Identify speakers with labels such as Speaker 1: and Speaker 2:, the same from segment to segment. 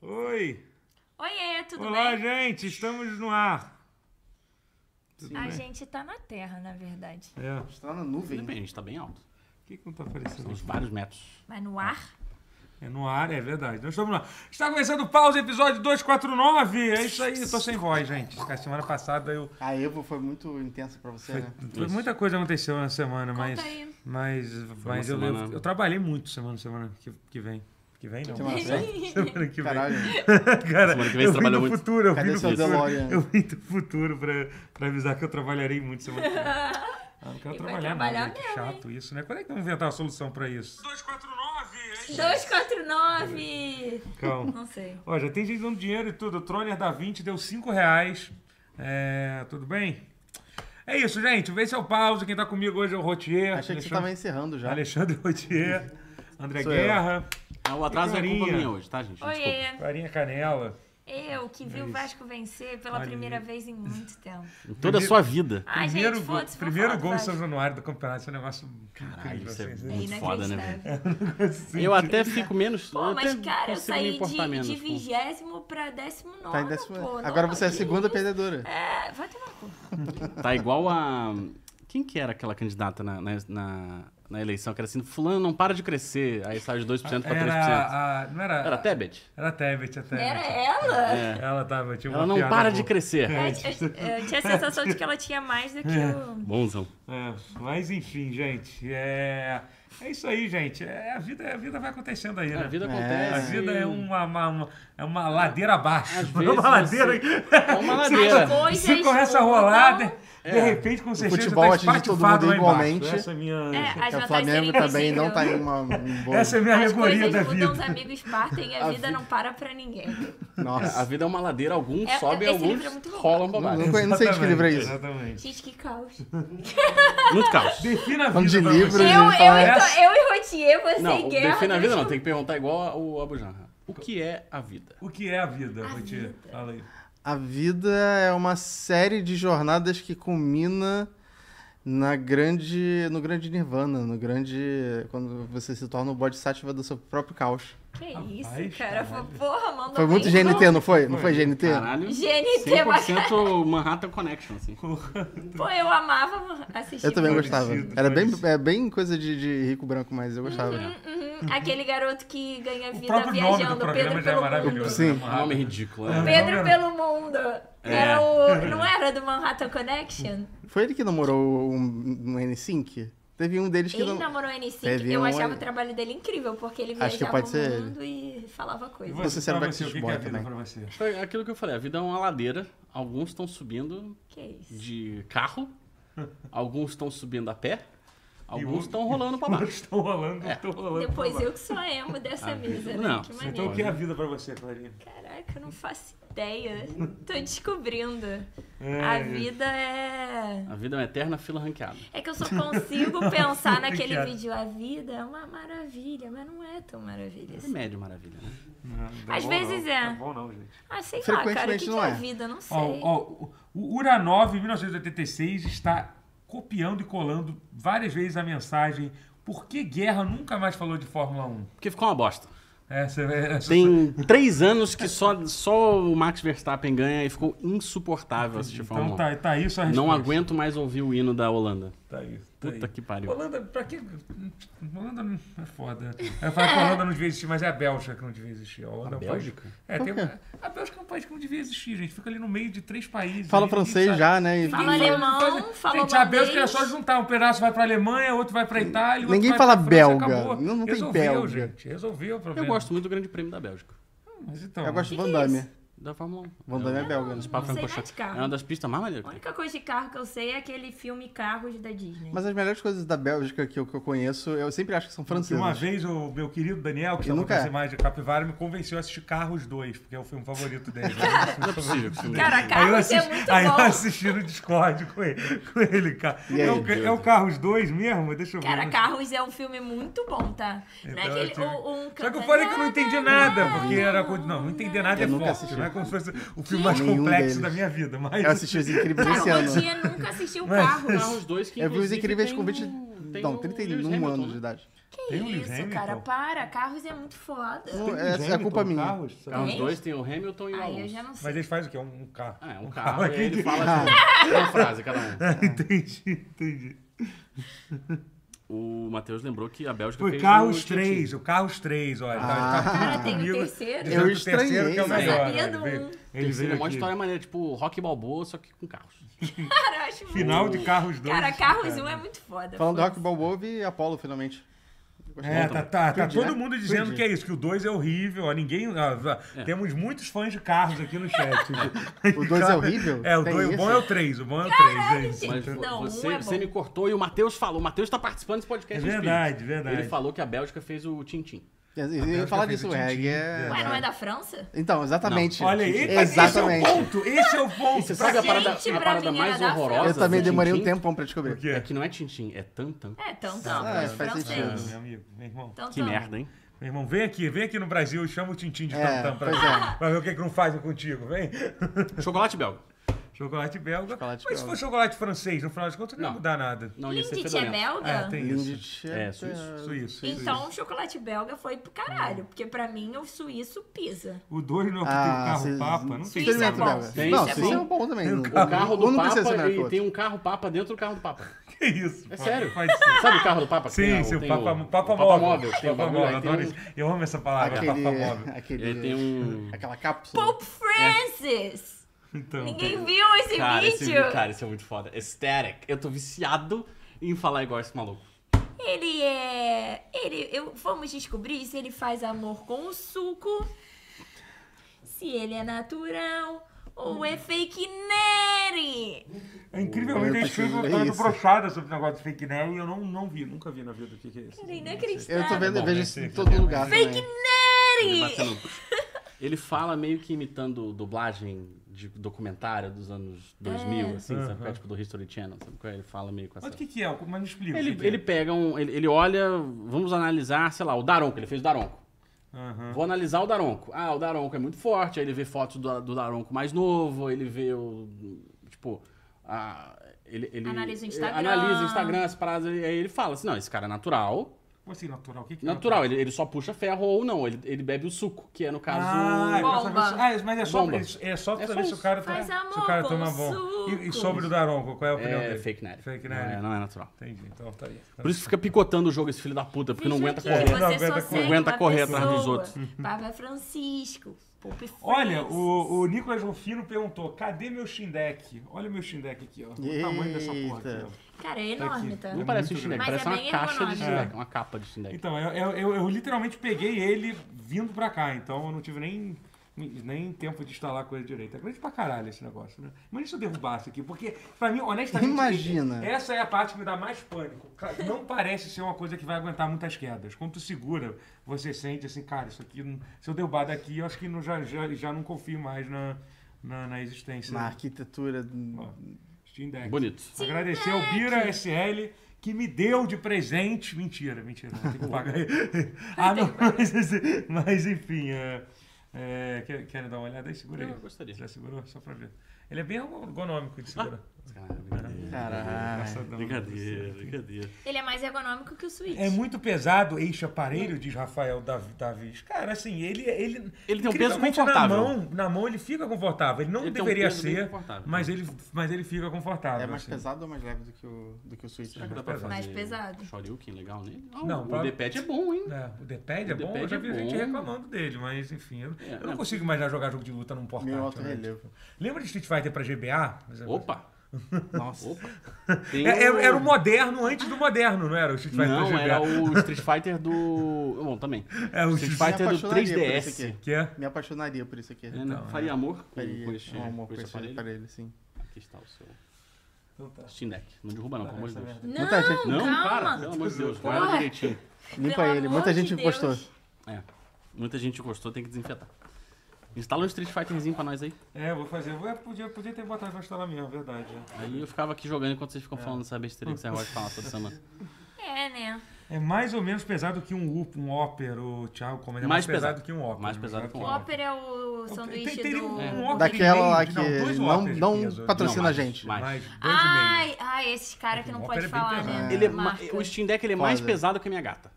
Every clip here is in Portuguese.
Speaker 1: Oi!
Speaker 2: Oiê, tudo
Speaker 1: Olá,
Speaker 2: bem?
Speaker 1: gente! Estamos no ar! Tudo
Speaker 2: A
Speaker 1: bem?
Speaker 2: gente tá na Terra, na verdade.
Speaker 1: É. O
Speaker 3: Está na nuvem.
Speaker 4: Tudo bem, a gente tá bem alto.
Speaker 1: que, que não tá
Speaker 4: São
Speaker 1: aparecendo?
Speaker 4: uns vários metros.
Speaker 2: Mas no ar?
Speaker 1: É no ar, é verdade. Nós estamos no ar. Está começando o Pausa, episódio 249. É isso aí, eu tô sem voz, gente. A semana passada eu.
Speaker 3: A Ah, Evo foi muito intensa pra você,
Speaker 1: Foi,
Speaker 3: né?
Speaker 1: foi muita coisa aconteceu na semana, mas.
Speaker 2: aí.
Speaker 1: Mas, mas eu, eu-
Speaker 4: semana-
Speaker 1: eu trabalhei muito semana, semana que, que vem. Que vem, não.
Speaker 3: Semana
Speaker 1: Semana- semana que vem.
Speaker 3: Caralho.
Speaker 1: Cara,
Speaker 4: Semana que
Speaker 1: eu vim
Speaker 4: vem você
Speaker 1: do
Speaker 4: trabalhou muito.
Speaker 1: futuro, eu
Speaker 3: Cadê
Speaker 1: vim do
Speaker 3: seu
Speaker 1: futuro.
Speaker 3: DeLorean?
Speaker 1: Eu vim do futuro pra, pra avisar que eu trabalharei muito semana que vem. Ah, não quero
Speaker 2: E vai
Speaker 1: trabalhar,
Speaker 2: trabalhar
Speaker 1: nada, que
Speaker 2: mesmo,
Speaker 1: chato isso, né? Quando é que vão inventar a solução pra isso? 249,
Speaker 2: 249!
Speaker 1: Calma.
Speaker 2: Não sei.
Speaker 1: Ó, já tem gente dando dinheiro e tudo. O Troller da 20 deu 5 reais. É, tudo bem? É isso, gente. Esse é o Pausa. Quem tá comigo hoje é o Rotier.
Speaker 3: Achei que você tava encerrando já.
Speaker 1: Alexandre Rotier. André
Speaker 3: Sou eu.
Speaker 1: Guerra.
Speaker 4: Ah, o atraso é culpa
Speaker 1: carinha.
Speaker 4: minha hoje, tá, gente? Desculpa.
Speaker 2: Oiê!
Speaker 1: Clarinha Canela.
Speaker 2: Eu que vi
Speaker 1: É
Speaker 2: o
Speaker 1: isso.
Speaker 2: Vasco vencer pela
Speaker 1: Olha
Speaker 2: primeira
Speaker 1: aí.
Speaker 2: vez em muito tempo.
Speaker 4: Em toda a sua vida.
Speaker 2: Ai,
Speaker 1: primeiro
Speaker 2: gente,
Speaker 1: gol,
Speaker 2: foda-se, vou
Speaker 1: primeiro
Speaker 2: falar do
Speaker 1: gol em
Speaker 2: Vasco.
Speaker 1: São Januário do campeonato. Isso é um negócio
Speaker 4: Caralho,
Speaker 1: incrível.
Speaker 4: isso é
Speaker 1: assim,
Speaker 2: É
Speaker 1: né?
Speaker 4: Muito foda, né,
Speaker 2: inacreditável.
Speaker 4: Eu até fico menos.
Speaker 2: Pô,
Speaker 4: eu
Speaker 2: mas
Speaker 4: até
Speaker 2: cara, eu
Speaker 4: consigo me
Speaker 2: saí
Speaker 4: importar
Speaker 2: de,
Speaker 4: menos,
Speaker 2: de
Speaker 4: pô.
Speaker 2: vigésimo pra décimo nono,
Speaker 3: Tá em décimo...
Speaker 2: pô.
Speaker 3: Agora
Speaker 2: Não,
Speaker 3: você é a
Speaker 2: que
Speaker 3: segunda
Speaker 2: isso?
Speaker 3: perdedora.
Speaker 2: É, vai tomar cu.
Speaker 4: Tá igual a. Quem que era aquela candidata na, na, na, na eleição? Que era assim, fulano não para de crescer. Aí sai de 2% pra 3%. Era,
Speaker 1: Era a, não era,
Speaker 4: Tebet?
Speaker 1: Era a Tebet, a Tebet.
Speaker 2: Era ela? É,
Speaker 4: É.
Speaker 1: Ela tava, tinha uma
Speaker 4: Ela não
Speaker 1: piada
Speaker 4: para
Speaker 1: boa.
Speaker 4: de crescer.
Speaker 2: Eu, eu- eu tinha a sensação de que ela tinha mais do que o...
Speaker 4: Bonzão.
Speaker 1: É, mas enfim, gente, é, é isso aí, gente. É, a, vida, a vida vai acontecendo aí, né?
Speaker 4: É, A vida um-
Speaker 1: A
Speaker 4: acontece.
Speaker 1: vida é uma, uma- uma- é uma ladeira abaixo.
Speaker 4: Às
Speaker 1: é uma
Speaker 4: vezes
Speaker 1: ladeira.
Speaker 4: É uma
Speaker 2: As
Speaker 4: ladeira. É.
Speaker 2: coisas
Speaker 1: Você começa a rolar, né?
Speaker 2: mudam.
Speaker 1: de, de repente, com certeza,
Speaker 3: futebol
Speaker 1: tá
Speaker 3: atinge todo
Speaker 1: espatifado
Speaker 3: mundo
Speaker 1: lá embaixo.
Speaker 3: igualmente.
Speaker 1: Essa é a minha,
Speaker 2: É, as
Speaker 3: Que o
Speaker 2: vantagens
Speaker 3: Flamengo
Speaker 2: serem
Speaker 3: também não
Speaker 2: invisíveis.
Speaker 3: tá em uma... um bom-
Speaker 1: essa é a minha
Speaker 2: As
Speaker 1: alegoria
Speaker 2: coisas
Speaker 1: da
Speaker 2: mudam, os
Speaker 1: vida.
Speaker 2: amigos partem e a,
Speaker 3: A
Speaker 2: vida
Speaker 3: vi-
Speaker 2: não para pra ninguém.
Speaker 4: A
Speaker 3: Nossa.
Speaker 4: vida é uma ladeira, alguns
Speaker 2: É-
Speaker 4: sobem,
Speaker 2: esse livro
Speaker 4: alguns
Speaker 2: é muito bom.
Speaker 4: rolam pra baixo.
Speaker 3: Não conhe- não sei de que livro é isso.
Speaker 1: Exatamente.
Speaker 2: Gente, que caos.
Speaker 4: Muito caos.
Speaker 1: Defina a vida.
Speaker 3: Nome de
Speaker 1: pra
Speaker 3: livro,
Speaker 2: Eu, eu,
Speaker 1: você.
Speaker 3: gente.
Speaker 2: e
Speaker 1: essa-
Speaker 2: to- eu e Rotier, você
Speaker 4: Não,
Speaker 2: e
Speaker 4: o
Speaker 2: Guerra.
Speaker 4: defina a
Speaker 2: nós
Speaker 4: vida não,
Speaker 2: somos-
Speaker 4: tem que perguntar igual o Abujan. O que é a vida?
Speaker 1: O que é a vida, Rotier?
Speaker 2: vida.
Speaker 1: Fala aí.
Speaker 3: A vida é uma série de jornadas que culmina na grande, no grande nirvana, no grande... Quando você se torna o bodhisattva do seu próprio caos.
Speaker 2: Que isso,
Speaker 1: Rapaz,
Speaker 2: cara.
Speaker 1: caralho.
Speaker 2: Foi- Porra, mandou
Speaker 3: Foi muito
Speaker 2: bem.
Speaker 3: GNT, não foi? Não foi GNT?
Speaker 4: Caralho.
Speaker 2: GNT
Speaker 4: 100% Manhattan Connection, assim.
Speaker 2: Pô, eu amava assistir.
Speaker 3: Eu também
Speaker 1: Foi
Speaker 3: gostava.
Speaker 1: parecido,
Speaker 3: Era bem,
Speaker 1: parecido.
Speaker 3: é bem coisa de, de rico branco, mas eu gostava.
Speaker 2: Uhum, aquele garoto que ganha
Speaker 1: O
Speaker 2: vida
Speaker 1: próprio nome do
Speaker 2: viajando,
Speaker 1: programa
Speaker 2: Pedro
Speaker 1: já é
Speaker 2: pelo
Speaker 1: maravilhoso.
Speaker 2: mundo.
Speaker 3: Sim.
Speaker 1: né?
Speaker 4: É um nome ridículo, né?
Speaker 2: Pedro
Speaker 1: Não,
Speaker 2: pelo mundo.
Speaker 4: É.
Speaker 2: Era o. Não era do Manhattan Connection?
Speaker 3: Foi ele que namorou um, um N5? Teve um deles que
Speaker 2: Ele
Speaker 3: não.
Speaker 2: namorou a N5,
Speaker 3: Teve
Speaker 2: eu
Speaker 3: um-
Speaker 2: achava o trabalho dele incrível, porque ele
Speaker 3: Acho que
Speaker 2: viajava
Speaker 3: pode ser
Speaker 2: o
Speaker 3: ele.
Speaker 2: mundo e falava
Speaker 1: E
Speaker 2: coisas.
Speaker 1: você,
Speaker 3: Você sendo
Speaker 1: pra você, o que que é a
Speaker 3: Backstreet Boy
Speaker 1: vida
Speaker 3: também.
Speaker 1: pra você?
Speaker 4: Foi aquilo que eu falei, a vida é uma ladeira. Alguns estão subindo
Speaker 2: Que isso.
Speaker 4: de carro, alguns estão subindo a pé,
Speaker 1: outros-
Speaker 4: alguns estão rolando pra
Speaker 1: Não
Speaker 4: baixo.
Speaker 1: estão rolando, não
Speaker 4: É.
Speaker 1: estão rolando.
Speaker 2: Depois eu que sou a emo dessa
Speaker 4: Ah,
Speaker 2: mesa, né?
Speaker 4: não,
Speaker 2: que
Speaker 4: você
Speaker 1: Então
Speaker 2: maneiro.
Speaker 1: o que é a vida pra você, Clarinha?
Speaker 2: Caraca, eu não faço ideia. Tô descobrindo.
Speaker 1: É,
Speaker 2: A vida é.
Speaker 4: A vida é uma eterna fila ranqueada.
Speaker 2: É que eu só consigo pensar naquele
Speaker 1: Obrigado.
Speaker 2: vídeo. A vida é uma maravilha, mas não é tão maravilha
Speaker 4: É
Speaker 2: assim.
Speaker 4: médio maravilha, né?
Speaker 1: não, tá
Speaker 2: Às
Speaker 1: bom
Speaker 2: vezes
Speaker 1: não,
Speaker 2: é.
Speaker 1: Tá bom não, gente.
Speaker 2: Ah, sei lá,
Speaker 3: Frequentemente
Speaker 2: cara. O que, que
Speaker 3: não
Speaker 2: é
Speaker 3: é.
Speaker 2: vida? Não sei.
Speaker 1: Ó, ó, o- o Uranov, em 1986, está copiando e colando várias vezes a mensagem Por que Guerra nunca mais falou de Fórmula 1?
Speaker 4: Porque ficou uma bosta.
Speaker 1: Essa, é, essa,
Speaker 4: Tem três anos que só, só o Max Verstappen ganha e ficou insuportável assistir
Speaker 1: Então
Speaker 4: Fórmula
Speaker 1: tá,
Speaker 3: um.
Speaker 1: tá aí sua
Speaker 4: 1. Não
Speaker 1: resposta.
Speaker 4: aguento mais ouvir o hino da Holanda.
Speaker 1: Tá aí, tá aí.
Speaker 4: Puta que pariu.
Speaker 1: Holanda, pra que... Holanda não é foda. Eu falo que a Holanda não devia existir, mas é a Bélgica que não devia existir. A, Holanda
Speaker 4: A
Speaker 1: é um país-
Speaker 4: Bélgica?
Speaker 1: É, tem um- a Bélgica é um país que não devia existir, gente. Fica ali no meio de três países.
Speaker 3: Fala
Speaker 1: aí, ninguém
Speaker 3: francês
Speaker 1: sabe.
Speaker 3: já, né? E-
Speaker 2: Fala alemão, fala
Speaker 1: Gente, a Bélgica era
Speaker 2: holandês.
Speaker 1: só juntar. Um pedaço vai pra Alemanha, outro vai pra Itália. outro
Speaker 3: Ninguém
Speaker 1: vai
Speaker 3: fala
Speaker 1: pra França,
Speaker 3: belga.
Speaker 1: acabou.
Speaker 3: Não- não tem
Speaker 1: Resolveu,
Speaker 3: belga.
Speaker 1: Gente, resolveu o
Speaker 4: Eu
Speaker 1: problema.
Speaker 4: gosto muito do Grande Prêmio da Bélgica.
Speaker 1: Mas então,
Speaker 3: Eu gosto de
Speaker 2: Que
Speaker 3: Van
Speaker 2: que é
Speaker 3: Damme.
Speaker 2: isso?
Speaker 4: Da Fórmula 1.
Speaker 3: Van Damme é belga,
Speaker 2: Não
Speaker 3: né?
Speaker 4: Spa
Speaker 2: sei nada
Speaker 4: Francorchamps.
Speaker 2: de carro.
Speaker 4: É uma das pistas mais maneiras.
Speaker 2: A única coisa de carro que eu sei é aquele filme Carros da Disney.
Speaker 3: Mas as melhores coisas da Bélgica que eu, que eu conheço, eu sempre acho que são
Speaker 1: que uma
Speaker 3: francesas.
Speaker 1: vez o meu querido Daniel, que
Speaker 3: E
Speaker 1: estava com
Speaker 3: né? nunca
Speaker 1: essa
Speaker 3: é.
Speaker 1: imagem de Capivara, me convenceu a assistir Carros 2, porque é o filme favorito dele.
Speaker 4: Não é possível que isso não
Speaker 2: Cara,
Speaker 1: Aí eu,
Speaker 2: Carros
Speaker 1: assisti,
Speaker 2: é muito
Speaker 1: aí eu
Speaker 2: bom.
Speaker 1: assisti no Discord com ele. Com ele cara.
Speaker 3: E aí?
Speaker 1: é, o, é o Carros 2 mesmo? Deixa eu ver.
Speaker 2: Cara, Carros é um filme muito bom, tá? Não é
Speaker 1: Então, eu
Speaker 2: aquele.
Speaker 1: tive-
Speaker 2: o- um "Ah,
Speaker 1: Só que eu falei que eu não entendi nada, porque era. co- Não, não entender nada
Speaker 3: Eu
Speaker 1: é
Speaker 3: nunca
Speaker 1: forte.
Speaker 3: assisti.
Speaker 1: Não é como se fosse o filme mais
Speaker 3: Nenhum
Speaker 1: complexo
Speaker 3: deles.
Speaker 1: da minha vida. Mas
Speaker 3: Eu assisti Os Incríveis
Speaker 2: Cara,
Speaker 3: esse
Speaker 2: o
Speaker 3: ano.
Speaker 2: Rodinha nunca assistiu
Speaker 1: Mas-
Speaker 2: Carros.
Speaker 4: Carros dois que
Speaker 3: Eu vi Os
Speaker 4: inclusive,
Speaker 3: Incríveis
Speaker 4: tem
Speaker 3: com
Speaker 4: o-
Speaker 2: um-
Speaker 3: 20...
Speaker 4: tem
Speaker 3: Não,
Speaker 4: o Lewis
Speaker 3: 31
Speaker 4: Hamilton,
Speaker 3: anos
Speaker 4: né?
Speaker 3: de idade.
Speaker 2: Que
Speaker 1: Tem um então? o Lewis
Speaker 2: isso,
Speaker 1: Hamilton?
Speaker 2: cara? Para, Carros é muito foda.
Speaker 1: um
Speaker 3: Não, é, é culpa minha.
Speaker 4: Ah, os
Speaker 2: Tem?
Speaker 4: dois tem o Hamilton e o
Speaker 2: É Aí
Speaker 4: Alonso.
Speaker 2: eu já não sei.
Speaker 1: Mas eles fazem o quê? Um, um carro.
Speaker 4: Ah, é um carro, e aí
Speaker 1: aqui.
Speaker 4: ele fala tipo, uma frase, cada um.
Speaker 1: entendi, entendi.
Speaker 4: O Matheus lembrou que a Bélgica
Speaker 1: Foi
Speaker 4: fez
Speaker 1: Carros
Speaker 4: o Tietchan.
Speaker 1: 3, o Carros 3, olha. tá? Então,
Speaker 3: Ah.
Speaker 2: Cara, tem o terceiro.
Speaker 1: dizendo
Speaker 3: Eu
Speaker 1: que o terceiro que é o
Speaker 3: estranhei,
Speaker 1: melhor.
Speaker 2: não sabia
Speaker 1: né? Ele
Speaker 2: do um.
Speaker 1: veio- Ele
Speaker 4: Terceiro é
Speaker 1: veio
Speaker 4: uma
Speaker 1: aqui.
Speaker 4: história maneira, tipo rock balboa, só que com carros.
Speaker 2: Cara, eu acho
Speaker 1: Final
Speaker 4: né?
Speaker 2: muito...
Speaker 1: de Carros 2.
Speaker 2: Cara, Carros 1 é muito foda.
Speaker 3: Falando do
Speaker 2: foda.
Speaker 3: Rock Balboa, vi Apollo finalmente. Gostei.
Speaker 1: É, tá, tá, tá
Speaker 3: Entendi,
Speaker 1: todo
Speaker 3: né?
Speaker 1: mundo dizendo
Speaker 3: Entendi.
Speaker 1: que é isso, que o 2 é horrível. Ó, ninguém. ó,
Speaker 4: É.
Speaker 1: ó, Temos muitos fãs de carros aqui no chat.
Speaker 3: O 2 é horrível?
Speaker 1: É, o,
Speaker 3: Tem
Speaker 1: dois, o
Speaker 3: isso?
Speaker 1: bom é o 3, o bom é o 3.
Speaker 2: gente.
Speaker 4: Mas
Speaker 2: Não,
Speaker 4: vo-
Speaker 2: um
Speaker 4: você,
Speaker 2: é bom.
Speaker 4: você me cortou e o Matheus falou. O Matheus tá participando desse podcast.
Speaker 1: É
Speaker 4: no
Speaker 1: verdade,
Speaker 4: Espírito.
Speaker 1: verdade.
Speaker 4: Ele falou que a Bélgica fez o Tintim.
Speaker 3: E- e-
Speaker 1: Bélgica
Speaker 3: E falar
Speaker 1: fez
Speaker 3: disso,
Speaker 1: o
Speaker 3: o
Speaker 1: Tintin,
Speaker 3: reggae é...
Speaker 1: verdade.
Speaker 2: Ué, não é da França?
Speaker 3: Então, exatamente.
Speaker 1: Olha aí, tá eita,
Speaker 3: Exatamente.
Speaker 1: esse é o ponto, esse é o ponto.
Speaker 4: Você
Speaker 1: Pra
Speaker 4: sabe a
Speaker 1: quê?
Speaker 4: parada,
Speaker 2: Gente,
Speaker 4: a
Speaker 2: pra
Speaker 4: parada
Speaker 2: mim
Speaker 4: mais
Speaker 2: era da
Speaker 4: horrorosa?
Speaker 3: Eu
Speaker 2: França.
Speaker 3: também
Speaker 4: do
Speaker 3: demorei um
Speaker 4: Tintin?
Speaker 3: tempão pra descobrir.
Speaker 1: O quê?
Speaker 4: É que não é Tintim, é Tantan.
Speaker 2: É, então, então.
Speaker 3: É,
Speaker 2: mas
Speaker 3: faz
Speaker 1: Ah,
Speaker 2: francês.
Speaker 3: sentido.
Speaker 1: meu amigo, meu irmão.
Speaker 2: Então,
Speaker 4: Que
Speaker 2: então.
Speaker 4: merda, hein?
Speaker 1: Meu irmão, vem aqui, vem aqui no Brasil e chama o Tintim de
Speaker 3: É,
Speaker 1: Tantam pra,
Speaker 3: pois
Speaker 1: ver-
Speaker 3: é.
Speaker 1: pra ver o que, que não fazem contigo, vem.
Speaker 4: Chocolate belga.
Speaker 1: Chocolate belga.
Speaker 3: Chocolate
Speaker 1: Mas se
Speaker 3: belga.
Speaker 1: for chocolate francês, no final das contas, não, ia
Speaker 4: Não.
Speaker 1: mudar nada.
Speaker 4: Não ia ser
Speaker 2: Lindt é
Speaker 4: fedorento.
Speaker 1: É,
Speaker 2: belga?
Speaker 1: tem isso.
Speaker 3: Lindt
Speaker 4: É, suíço,
Speaker 1: Suíço.
Speaker 2: então, o chocolate belga foi pro caralho. Porque pra mim, o suíço
Speaker 4: É.
Speaker 2: pisa.
Speaker 1: O 2 não
Speaker 3: Ah,
Speaker 1: tem o carro papa, não tem
Speaker 2: Suíço
Speaker 1: isso.
Speaker 2: é bom.
Speaker 4: Tem,
Speaker 3: Não,
Speaker 4: isso é
Speaker 3: suíço
Speaker 4: bom.
Speaker 3: é bom também.
Speaker 1: Tem o
Speaker 3: não-
Speaker 4: O carro do
Speaker 3: um não precisa ser
Speaker 4: Papa
Speaker 3: melhor que o
Speaker 4: e
Speaker 3: outro.
Speaker 4: tem um carro Papa dentro do carro do Papa.
Speaker 1: Que isso?
Speaker 4: É
Speaker 1: pô,
Speaker 4: sério.
Speaker 1: Pode ser.
Speaker 4: Sabe o carro do Papa? que tem
Speaker 1: Sim,
Speaker 4: a-
Speaker 1: sim, o
Speaker 4: tem
Speaker 1: Papa,
Speaker 4: o-
Speaker 1: Papa
Speaker 4: o
Speaker 1: Móvel.
Speaker 4: Tem o
Speaker 1: Papa
Speaker 4: bagulho
Speaker 1: Móvel,
Speaker 4: lá, tem
Speaker 1: adoro
Speaker 4: um-
Speaker 1: isso. Eu amo essa palavra,
Speaker 3: Aquele... é-
Speaker 1: Papa Móvel.
Speaker 3: aquele
Speaker 4: Ele tem um...
Speaker 3: Aquela cápsula.
Speaker 2: Pope Francis!
Speaker 1: Então,
Speaker 2: Ninguém viu esse
Speaker 4: Cara, esse
Speaker 2: vídeo?
Speaker 4: vídeo, cara, esse é muito foda. Aesthetic. Eu tô viciado em falar igual esse maluco.
Speaker 2: Ele é. Ele. Eu, vamos descobrir se ele faz amor com o suco, se ele é natural ou é fake neri.
Speaker 1: é incrivelmente
Speaker 3: Eu
Speaker 1: eu escrevo
Speaker 3: preciso
Speaker 1: uma
Speaker 3: ver
Speaker 1: história do
Speaker 3: isso.
Speaker 1: brochada sobre o negócio de fake news e eu não, não vi, nunca vi na vida o que, que é isso.
Speaker 2: Cara,
Speaker 3: Eu tô
Speaker 2: inacreditável.
Speaker 3: vendo,
Speaker 4: bom,
Speaker 3: vejo
Speaker 1: né?
Speaker 3: isso em
Speaker 1: Sim,
Speaker 3: todo
Speaker 1: sim.
Speaker 3: lugar
Speaker 2: Fake
Speaker 3: também.
Speaker 4: Ele
Speaker 2: neri!
Speaker 4: batendo- Ele fala meio que imitando dublagem de documentário dos anos
Speaker 2: É.
Speaker 4: 2000, assim, sabe?
Speaker 1: Aham.
Speaker 4: Tipo do History Channel, sabe? qual é? Ele fala meio com essa...
Speaker 1: Mas o que, que é? Mas me explica. o
Speaker 4: Ele,
Speaker 1: que que é.
Speaker 4: ele pega um... Ele, ele olha... Vamos analisar, sei lá, o Daronco. Ele fez o Daronco.
Speaker 1: Aham.
Speaker 4: Vou analisar o Daronco. Ah, o Daronco é muito forte. Aí ele vê fotos do, do Daronco mais novo. Ele vê o... Tipo... a- ele, ele-
Speaker 2: Analisa o
Speaker 4: ele
Speaker 2: Instagram.
Speaker 4: Analisa o Instagram, as paradas. Aí ele fala assim, não, esse cara é natural.
Speaker 1: Como assim, natural? O que, que é
Speaker 4: Natural, ele, ele só puxa ferro ou não. Ele, ele bebe o suco, que é no caso.
Speaker 1: Ah, é pra
Speaker 2: Bomba.
Speaker 1: saber se- ah, isso- mas é só,
Speaker 4: Bomba.
Speaker 1: pra- é só pra
Speaker 4: É só
Speaker 1: saber se o
Speaker 4: isso.
Speaker 1: cara, tá,
Speaker 2: Faz
Speaker 1: se o
Speaker 2: amor
Speaker 1: cara
Speaker 2: com
Speaker 1: toma bom. E, e
Speaker 2: suco.
Speaker 1: sobre o Daronco, qual é a opinião
Speaker 4: é
Speaker 1: dele?
Speaker 4: fake net.
Speaker 1: Fake
Speaker 4: não,
Speaker 1: net.
Speaker 4: é, não é natural.
Speaker 1: Entendi, então tá aí.
Speaker 4: Por isso fica picotando o jogo esse filho da puta, porque não aguenta
Speaker 2: Veja
Speaker 4: correr.
Speaker 2: aqui,
Speaker 1: correr. Não
Speaker 2: você só
Speaker 1: aguenta
Speaker 2: segue
Speaker 4: aguenta
Speaker 2: uma
Speaker 4: correr atrás dos
Speaker 2: pessoa.
Speaker 4: outros.
Speaker 2: Papa Francisco. Pope Francis.
Speaker 1: Olha, o, o Nicolas Rufino perguntou: cadê meu Shindeck? Olha o meu Shindeck aqui, ó. O tamanho dessa porra
Speaker 3: Eita.
Speaker 1: aqui, ó.
Speaker 2: Cara, é enorme,
Speaker 1: aqui.
Speaker 2: tá?
Speaker 4: Não parece um
Speaker 1: muito
Speaker 4: Shindeck,
Speaker 2: grande. Mas
Speaker 4: parece
Speaker 2: é
Speaker 4: uma
Speaker 2: bem
Speaker 4: caixa de
Speaker 2: ergonômico.
Speaker 4: Shindeck, uma capa de Shindeck.
Speaker 1: Então, eu, eu, eu, eu literalmente peguei ele vindo pra cá, então eu não tive nem, nem tempo de instalar a coisa direito. É grande pra caralho esse negócio, né? Imagina se eu derrubasse aqui, porque, pra mim, honestamente.
Speaker 3: Imagina.
Speaker 1: Essa é a parte que me dá mais pânico. Ca- Não parece ser uma coisa que vai aguentar muitas quedas. Quando tu segura, você sente assim, cara, isso aqui, não- se eu derrubar daqui, eu acho que não, já, já, já não confio mais na, na, na existência.
Speaker 3: Na arquitetura...
Speaker 1: Ó, Steam Deck.
Speaker 4: Bonito.
Speaker 1: Agradecer
Speaker 3: é,
Speaker 1: ao Bira SL que me deu de presente. Mentira, mentira. Tem que pagar. ah, não, mas, mas, enfim. é, é, quer- querem dar uma olhada aí? Segura aí.
Speaker 4: Eu gostaria.
Speaker 1: Já segurou? Só pra ver. Ele é bem ergonômico de segurar. Né?
Speaker 4: Caralho, brincadeira.
Speaker 3: É. Caralho.
Speaker 1: Engraçadão.
Speaker 4: Brincadeira, brincadeira.
Speaker 2: Ele é mais ergonômico que o Switch.
Speaker 1: É muito pesado este aparelho, diz Rafael Davi- Davis. Cara, assim, ele. Ele,
Speaker 4: Ele tem um peso
Speaker 1: incrivelmente,
Speaker 4: confortável.
Speaker 1: Na mão, na mão ele fica confortável. Ele não
Speaker 4: Ele tem um
Speaker 1: deveria
Speaker 4: peso bem
Speaker 1: ser,
Speaker 4: confortável.
Speaker 1: mas ele, mas ele fica confortável.
Speaker 3: É mais
Speaker 1: assim. É
Speaker 3: pesado ou mais leve do que o, do que o Switch?
Speaker 4: Será que dá pra fazer
Speaker 2: Mais É pesado.
Speaker 4: É, Shoryuken legal nele?
Speaker 1: Não,
Speaker 4: o
Speaker 1: pra-
Speaker 4: D-pad é bom, hein?
Speaker 1: É, o D-Pad é
Speaker 4: O
Speaker 1: bom,
Speaker 4: D-pad
Speaker 1: eu já
Speaker 4: é
Speaker 1: vi gente
Speaker 4: bom.
Speaker 1: reclamando dele, mas enfim, eu,
Speaker 4: É,
Speaker 1: eu não
Speaker 4: é.
Speaker 1: consigo imaginar jogar jogo de luta num portátil.
Speaker 3: Meu alto
Speaker 1: né?
Speaker 3: relevo.
Speaker 1: Tipo, lembra de Street Fighter pra GBA?
Speaker 4: Opa,
Speaker 3: Nossa.
Speaker 4: opa.
Speaker 1: É,
Speaker 4: Tem um-
Speaker 1: é- era o moderno antes do moderno, não era? O Street Fighter
Speaker 4: Não,
Speaker 1: pra GBA.
Speaker 4: era o Street Fighter do... Bom, também.
Speaker 1: É, o Street
Speaker 4: Street Fighter
Speaker 3: Me
Speaker 4: do
Speaker 3: apaixonaria por esse
Speaker 4: 3DS.
Speaker 3: aqui.
Speaker 1: Que é?
Speaker 3: Me apaixonaria por isso aqui.
Speaker 4: É, né? Faria amor com,
Speaker 3: Faria
Speaker 4: com este,
Speaker 3: um amor com
Speaker 4: com este
Speaker 3: esse
Speaker 4: aparelho.
Speaker 3: aparelho, sim.
Speaker 4: Aqui está o seu
Speaker 1: Então tá.
Speaker 4: Steam Deck. Não derruba não, pelo amor de Deus.
Speaker 2: Não,
Speaker 3: Muita gente-
Speaker 4: Não,
Speaker 2: calma.
Speaker 4: para, pelo amor de Deus,
Speaker 2: Porra.
Speaker 4: guarda direitinho.
Speaker 3: Limpa
Speaker 2: Pelo
Speaker 3: ele.
Speaker 2: amor
Speaker 3: Muita
Speaker 2: de
Speaker 3: gente
Speaker 2: Deus.
Speaker 3: gostou.
Speaker 4: É. Muita gente gostou, tem que desinfetar. Instala um Street Fighterzinho pra nós aí.
Speaker 1: É, vou fazer. Eu podia, podia ter botado pra instalar mesmo, é verdade. é.
Speaker 4: Aí eu ficava aqui jogando enquanto vocês ficam falando essa besteira que vocês gostam de falar toda semana.
Speaker 2: É, né?
Speaker 1: É mais ou menos pesado que um, up- um Opera, o Thiago comenta. É
Speaker 4: Mais
Speaker 1: mais pesado
Speaker 4: pesado.
Speaker 1: que um Opera.
Speaker 4: Mais pesado que um
Speaker 2: O ópera é o sanduíche
Speaker 1: Tem- teria
Speaker 2: do.
Speaker 1: um- um Opera e
Speaker 3: Daquela
Speaker 1: meio
Speaker 3: lá
Speaker 1: de-
Speaker 3: que
Speaker 1: dois
Speaker 3: não,
Speaker 1: Operas de
Speaker 3: não,
Speaker 1: peso, né?
Speaker 3: patrocina
Speaker 4: Não,
Speaker 3: a gente.
Speaker 4: mas-
Speaker 1: Mais, dois e meio.
Speaker 2: Ai, ai, esse cara que não
Speaker 1: O
Speaker 2: pode
Speaker 1: ópera é bem
Speaker 2: falar,
Speaker 1: pesado.
Speaker 2: né?
Speaker 4: Ele é ma-
Speaker 2: Marca.
Speaker 4: o Steam Deck ele é mais
Speaker 3: Foda.
Speaker 4: pesado que a minha gata.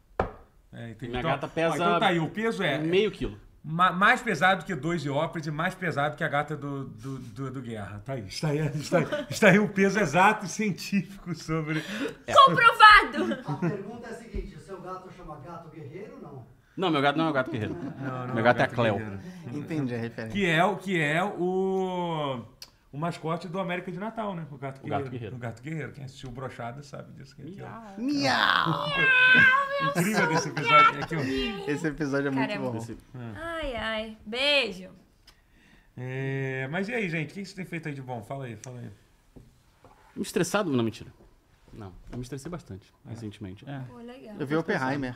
Speaker 1: É, entendi.
Speaker 4: Minha
Speaker 1: então,
Speaker 4: gata
Speaker 1: ó,
Speaker 4: pesa
Speaker 1: então tá aí, o peso é
Speaker 4: Meio quilo.
Speaker 1: ma- mais pesado que dois Iópolis e mais pesado que a gata do, do, do, do Guerra. Tá aí. Está aí, está, aí, está aí o peso exato e científico sobre.
Speaker 4: é.
Speaker 2: Comprovado!
Speaker 5: A pergunta é a seguinte: o seu gato chama gato guerreiro ou não?
Speaker 4: Não, meu gato não é um gato guerreiro.
Speaker 1: Não, não,
Speaker 4: meu gato é a
Speaker 1: gato
Speaker 4: Cleo.
Speaker 1: guerreiro.
Speaker 3: Entendi a referência.
Speaker 1: Que é, o- que é o, o mascote do América de Natal, né? O Gato
Speaker 4: O
Speaker 1: Guerreiro.
Speaker 4: Gato Guerreiro.
Speaker 1: O Gato Guerreiro. Quem assistiu Brochada sabe disso. Que é aqui, ó.
Speaker 3: Miau!
Speaker 1: O incrível desse episódio é que ó,
Speaker 3: Esse episódio é muito
Speaker 2: Cara, é
Speaker 3: bom.
Speaker 2: muito
Speaker 4: Esse-
Speaker 2: Ai, ai. Beijo.
Speaker 1: é, Mas e aí, gente? O que vocês têm feito aí de bom? Fala aí, fala aí.
Speaker 4: Me estressado? Não, mentira. Não, eu me estressei bastante recentemente. É.
Speaker 2: Pô, legal.
Speaker 3: Eu vi Oppenheimer.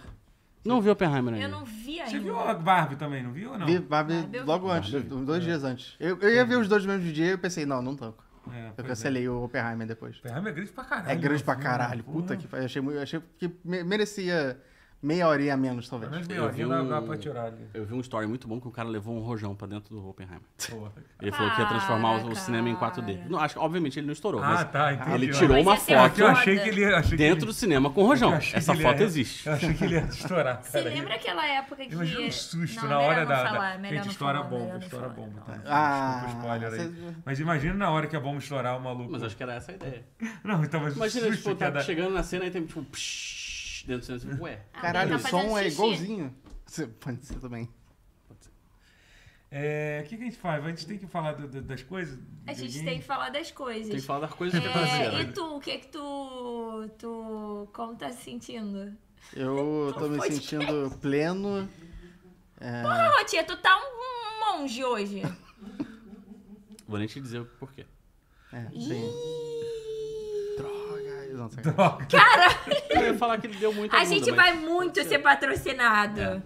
Speaker 4: Não vi Oppenheimer ainda.
Speaker 2: É, Eu não vi ainda.
Speaker 1: Você viu a Barbie também, não viu ou não?
Speaker 3: Vi Barbie
Speaker 2: Barbie eu vi.
Speaker 3: logo antes, dois dias antes. Eu, eu ia ver os dois no mesmo dia e eu pensei, não, não tanco.
Speaker 1: É,
Speaker 3: Eu
Speaker 1: pois
Speaker 3: cancelei o Oppenheimer depois.
Speaker 1: É. Oppenheimer é grande pra caralho.
Speaker 3: É grande
Speaker 1: né?
Speaker 3: pra caralho.
Speaker 1: Pô,
Speaker 3: Puta que pariu. Eu Achei, muito- eu achei que me- merecia meia horinha a menos,
Speaker 1: Pelo
Speaker 3: talvez.
Speaker 1: menos meia
Speaker 4: Eu vi
Speaker 1: horinha dá- dá
Speaker 4: um-
Speaker 1: pra tirar ali.
Speaker 4: Eu vi um story muito bom que o cara levou um rojão pra dentro do Oppenheimer.
Speaker 1: Pô.
Speaker 4: Ele falou que ia transformar o-
Speaker 2: Para,
Speaker 4: o cinema em
Speaker 2: cara.
Speaker 4: 4D. Não, acho que, obviamente, ele não estourou,
Speaker 1: Ah,
Speaker 4: mas
Speaker 1: tá, entendi.
Speaker 4: ele tirou uma
Speaker 2: Mas ia ser uma
Speaker 1: É que eu
Speaker 4: foto
Speaker 2: foda.
Speaker 1: achei que ele... Achei
Speaker 4: dentro
Speaker 1: que
Speaker 4: do cinema com o
Speaker 1: ele,
Speaker 4: rojão.
Speaker 1: eu achei que
Speaker 4: Essa
Speaker 1: ele
Speaker 4: foto
Speaker 1: ia-
Speaker 4: existe.
Speaker 1: Eu achei que ele ia estourar,
Speaker 2: Você
Speaker 1: cara.
Speaker 2: lembra aquela época que...
Speaker 1: Imagina um susto
Speaker 2: Não,
Speaker 1: na hora
Speaker 2: melhor não
Speaker 1: da.
Speaker 2: falar,
Speaker 1: da...
Speaker 2: melhor
Speaker 1: Gente,
Speaker 2: não
Speaker 1: estoura a
Speaker 2: falar, melhor
Speaker 1: bomba,
Speaker 2: não
Speaker 1: estoura a
Speaker 2: falar,
Speaker 1: bomba.
Speaker 2: não.
Speaker 1: tá?
Speaker 3: Ah,
Speaker 1: Desculpa o spoiler aí.
Speaker 3: vocês-
Speaker 1: Mas imagina na hora que a bomba estourar, o maluco.
Speaker 4: Mas acho que era essa a ideia.
Speaker 1: Não, então, mas o
Speaker 4: Imagina,
Speaker 1: susto
Speaker 4: tipo,
Speaker 1: que ia
Speaker 4: tá
Speaker 1: dar-
Speaker 4: chegando na cena e tem, tipo, psh, dentro do cinema, tipo, ué.
Speaker 3: Caralho,
Speaker 2: tá
Speaker 3: o som
Speaker 2: fazendo
Speaker 3: é
Speaker 2: xixi.
Speaker 3: igualzinho. Você- Pode ser também.
Speaker 1: É, o que, que a gente faz? A gente tem que falar do- do- das coisas?
Speaker 2: A gente
Speaker 1: Alguém?
Speaker 2: tem que falar das coisas.
Speaker 4: Tem que falar das coisas que
Speaker 2: É,
Speaker 4: aconteceram.
Speaker 2: e tu, o que é que tu, tu. Como tá se sentindo?
Speaker 3: Eu tô me
Speaker 2: Podcast.
Speaker 3: sentindo pleno. é,
Speaker 2: Ô, tia, tu tá um monge hoje.
Speaker 4: Vou nem te dizer o porquê.
Speaker 3: é, bem. Droga. Não, sacanagem.
Speaker 1: Droga.
Speaker 4: Eu ia falar que ele deu muito
Speaker 2: A gente vai muito ser patrocinado.
Speaker 1: É.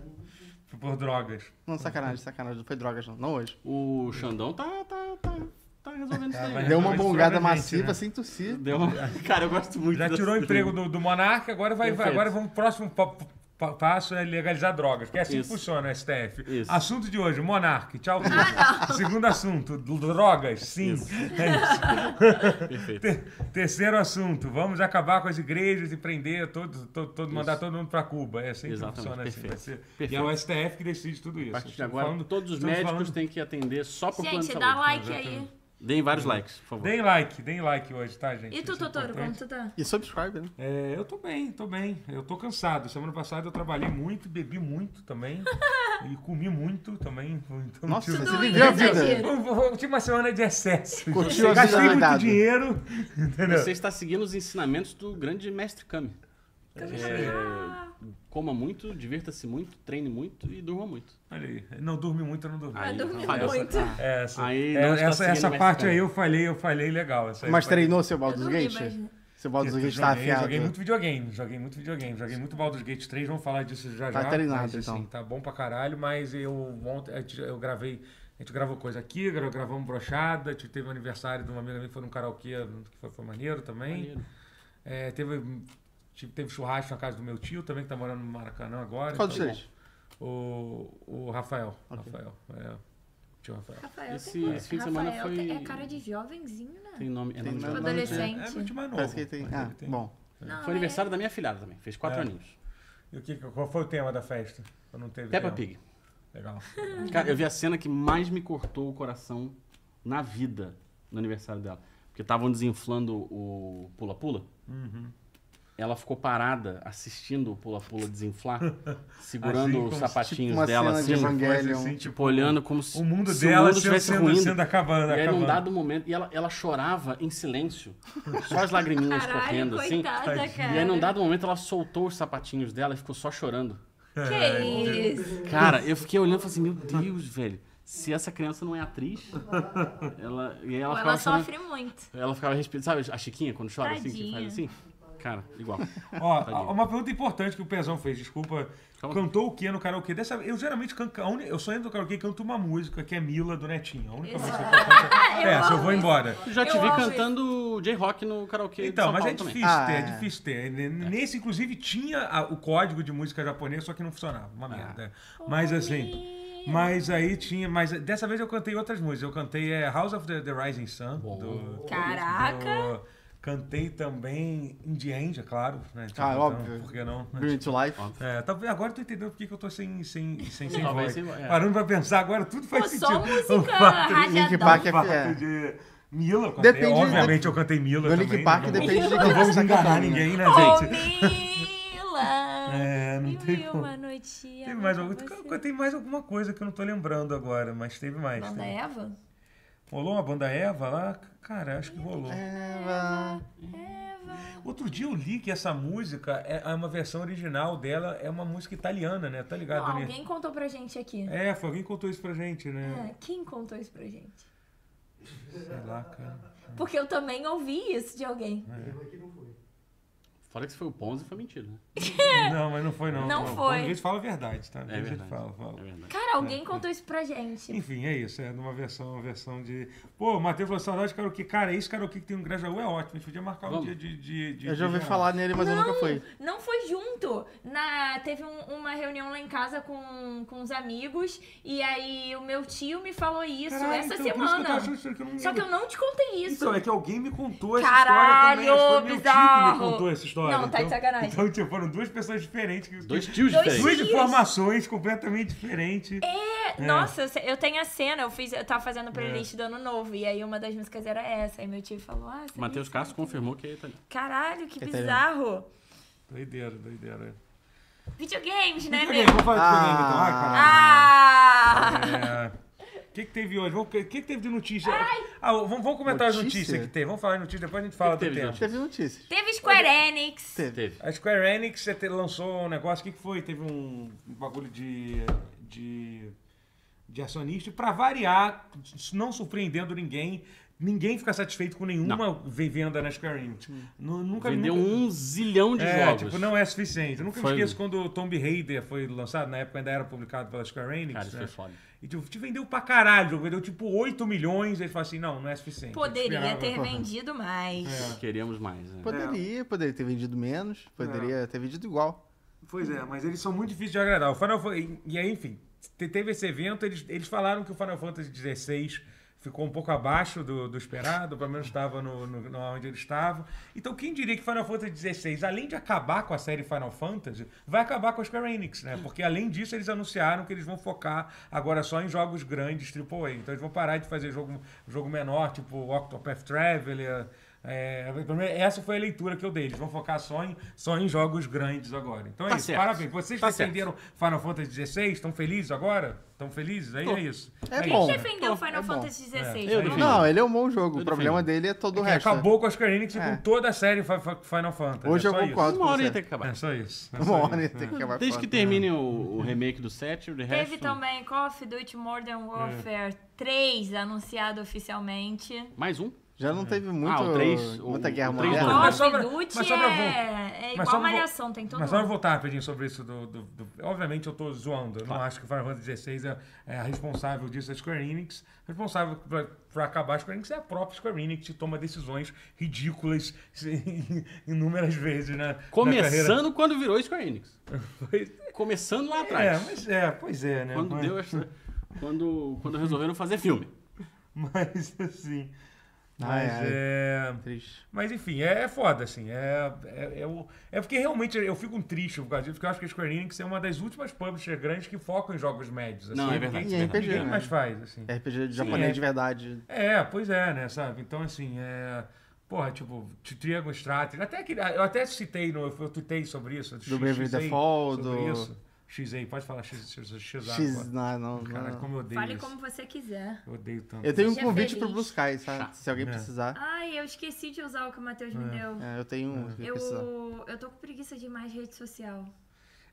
Speaker 1: Por drogas.
Speaker 3: não, sacanagem, sacanagem. Não foi drogas, não. Não hoje.
Speaker 4: O Xandão tá, tá, tá, tá resolvendo isso
Speaker 1: vai-
Speaker 4: daí.
Speaker 3: Deu uma
Speaker 1: mas
Speaker 3: bongada
Speaker 1: provavelmente,
Speaker 3: massiva
Speaker 1: né?
Speaker 3: sem tossir.
Speaker 4: Deu uma... Cara, eu gosto muito
Speaker 1: Já
Speaker 4: dessa-
Speaker 1: tirou o emprego do, do Monarca, agora, vai, vai-
Speaker 4: Perfeito.
Speaker 1: agora vamos. Próximo pa- pa- passo é legalizar drogas, porque é assim
Speaker 4: Isso.
Speaker 1: que funciona o STF.
Speaker 4: Isso.
Speaker 1: Assunto de hoje, Monarca.
Speaker 2: Ah,
Speaker 1: Tchau. tudo. Segundo assunto, d- drogas, sim. É isso.
Speaker 4: Perfeito.
Speaker 1: Ter- terceiro assunto, vamos acabar com as igrejas e prender todo, todo, todo- mandar todo mundo para Cuba. É sempre
Speaker 4: Exatamente,
Speaker 1: funciona assim.
Speaker 4: perfeito.
Speaker 1: vai ser- E
Speaker 4: Perfeito.
Speaker 1: é o STF que decide tudo isso.
Speaker 4: A partir de
Speaker 1: Estamos
Speaker 4: agora,
Speaker 1: tá falando-
Speaker 4: todos os
Speaker 1: estamos
Speaker 4: médicos
Speaker 1: falando-
Speaker 4: têm que atender só por plano de
Speaker 2: Gente,
Speaker 4: saúde.
Speaker 2: dá like aí.
Speaker 4: Deem vários likes, por favor.
Speaker 1: Deem like, deem like hoje, tá, gente?
Speaker 2: E tu,
Speaker 1: Isso é
Speaker 2: Totoro, como
Speaker 1: importante.
Speaker 2: tu tá?
Speaker 3: E subscribe, né?
Speaker 1: É, eu tô bem, tô bem. Eu tô cansado. Semana passada eu trabalhei muito, bebi muito também. e comi muito também. Então,
Speaker 3: Nossa,
Speaker 1: tive-
Speaker 3: você tá
Speaker 2: Tudo
Speaker 3: viveu a
Speaker 2: isso,
Speaker 3: vida.
Speaker 2: gente.
Speaker 1: eu, eu- eu tive uma semana de excesso.
Speaker 3: Curtiu a vida
Speaker 1: Gastei muito
Speaker 3: doidado.
Speaker 1: dinheiro. Entendeu?
Speaker 4: Você está seguindo os ensinamentos do grande mestre Kami.
Speaker 2: assim?
Speaker 4: É, coma muito, divirta-se muito, treine muito e durma muito.
Speaker 1: Olha aí. Não dormi muito, eu não dormi.
Speaker 4: Aí,
Speaker 2: Ah, dormi
Speaker 4: falhou.
Speaker 2: muito.
Speaker 1: Essa,
Speaker 4: Aí
Speaker 1: é,
Speaker 4: não está
Speaker 1: essa,
Speaker 4: seguindo
Speaker 1: essa
Speaker 4: mais
Speaker 1: parte
Speaker 4: cara.
Speaker 1: aí eu falhei, eu falhei legal. Essa aí
Speaker 3: Mas
Speaker 1: foi-
Speaker 3: treinou seu Baldur's
Speaker 2: Eu dormi,
Speaker 3: Gate?
Speaker 2: mas-
Speaker 3: Seu Baldur's
Speaker 1: Eu
Speaker 3: Gate tá
Speaker 1: joguei,
Speaker 3: afiado.
Speaker 1: Joguei muito videogame, joguei muito videogame, joguei muito Baldur's Gate 3, vamos falar disso já
Speaker 3: Tá
Speaker 1: já.
Speaker 3: treinado,
Speaker 1: mas, assim,
Speaker 3: então.
Speaker 1: Tá bom pra caralho, mas eu ontem eu te- eu gravei, a gente gravou coisa aqui, gra- gravamos brochada, te- teve o aniversário de uma amiga minha, foi num karaokê, que foi, foi maneiro também.
Speaker 4: Maneiro.
Speaker 1: É, teve, tive- teve churrasco na casa do meu tio também, que tá morando no Maracanã agora.
Speaker 3: Qual dos
Speaker 1: então,
Speaker 3: três?
Speaker 1: O, o Rafael, Rafael, é, tio Rafael.
Speaker 2: Rafael
Speaker 4: Esse-
Speaker 2: tem-
Speaker 4: esse fim de semana
Speaker 2: Rafael
Speaker 4: foi-
Speaker 2: tem- É cara de jovenzinho, né?
Speaker 4: Tem nome, é
Speaker 3: Tem
Speaker 4: nome de
Speaker 3: nome-
Speaker 4: jogador.
Speaker 2: Adolescente.
Speaker 1: É, meu tio mais novo.
Speaker 3: Parece que tem.
Speaker 1: mas
Speaker 3: Ah,
Speaker 1: ele tem-
Speaker 3: bom.
Speaker 2: Não, é.
Speaker 4: Foi aniversário da minha filhada também, fez quatro
Speaker 1: É.
Speaker 4: aninhos.
Speaker 1: E o que, qual foi o tema da festa? Eu não teve
Speaker 4: Peppa
Speaker 1: tema.
Speaker 4: Pig.
Speaker 1: Legal.
Speaker 4: Cara, eu vi a cena que mais me cortou o coração na vida no aniversário dela. Porque estavam desinflando o pula-pula.
Speaker 1: Uhum.
Speaker 4: Ela ficou parada assistindo o pula-pula desinflar,
Speaker 1: Assim,
Speaker 4: segurando
Speaker 1: como
Speaker 4: os
Speaker 1: se-
Speaker 4: sapatinhos
Speaker 3: tipo uma
Speaker 4: dela
Speaker 3: cena de
Speaker 4: assim,
Speaker 3: Evangelion.
Speaker 1: Mas,
Speaker 3: Evangelion.
Speaker 4: tipo olhando como se
Speaker 1: O mundo
Speaker 4: se
Speaker 1: dela
Speaker 4: o mundo
Speaker 1: sendo,
Speaker 4: estivesse
Speaker 1: sendo,
Speaker 4: ruindo.
Speaker 1: sendo acabando,
Speaker 4: e aí, num
Speaker 1: acabando.
Speaker 4: dado momento, e ela, ela chorava em silêncio, só as lagriminhas
Speaker 2: Caralho,
Speaker 4: correndo assim.
Speaker 2: coitada, cara.
Speaker 4: E aí, num dado momento, ela soltou os sapatinhos dela e ficou só chorando.
Speaker 1: É,
Speaker 2: Que isso?
Speaker 4: Cara, eu fiquei olhando e falei assim, meu Deus, velho. Se essa criança não é atriz, ela, e aí ela
Speaker 2: Ou
Speaker 4: ficava
Speaker 2: ela assim,
Speaker 4: chorando-
Speaker 2: sofre muito.
Speaker 4: Ela ficava respirando, sabe a Chiquinha quando chora assim, que
Speaker 2: Tadinha.
Speaker 4: faz assim? Cara, igual.
Speaker 1: Ó,
Speaker 4: Tadinho.
Speaker 1: uma pergunta importante que o Pezão fez, desculpa.
Speaker 4: Calma.
Speaker 1: Cantou o que no karaokê? Dessa, eu geralmente canto, a uni- eu só entro no karaokê e canto uma música, que é Mila do Netinho. A única música que eu canto é essa, eu vou embora.
Speaker 4: Eu já te
Speaker 2: Eu
Speaker 4: vi
Speaker 2: amo
Speaker 4: cantando J-Rock no karaokê de
Speaker 1: Então,
Speaker 4: São
Speaker 1: mas é
Speaker 4: Paulo também.
Speaker 1: difícil
Speaker 3: Ah,
Speaker 1: ter, é
Speaker 3: é.
Speaker 1: difícil ter. N- Nesse, inclusive, tinha a- o código de música japonesa, só que não funcionava.
Speaker 4: Ah.
Speaker 1: Uma merda. Mas assim. Mas aí tinha. Mas dessa vez eu cantei outras músicas. Eu cantei é, House of the, the Rising Sun. Do,
Speaker 2: Caraca!
Speaker 1: do- Cantei também Indie End, é claro. Né? Tipo,
Speaker 3: Ah,
Speaker 1: então,
Speaker 3: óbvio.
Speaker 1: Por que não?
Speaker 3: Bring it to life.
Speaker 4: Ó.
Speaker 1: É, talvez agora eu tô entendendo por que que eu tô sem, sem, sem, sem
Speaker 4: Talvez
Speaker 1: voz.
Speaker 4: sem voz, é.
Speaker 1: Parando pra pensar, agora tudo faz
Speaker 2: Pô,
Speaker 1: sentido.
Speaker 2: só
Speaker 1: O
Speaker 2: música
Speaker 1: fato-
Speaker 3: Link
Speaker 2: rajadão.
Speaker 3: Park
Speaker 1: o fato
Speaker 3: é.
Speaker 1: de Mila, eu cantei.
Speaker 3: Depende-
Speaker 1: Obviamente eu cantei Mila
Speaker 3: No
Speaker 1: também.
Speaker 3: Link
Speaker 1: né?
Speaker 3: Park
Speaker 1: Não-
Speaker 3: depende de quem
Speaker 1: Não
Speaker 3: você
Speaker 1: vamos
Speaker 3: tá
Speaker 1: enganar
Speaker 3: cantando, né?
Speaker 1: ninguém, né,
Speaker 2: Ô,
Speaker 1: gente?
Speaker 2: Mila!
Speaker 1: É, não
Speaker 2: mil
Speaker 1: tem
Speaker 2: e
Speaker 1: como.
Speaker 2: uma noite.
Speaker 1: Teve mais
Speaker 2: amor
Speaker 1: alguma,
Speaker 2: pra você.
Speaker 1: cantei mais alguma coisa que eu não tô lembrando agora, mas teve mais.
Speaker 2: Banda
Speaker 1: teve.
Speaker 2: Eva?
Speaker 1: Rolou uma banda Eva lá? Cara, acho que
Speaker 3: É,
Speaker 1: rolou.
Speaker 3: Eva.
Speaker 2: Hum. Eva.
Speaker 1: Outro dia eu li que essa música, é é uma versão original dela, é uma música italiana, né? Tá ligado,
Speaker 2: Não,
Speaker 1: né?
Speaker 2: alguém contou pra gente aqui.
Speaker 1: É, foi alguém que contou isso pra gente, né?
Speaker 2: É, quem contou isso pra gente? É.
Speaker 1: Sei lá, cara.
Speaker 2: Porque eu também ouvi isso de alguém.
Speaker 1: É.
Speaker 5: Eu aqui não fui.
Speaker 4: Fora que se foi o Ponzi, foi mentira, né?
Speaker 1: Não, mas não foi, não.
Speaker 2: Não
Speaker 1: Quando
Speaker 2: foi.
Speaker 1: A gente fala a verdade, tá?
Speaker 4: É
Speaker 1: a gente
Speaker 4: verdade.
Speaker 1: fala, fala.
Speaker 4: É verdade.
Speaker 2: Cara, alguém contou isso pra gente.
Speaker 1: Enfim, é isso. É numa versão, uma versão de. Pô, o Matheus falou saudade de karaokê. Cara, esse karaokê que tem um Grajaú é ótimo. A gente podia marcar um
Speaker 4: Vamos.
Speaker 1: dia de. de, de
Speaker 3: Eu já ouvi
Speaker 1: de-
Speaker 3: falar nele, mas eu nunca fui.
Speaker 2: Não foi junto. Na, teve um- uma reunião lá em casa com, com os amigos. E aí o meu tio me falou isso
Speaker 1: Caralho, então,
Speaker 2: essa
Speaker 1: por isso que eu
Speaker 2: semana.
Speaker 1: tava achando isso aqui, eu não
Speaker 2: Só que eu
Speaker 1: lembro.
Speaker 2: não te contei isso.
Speaker 1: Então, é que alguém me contou essa
Speaker 2: Caralho,
Speaker 1: história também. Acho que Foi meu tio
Speaker 2: bizarro.
Speaker 1: que me contou essa história.
Speaker 2: Não, tá de
Speaker 1: então,
Speaker 2: sacanagem.
Speaker 1: Então, tipo, foram duas pessoas diferentes. que-
Speaker 4: Dois tios
Speaker 2: Dois
Speaker 4: diferentes.
Speaker 1: duas
Speaker 2: tios.
Speaker 1: informações completamente diferentes.
Speaker 2: É, Nossa, eu se- eu tenho a cena, eu fiz, eu tava fazendo
Speaker 1: É.
Speaker 2: playlist do ano novo, e aí uma das músicas era essa. Aí meu tio falou, ah, você
Speaker 4: Matheus
Speaker 2: viu?
Speaker 4: Castro confirmou que é italiano.
Speaker 2: Caralho, que
Speaker 3: É
Speaker 2: bizarro!
Speaker 1: Doideira, doideira.
Speaker 2: Videogames, né,
Speaker 1: Videogame,
Speaker 2: meu?
Speaker 1: vamos falar de videogame então. Ai, caralho.
Speaker 2: Ah!
Speaker 1: É. O que, que teve hoje? Vamos- O que, que teve de notícia? Ah, vamos, vamos comentar as
Speaker 3: Notícia?
Speaker 1: notícias que teve. Vamos falar de notícias, depois a gente fala
Speaker 4: que
Speaker 1: do
Speaker 4: teve de
Speaker 1: tempo.
Speaker 4: notícia?
Speaker 3: Teve notícias.
Speaker 2: Teve Square Enix.
Speaker 3: Teve.
Speaker 4: Teve.
Speaker 1: A Square Enix te- lançou um negócio, o que, que foi? Teve um bagulho de, de, de acionista. E Pra variar, s- não surpreendendo ninguém, ninguém fica satisfeito com nenhuma ve- venda na Square Enix. Nu- Nunca,
Speaker 4: Hum. Vendeu
Speaker 1: nunca,
Speaker 4: um zilhão de
Speaker 1: é,
Speaker 4: jogos.
Speaker 1: tipo, não é suficiente. Eu nunca me
Speaker 4: Foi-
Speaker 1: esqueço quando o Tomb Raider foi lançado, na época ainda era publicado pela Square Enix.
Speaker 4: Cara, isso
Speaker 1: né?
Speaker 4: foi foda.
Speaker 1: E tipo, te vendeu pra caralho, vendeu tipo 8 milhões, aí fala assim, não, não é suficiente. Eu
Speaker 2: Poderia
Speaker 1: esperava-
Speaker 2: ter
Speaker 3: porra.
Speaker 2: vendido mais.
Speaker 4: Queríamos mais,
Speaker 1: É.
Speaker 4: né?
Speaker 3: Poderia, poderia ter vendido menos, poderia ter vendido igual.
Speaker 1: Pois é, mas eles são muito difíceis de agradar. O Final Fan- E aí, enfim, te- teve esse evento, eles, eles falaram que o Final Fantasy XVI ficou um pouco abaixo do, do esperado, pelo menos estava no, no, no- onde eles estavam. Então, quem diria que Final Fantasy XVI, além de acabar com a série Final Fantasy, vai acabar com a Square Enix, né? Porque, além disso, eles anunciaram que eles vão focar agora só em jogos grandes, AAA. Então, eles vão parar de fazer jogo, jogo menor, tipo Octopath Traveler... É, pelo menos essa foi a leitura que eu dei. Eles vão focar só em, só em jogos grandes agora. Então é
Speaker 4: Tá
Speaker 1: isso.
Speaker 4: certo.
Speaker 1: Parabéns. Vocês
Speaker 4: Tá certo.
Speaker 1: defenderam Final Fantasy XVI? Estão felizes agora? Estão felizes? Aí
Speaker 4: Tô.
Speaker 1: é isso.
Speaker 3: É
Speaker 1: isso,
Speaker 3: bom.
Speaker 1: né?
Speaker 2: Defendeu
Speaker 3: É
Speaker 2: Final
Speaker 3: bom.
Speaker 2: Fantasy XVI.
Speaker 4: Eu
Speaker 2: não?
Speaker 4: defendi.
Speaker 3: Não, ele é um bom jogo.
Speaker 4: Eu
Speaker 3: O problema dele é todo o
Speaker 1: Que
Speaker 3: resto. né?
Speaker 1: acabou com a Square Enix e
Speaker 3: É.
Speaker 1: com toda a série Fa- Fa- Final Fantasy.
Speaker 3: Hoje
Speaker 1: É
Speaker 3: eu
Speaker 1: só isso.
Speaker 3: concordo. né?
Speaker 4: Uma hora ia
Speaker 3: Você.
Speaker 4: ter que acabar.
Speaker 1: É só isso. É só
Speaker 3: Uma hora ia
Speaker 1: isso.
Speaker 3: ter que acabar
Speaker 4: Desde
Speaker 3: com
Speaker 4: que
Speaker 3: ela.
Speaker 4: termine o, o remake do 7, o de resto.
Speaker 2: Teve também Call of Duty Modern Warfare 3 anunciado oficialmente.
Speaker 4: Mais um?
Speaker 3: Já não
Speaker 1: Ah,
Speaker 3: teve muito,
Speaker 4: o três, o-
Speaker 3: muita guerra
Speaker 4: o três
Speaker 3: mundial.
Speaker 4: não.
Speaker 2: Call
Speaker 1: Mas só
Speaker 2: of
Speaker 1: pra-
Speaker 2: Duty
Speaker 1: mas só pra vo-
Speaker 2: é, é
Speaker 1: mas
Speaker 2: igual
Speaker 1: só pra vo-
Speaker 2: Malhação, tem todo
Speaker 1: Mas só eu
Speaker 2: mundo.
Speaker 1: voltar rapidinho sobre isso do, do- do- Obviamente eu tô zoando. Eu
Speaker 4: Tá.
Speaker 1: não acho que o Final Fantasy XVI é, é a responsável disso, a Square Enix. A responsável pra, pra acabar a Square Enix é a própria Square Enix que toma decisões ridículas inúmeras vezes, né?
Speaker 4: Começando quando virou Square Enix. Começando lá
Speaker 1: É,
Speaker 4: atrás.
Speaker 1: mas é, pois é, né?
Speaker 4: Quando
Speaker 1: mas,
Speaker 4: deu essa. Quando, quando resolveram fazer filme.
Speaker 1: mas, assim.
Speaker 3: Ai,
Speaker 1: Mas
Speaker 3: ai.
Speaker 1: é.
Speaker 3: Triste.
Speaker 1: Mas enfim, é, é foda, assim. É, é, é, o- é porque realmente eu fico um triste por causa disso, porque eu acho que a Square Enix é uma das últimas publishers grandes que focam em jogos médios. Assim,
Speaker 4: Não, é
Speaker 1: ninguém-
Speaker 4: verdade.
Speaker 3: E é
Speaker 4: verdade.
Speaker 3: RPG,
Speaker 1: Ninguém
Speaker 3: né?
Speaker 1: mais faz, assim.
Speaker 3: RPG de japonês
Speaker 1: é.
Speaker 3: de verdade.
Speaker 1: É, pois é, né, sabe? Então, assim, é. Porra, tipo, Tri- Triangle Strategy. Até aquele, eu até citei, no, eu tuitei sobre isso.
Speaker 3: Do Bravely
Speaker 1: XA,
Speaker 3: Default,
Speaker 1: sobre
Speaker 3: do-
Speaker 1: isso. XA, pode falar X, X, X,
Speaker 3: X, não, não,
Speaker 1: Caralho,
Speaker 3: não.
Speaker 1: como eu odeio
Speaker 2: Fale
Speaker 1: isso.
Speaker 2: como você quiser.
Speaker 1: Eu odeio tanto.
Speaker 3: Eu tenho um
Speaker 2: Seja
Speaker 3: convite
Speaker 2: é feliz.
Speaker 3: pro Blue Sky, sabe?
Speaker 4: Chato.
Speaker 3: Se alguém
Speaker 1: É.
Speaker 3: precisar.
Speaker 2: Ai, eu esqueci de usar o que o Matheus me deu.
Speaker 3: É, eu tenho um. se alguém precisar.
Speaker 2: Eu, eu tô com preguiça de mais rede social.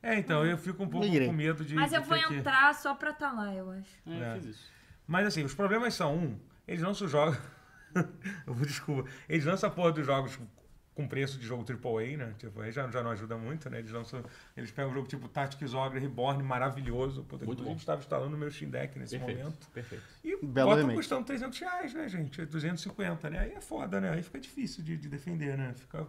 Speaker 1: É, então, eu fico um pouco
Speaker 3: Migrei.
Speaker 1: com medo de.
Speaker 2: Mas
Speaker 1: de
Speaker 2: eu vou
Speaker 1: ter que-
Speaker 2: entrar só pra tá lá, eu acho.
Speaker 4: É,
Speaker 1: É.
Speaker 4: fiz isso.
Speaker 1: Mas assim, os problemas são, um, eles não se jogam. Eu vou- Desculpa. Eles lançam a porra dos jogos com preço de jogo AAA, né? Tipo, aí já, já não ajuda muito, né? Eles lançam. Eles pegam um jogo tipo Tactics Ogre Reborn, maravilhoso. Puta,
Speaker 4: Muito
Speaker 1: inclusive,
Speaker 4: bom.
Speaker 1: estava instalando o meu Steam Deck nesse momento.
Speaker 4: Perfeito. Perfeito.
Speaker 1: E
Speaker 3: Belo
Speaker 1: botam
Speaker 3: remake.
Speaker 1: custando 300 reais, né, gente? 250, né? Aí é foda, né? Aí fica difícil de, de defender, né? Fica,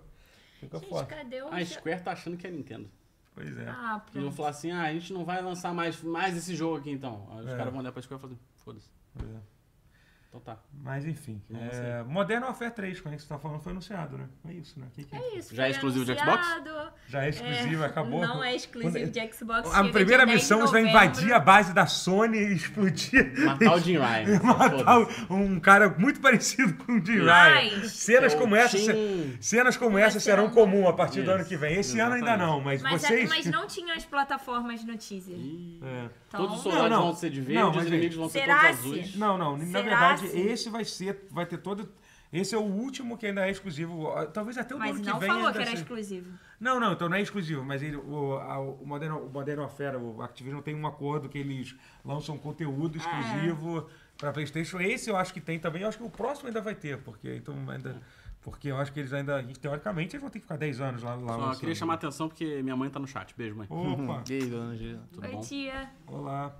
Speaker 1: fica
Speaker 2: Gente,
Speaker 1: foda.
Speaker 2: cadê o.
Speaker 4: A Square tá achando que é Nintendo.
Speaker 1: Pois é.
Speaker 2: Ah,
Speaker 4: Eles vão
Speaker 2: pronto.
Speaker 4: falar assim: ah, a gente não vai lançar mais, mais esse jogo aqui então. Aí os
Speaker 1: É.
Speaker 4: caras vão olhar pra Square e falar assim: foda-se.
Speaker 1: Pois é.
Speaker 4: Então tá.
Speaker 1: Mas enfim.
Speaker 4: Não
Speaker 1: é,
Speaker 4: sei.
Speaker 1: Modern Warfare 3, quando é que você tá falando, foi anunciado, né? É isso, né? Que que-
Speaker 2: É isso.
Speaker 4: Já é
Speaker 2: foi
Speaker 4: exclusivo de
Speaker 2: anunciado.
Speaker 1: Já é exclusivo,
Speaker 2: É,
Speaker 1: acabou.
Speaker 2: Não é exclusivo de Xbox.
Speaker 1: A
Speaker 2: chega
Speaker 1: primeira
Speaker 2: de 10 de
Speaker 1: missão você vai
Speaker 2: novembro. né?
Speaker 1: invadir a base da Sony e explodir.
Speaker 4: Matar o Jim Ryan. né?
Speaker 1: matar
Speaker 4: foda-se.
Speaker 1: um cara muito parecido com o Jim
Speaker 2: Mas-
Speaker 1: Ryan. Cenas
Speaker 4: É o
Speaker 1: como essa,
Speaker 4: Jim.
Speaker 1: cenas como
Speaker 2: Mas
Speaker 1: essa
Speaker 2: será
Speaker 1: serão
Speaker 2: um-
Speaker 1: comum a partir do
Speaker 4: Isso,
Speaker 1: ano que vem. Esse ano ainda
Speaker 4: exatamente.
Speaker 1: não, mas,
Speaker 2: Mas, é-
Speaker 1: vocês.
Speaker 2: mas não tinha as plataformas no teaser.
Speaker 4: Ih,
Speaker 1: É.
Speaker 2: Então,
Speaker 4: Todos os soldados
Speaker 1: não, não.
Speaker 4: vão ser de
Speaker 1: Não,
Speaker 4: verde,
Speaker 1: mas é
Speaker 4: os inimigos vão ser
Speaker 2: será
Speaker 4: todos
Speaker 2: se-
Speaker 4: azuis.
Speaker 1: Não, não. Na
Speaker 2: Será
Speaker 1: verdade,
Speaker 2: assim?
Speaker 1: esse vai ser, vai ter todo. Esse é o último que ainda é exclusivo. Talvez até o do
Speaker 2: Mas
Speaker 1: ano
Speaker 2: não
Speaker 1: é que vem. né,
Speaker 2: falou
Speaker 1: ainda
Speaker 2: que era
Speaker 1: seja.
Speaker 2: exclusivo.
Speaker 1: Não, não, então não é exclusivo, mas ele- o, a- o Modern, o Modern Warfare, o Activision tem um acordo que eles lançam conteúdo
Speaker 4: Ah, é.
Speaker 1: exclusivo pra PlayStation. Esse eu acho que tem também, eu acho que o próximo ainda vai ter, porque então ainda porque eu acho que eles ainda teoricamente eles vão ter que ficar 10 anos lá lá.
Speaker 4: Só
Speaker 1: lançando.
Speaker 4: queria chamar Uhum. a atenção porque minha mãe tá no chat. Beijo, mãe.
Speaker 1: Opa.
Speaker 3: E aí, dona Angelina?
Speaker 4: Tudo
Speaker 2: Oi,
Speaker 4: bom?
Speaker 2: tia.
Speaker 1: Olá.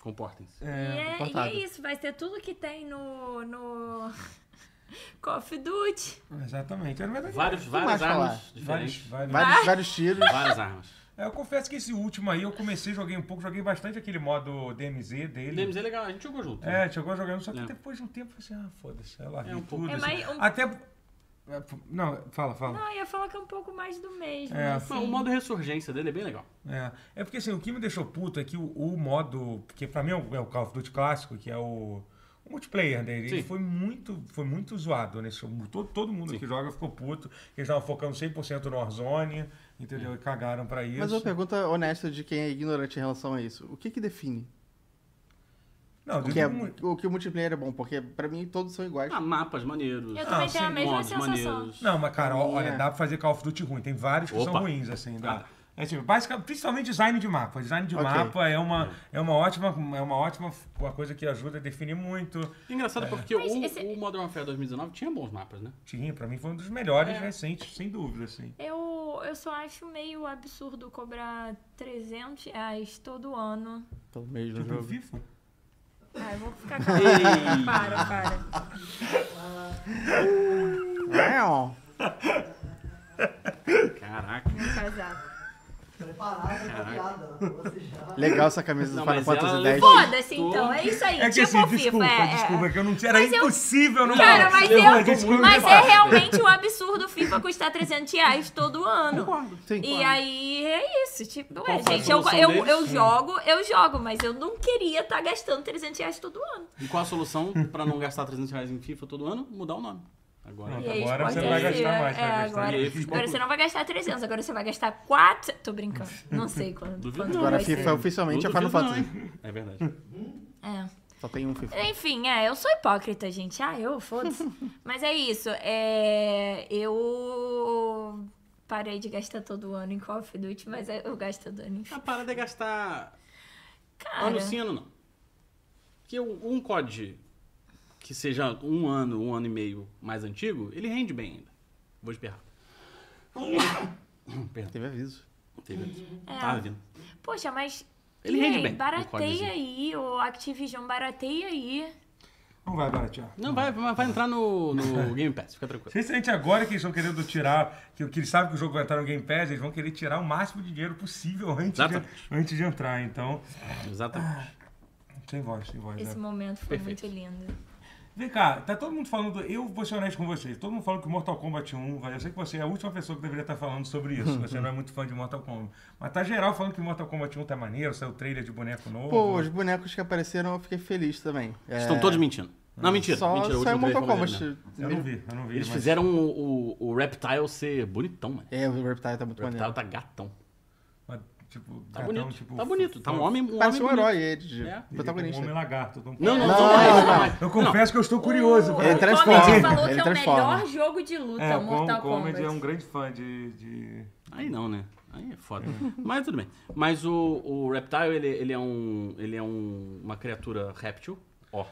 Speaker 4: Comportem-se.
Speaker 2: E
Speaker 1: É,
Speaker 2: é- e, é,
Speaker 3: confortável.
Speaker 2: isso, vai ter tudo que tem no. no. Call of Duty.
Speaker 1: exatamente. É, na verdade,
Speaker 4: Vários, várias
Speaker 3: mais falar?
Speaker 4: armas
Speaker 1: vários,
Speaker 4: diferentes.
Speaker 1: vários-
Speaker 3: Vários,
Speaker 4: Ah.
Speaker 3: vários tiros.
Speaker 4: Várias armas.
Speaker 1: É, eu confesso que esse último aí eu comecei, joguei um pouco, joguei bastante aquele modo DMZ
Speaker 4: O
Speaker 1: dele.
Speaker 4: DMZ é legal, a gente jogou junto. né?
Speaker 1: É, chegou jogando, só que
Speaker 4: É.
Speaker 1: depois de um tempo eu falei assim, ah, foda-se, ela
Speaker 4: É um pouco.
Speaker 1: tudo.
Speaker 2: É,
Speaker 1: assim.
Speaker 2: mas um-
Speaker 1: Até. é, p- Não, fala, fala.
Speaker 2: Não, eu ia falar que é um pouco mais do mesmo.
Speaker 1: É.
Speaker 2: assim.
Speaker 4: Não, o modo ressurgência dele é bem legal.
Speaker 1: É, é porque assim, o que me deixou puto é que o, o modo. Porque pra mim é o, é o Call of Duty clássico, que é o. o multiplayer dele, ele
Speaker 4: Sim.
Speaker 1: foi muito, foi muito zoado, né? Isso- Todo, todo mundo que joga ficou puto. Eles estavam focando 100% no Warzone, entendeu? E cagaram pra isso.
Speaker 3: Mas é uma pergunta honesta de quem é ignorante em relação a isso. O que que define?
Speaker 1: Não,
Speaker 3: O
Speaker 1: eu
Speaker 3: que, é-
Speaker 1: digo muito-
Speaker 3: o que o multiplayer é bom? Porque pra mim todos são iguais.
Speaker 4: Ah, mapas maneiros.
Speaker 2: Eu também
Speaker 1: Ah,
Speaker 2: tenho a
Speaker 1: sim,
Speaker 2: mesma
Speaker 4: modos
Speaker 2: sensação.
Speaker 4: maneiros.
Speaker 1: Não, mas cara, ó, olha,
Speaker 3: É.
Speaker 1: dá pra fazer Call of Duty ruim. Tem vários que
Speaker 4: Opa.
Speaker 1: são ruins, assim. Dá.
Speaker 4: Ah.
Speaker 1: É tipo, basica- principalmente design de mapa. Design de
Speaker 3: Ok.
Speaker 1: mapa é uma, é uma ótima, é uma ótima f- uma coisa que ajuda a definir muito.
Speaker 4: Engraçado
Speaker 1: É.
Speaker 4: porque
Speaker 2: Mas
Speaker 4: o,
Speaker 2: esse-
Speaker 4: o Modern Warfare 2019 tinha bons mapas, né?
Speaker 1: Tinha, pra mim foi um dos melhores recentes, sem dúvida, assim.
Speaker 2: Eu, eu só acho meio absurdo cobrar 300 reais todo ano.
Speaker 3: Pelo mesmo
Speaker 1: Tipo, o
Speaker 3: jogo.
Speaker 1: FIFA.
Speaker 2: Ah, eu vou ficar calada. para, para.
Speaker 3: É, ó.
Speaker 4: Caraca.
Speaker 2: Meu casaco.
Speaker 5: Preparado pra piada. né? Você já.
Speaker 3: Legal essa camisa
Speaker 4: Não,
Speaker 3: do Final
Speaker 4: mas ela é
Speaker 3: Fantasy X.
Speaker 4: levou-
Speaker 2: Foda-se então, é isso aí.
Speaker 1: É que
Speaker 2: tipo
Speaker 1: assim,
Speaker 2: FIFA,
Speaker 1: desculpa,
Speaker 2: é, é.
Speaker 1: desculpa, é que eu não tinha. Era
Speaker 2: Mas eu-
Speaker 1: impossível não
Speaker 2: Cara, mas
Speaker 1: Desculpa,
Speaker 2: eu-
Speaker 1: desculpa.
Speaker 2: Mas é realmente um absurdo o FIFA custar 300 reais todo ano.
Speaker 1: assim,
Speaker 3: Sim.
Speaker 2: E aí é isso, tipo,
Speaker 4: Qual
Speaker 2: ué,
Speaker 4: foi a
Speaker 2: gente, eu,
Speaker 4: solução
Speaker 2: eu,
Speaker 4: deles?
Speaker 2: eu jogo, eu jogo, mas eu não queria estar gastando 300 reais todo ano.
Speaker 4: E qual a solução pra não gastar 300 reais em FIFA todo ano? Mudar o nome. Agora. tá
Speaker 1: Pronto,
Speaker 2: E aí,
Speaker 1: agora
Speaker 2: esporte
Speaker 1: você não vai
Speaker 2: é-
Speaker 1: gastar mais, tá
Speaker 2: é,
Speaker 1: vai gastar
Speaker 2: agora-
Speaker 4: E aí,
Speaker 1: mais.
Speaker 4: futebol
Speaker 2: Agora você não vai gastar 300, agora você vai gastar 4. Tô brincando, não sei quando.
Speaker 4: Duvido
Speaker 2: quando
Speaker 4: não. né?
Speaker 2: vai
Speaker 3: Agora a FIFA
Speaker 2: ser.
Speaker 3: oficialmente é Final
Speaker 4: Não duvido não,
Speaker 3: Fantasy.
Speaker 4: hein? É verdade.
Speaker 2: É.
Speaker 3: Só tem um FIFA.
Speaker 2: Enfim, é, eu sou hipócrita, gente. Ah, eu, foda-se. Mas é isso. É, eu parei de gastar todo ano em Call of Duty, mas é, eu gasto todo ano em
Speaker 4: A
Speaker 2: FIFA.
Speaker 4: parada é gastar
Speaker 2: Cara,
Speaker 4: Ano sim, ano não. Porque o- um COD que seja um ano, um ano e meio mais antigo, ele rende bem ainda. Vou esperar. Perdão,
Speaker 3: Teve aviso.
Speaker 4: teve. Tá ouvindo.
Speaker 2: poxa, mas...
Speaker 4: Ele
Speaker 2: e
Speaker 4: rende
Speaker 2: aí,
Speaker 4: bem, o
Speaker 2: Barateia
Speaker 4: codezinho.
Speaker 2: aí, o Activision, barateia aí.
Speaker 1: Uhum. Não vai baratear.
Speaker 4: Não, vai, vai vai entrar no, no Game Pass, fica tranquilo.
Speaker 1: Principalmente agora que eles estão querendo tirar, que, que eles sabem que o jogo vai entrar no Game Pass, eles vão querer tirar o máximo de dinheiro possível antes, de,
Speaker 4: Exatamente.
Speaker 1: antes de entrar. Então,
Speaker 4: Exatamente.
Speaker 1: sem voz, sem voz.
Speaker 2: Esse
Speaker 1: né?
Speaker 2: momento foi
Speaker 4: Perfeito.
Speaker 2: muito lindo.
Speaker 1: Vem cá, tá todo mundo falando. Eu vou ser honesto com vocês. Todo mundo falando que Mortal Kombat 1. vai- Eu sei que você é a última pessoa que deveria estar falando sobre isso. Você não é muito fã de Mortal Kombat. Mas tá geral falando que Mortal Kombat 1 tá maneiro, saiu trailer de boneco novo.
Speaker 3: Pô, os bonecos que apareceram eu fiquei feliz também. É,
Speaker 4: Estão todos mentindo. Não, mentira.
Speaker 3: Só
Speaker 4: mentira, o último
Speaker 3: saiu
Speaker 4: trailer
Speaker 3: Mortal
Speaker 4: foi
Speaker 3: Kombat.
Speaker 4: maneiro mesmo. né?
Speaker 1: eu não vi, eu não vi.
Speaker 4: Eles
Speaker 1: mas-
Speaker 4: fizeram o, o, o Reptile ser bonitão, mano.
Speaker 3: É, o Reptile tá muito
Speaker 4: O Reptile
Speaker 3: maneiro.
Speaker 4: tá gatão.
Speaker 1: mas, tipo,
Speaker 4: Tá
Speaker 1: gatão,
Speaker 4: bonito.
Speaker 1: tipo,
Speaker 4: tá bonito. Tá um homem. Um
Speaker 3: Parece um
Speaker 4: homem
Speaker 3: herói
Speaker 4: bonito.
Speaker 3: ele, de
Speaker 1: ele
Speaker 4: É.
Speaker 1: tá com Um
Speaker 3: protagonista.
Speaker 1: homem lagarto. eu tô-
Speaker 4: Não,
Speaker 3: Não,
Speaker 4: não, não, mais,
Speaker 3: não.
Speaker 4: não mais.
Speaker 1: Eu confesso que eu estou curioso.
Speaker 2: O
Speaker 1: pra-
Speaker 3: Ele transforma,
Speaker 2: Comedy falou que
Speaker 3: ele
Speaker 2: é o
Speaker 3: transforma.
Speaker 2: melhor jogo de luta,
Speaker 1: É, o
Speaker 2: Mortal Kombat.
Speaker 1: Comedy é um grande fã de. de...
Speaker 4: Aí não, né? Aí é foda. Mas tudo bem. Mas o, o Reptile, ele, ele é um. Ele é um, uma criatura réptil. Ó.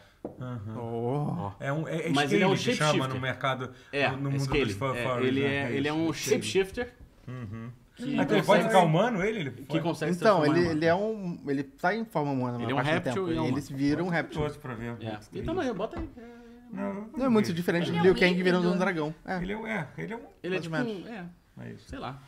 Speaker 3: Oh.
Speaker 1: É um, é, é
Speaker 4: Mas ele é um
Speaker 1: que chama
Speaker 4: shapeshifter.
Speaker 1: no mercado,
Speaker 4: É,
Speaker 1: no, no
Speaker 4: é
Speaker 1: mundo
Speaker 4: scale.
Speaker 1: dos né? fã
Speaker 4: é, ele, é, ele é um shapeshifter. Que,
Speaker 1: Mas Uhum. Então, ele pode
Speaker 4: consegue,
Speaker 1: ficar um- humano, ele? ele
Speaker 4: que
Speaker 1: pode?
Speaker 4: consegue se
Speaker 3: Então,
Speaker 4: transformar
Speaker 3: ele,
Speaker 4: Tá em humano.
Speaker 3: ele é um. Ele tá em forma humana,
Speaker 4: Ele é um
Speaker 3: na parte do
Speaker 4: réptil
Speaker 3: tempo.
Speaker 4: e é um
Speaker 3: ele vira um réptil.
Speaker 1: Curioso pra ver.
Speaker 4: É. Então, aí, bota aí. É,
Speaker 1: Não,
Speaker 3: Não é muito diferente
Speaker 2: Ele
Speaker 3: do
Speaker 2: é um
Speaker 3: Liu Kang
Speaker 2: híbrido.
Speaker 3: virando um dragão. É.
Speaker 1: Ele é, um- é, ele é um.
Speaker 4: Ele é
Speaker 3: Mais
Speaker 4: tipo.
Speaker 3: ou
Speaker 4: um- É,
Speaker 1: É isso.
Speaker 4: sei lá.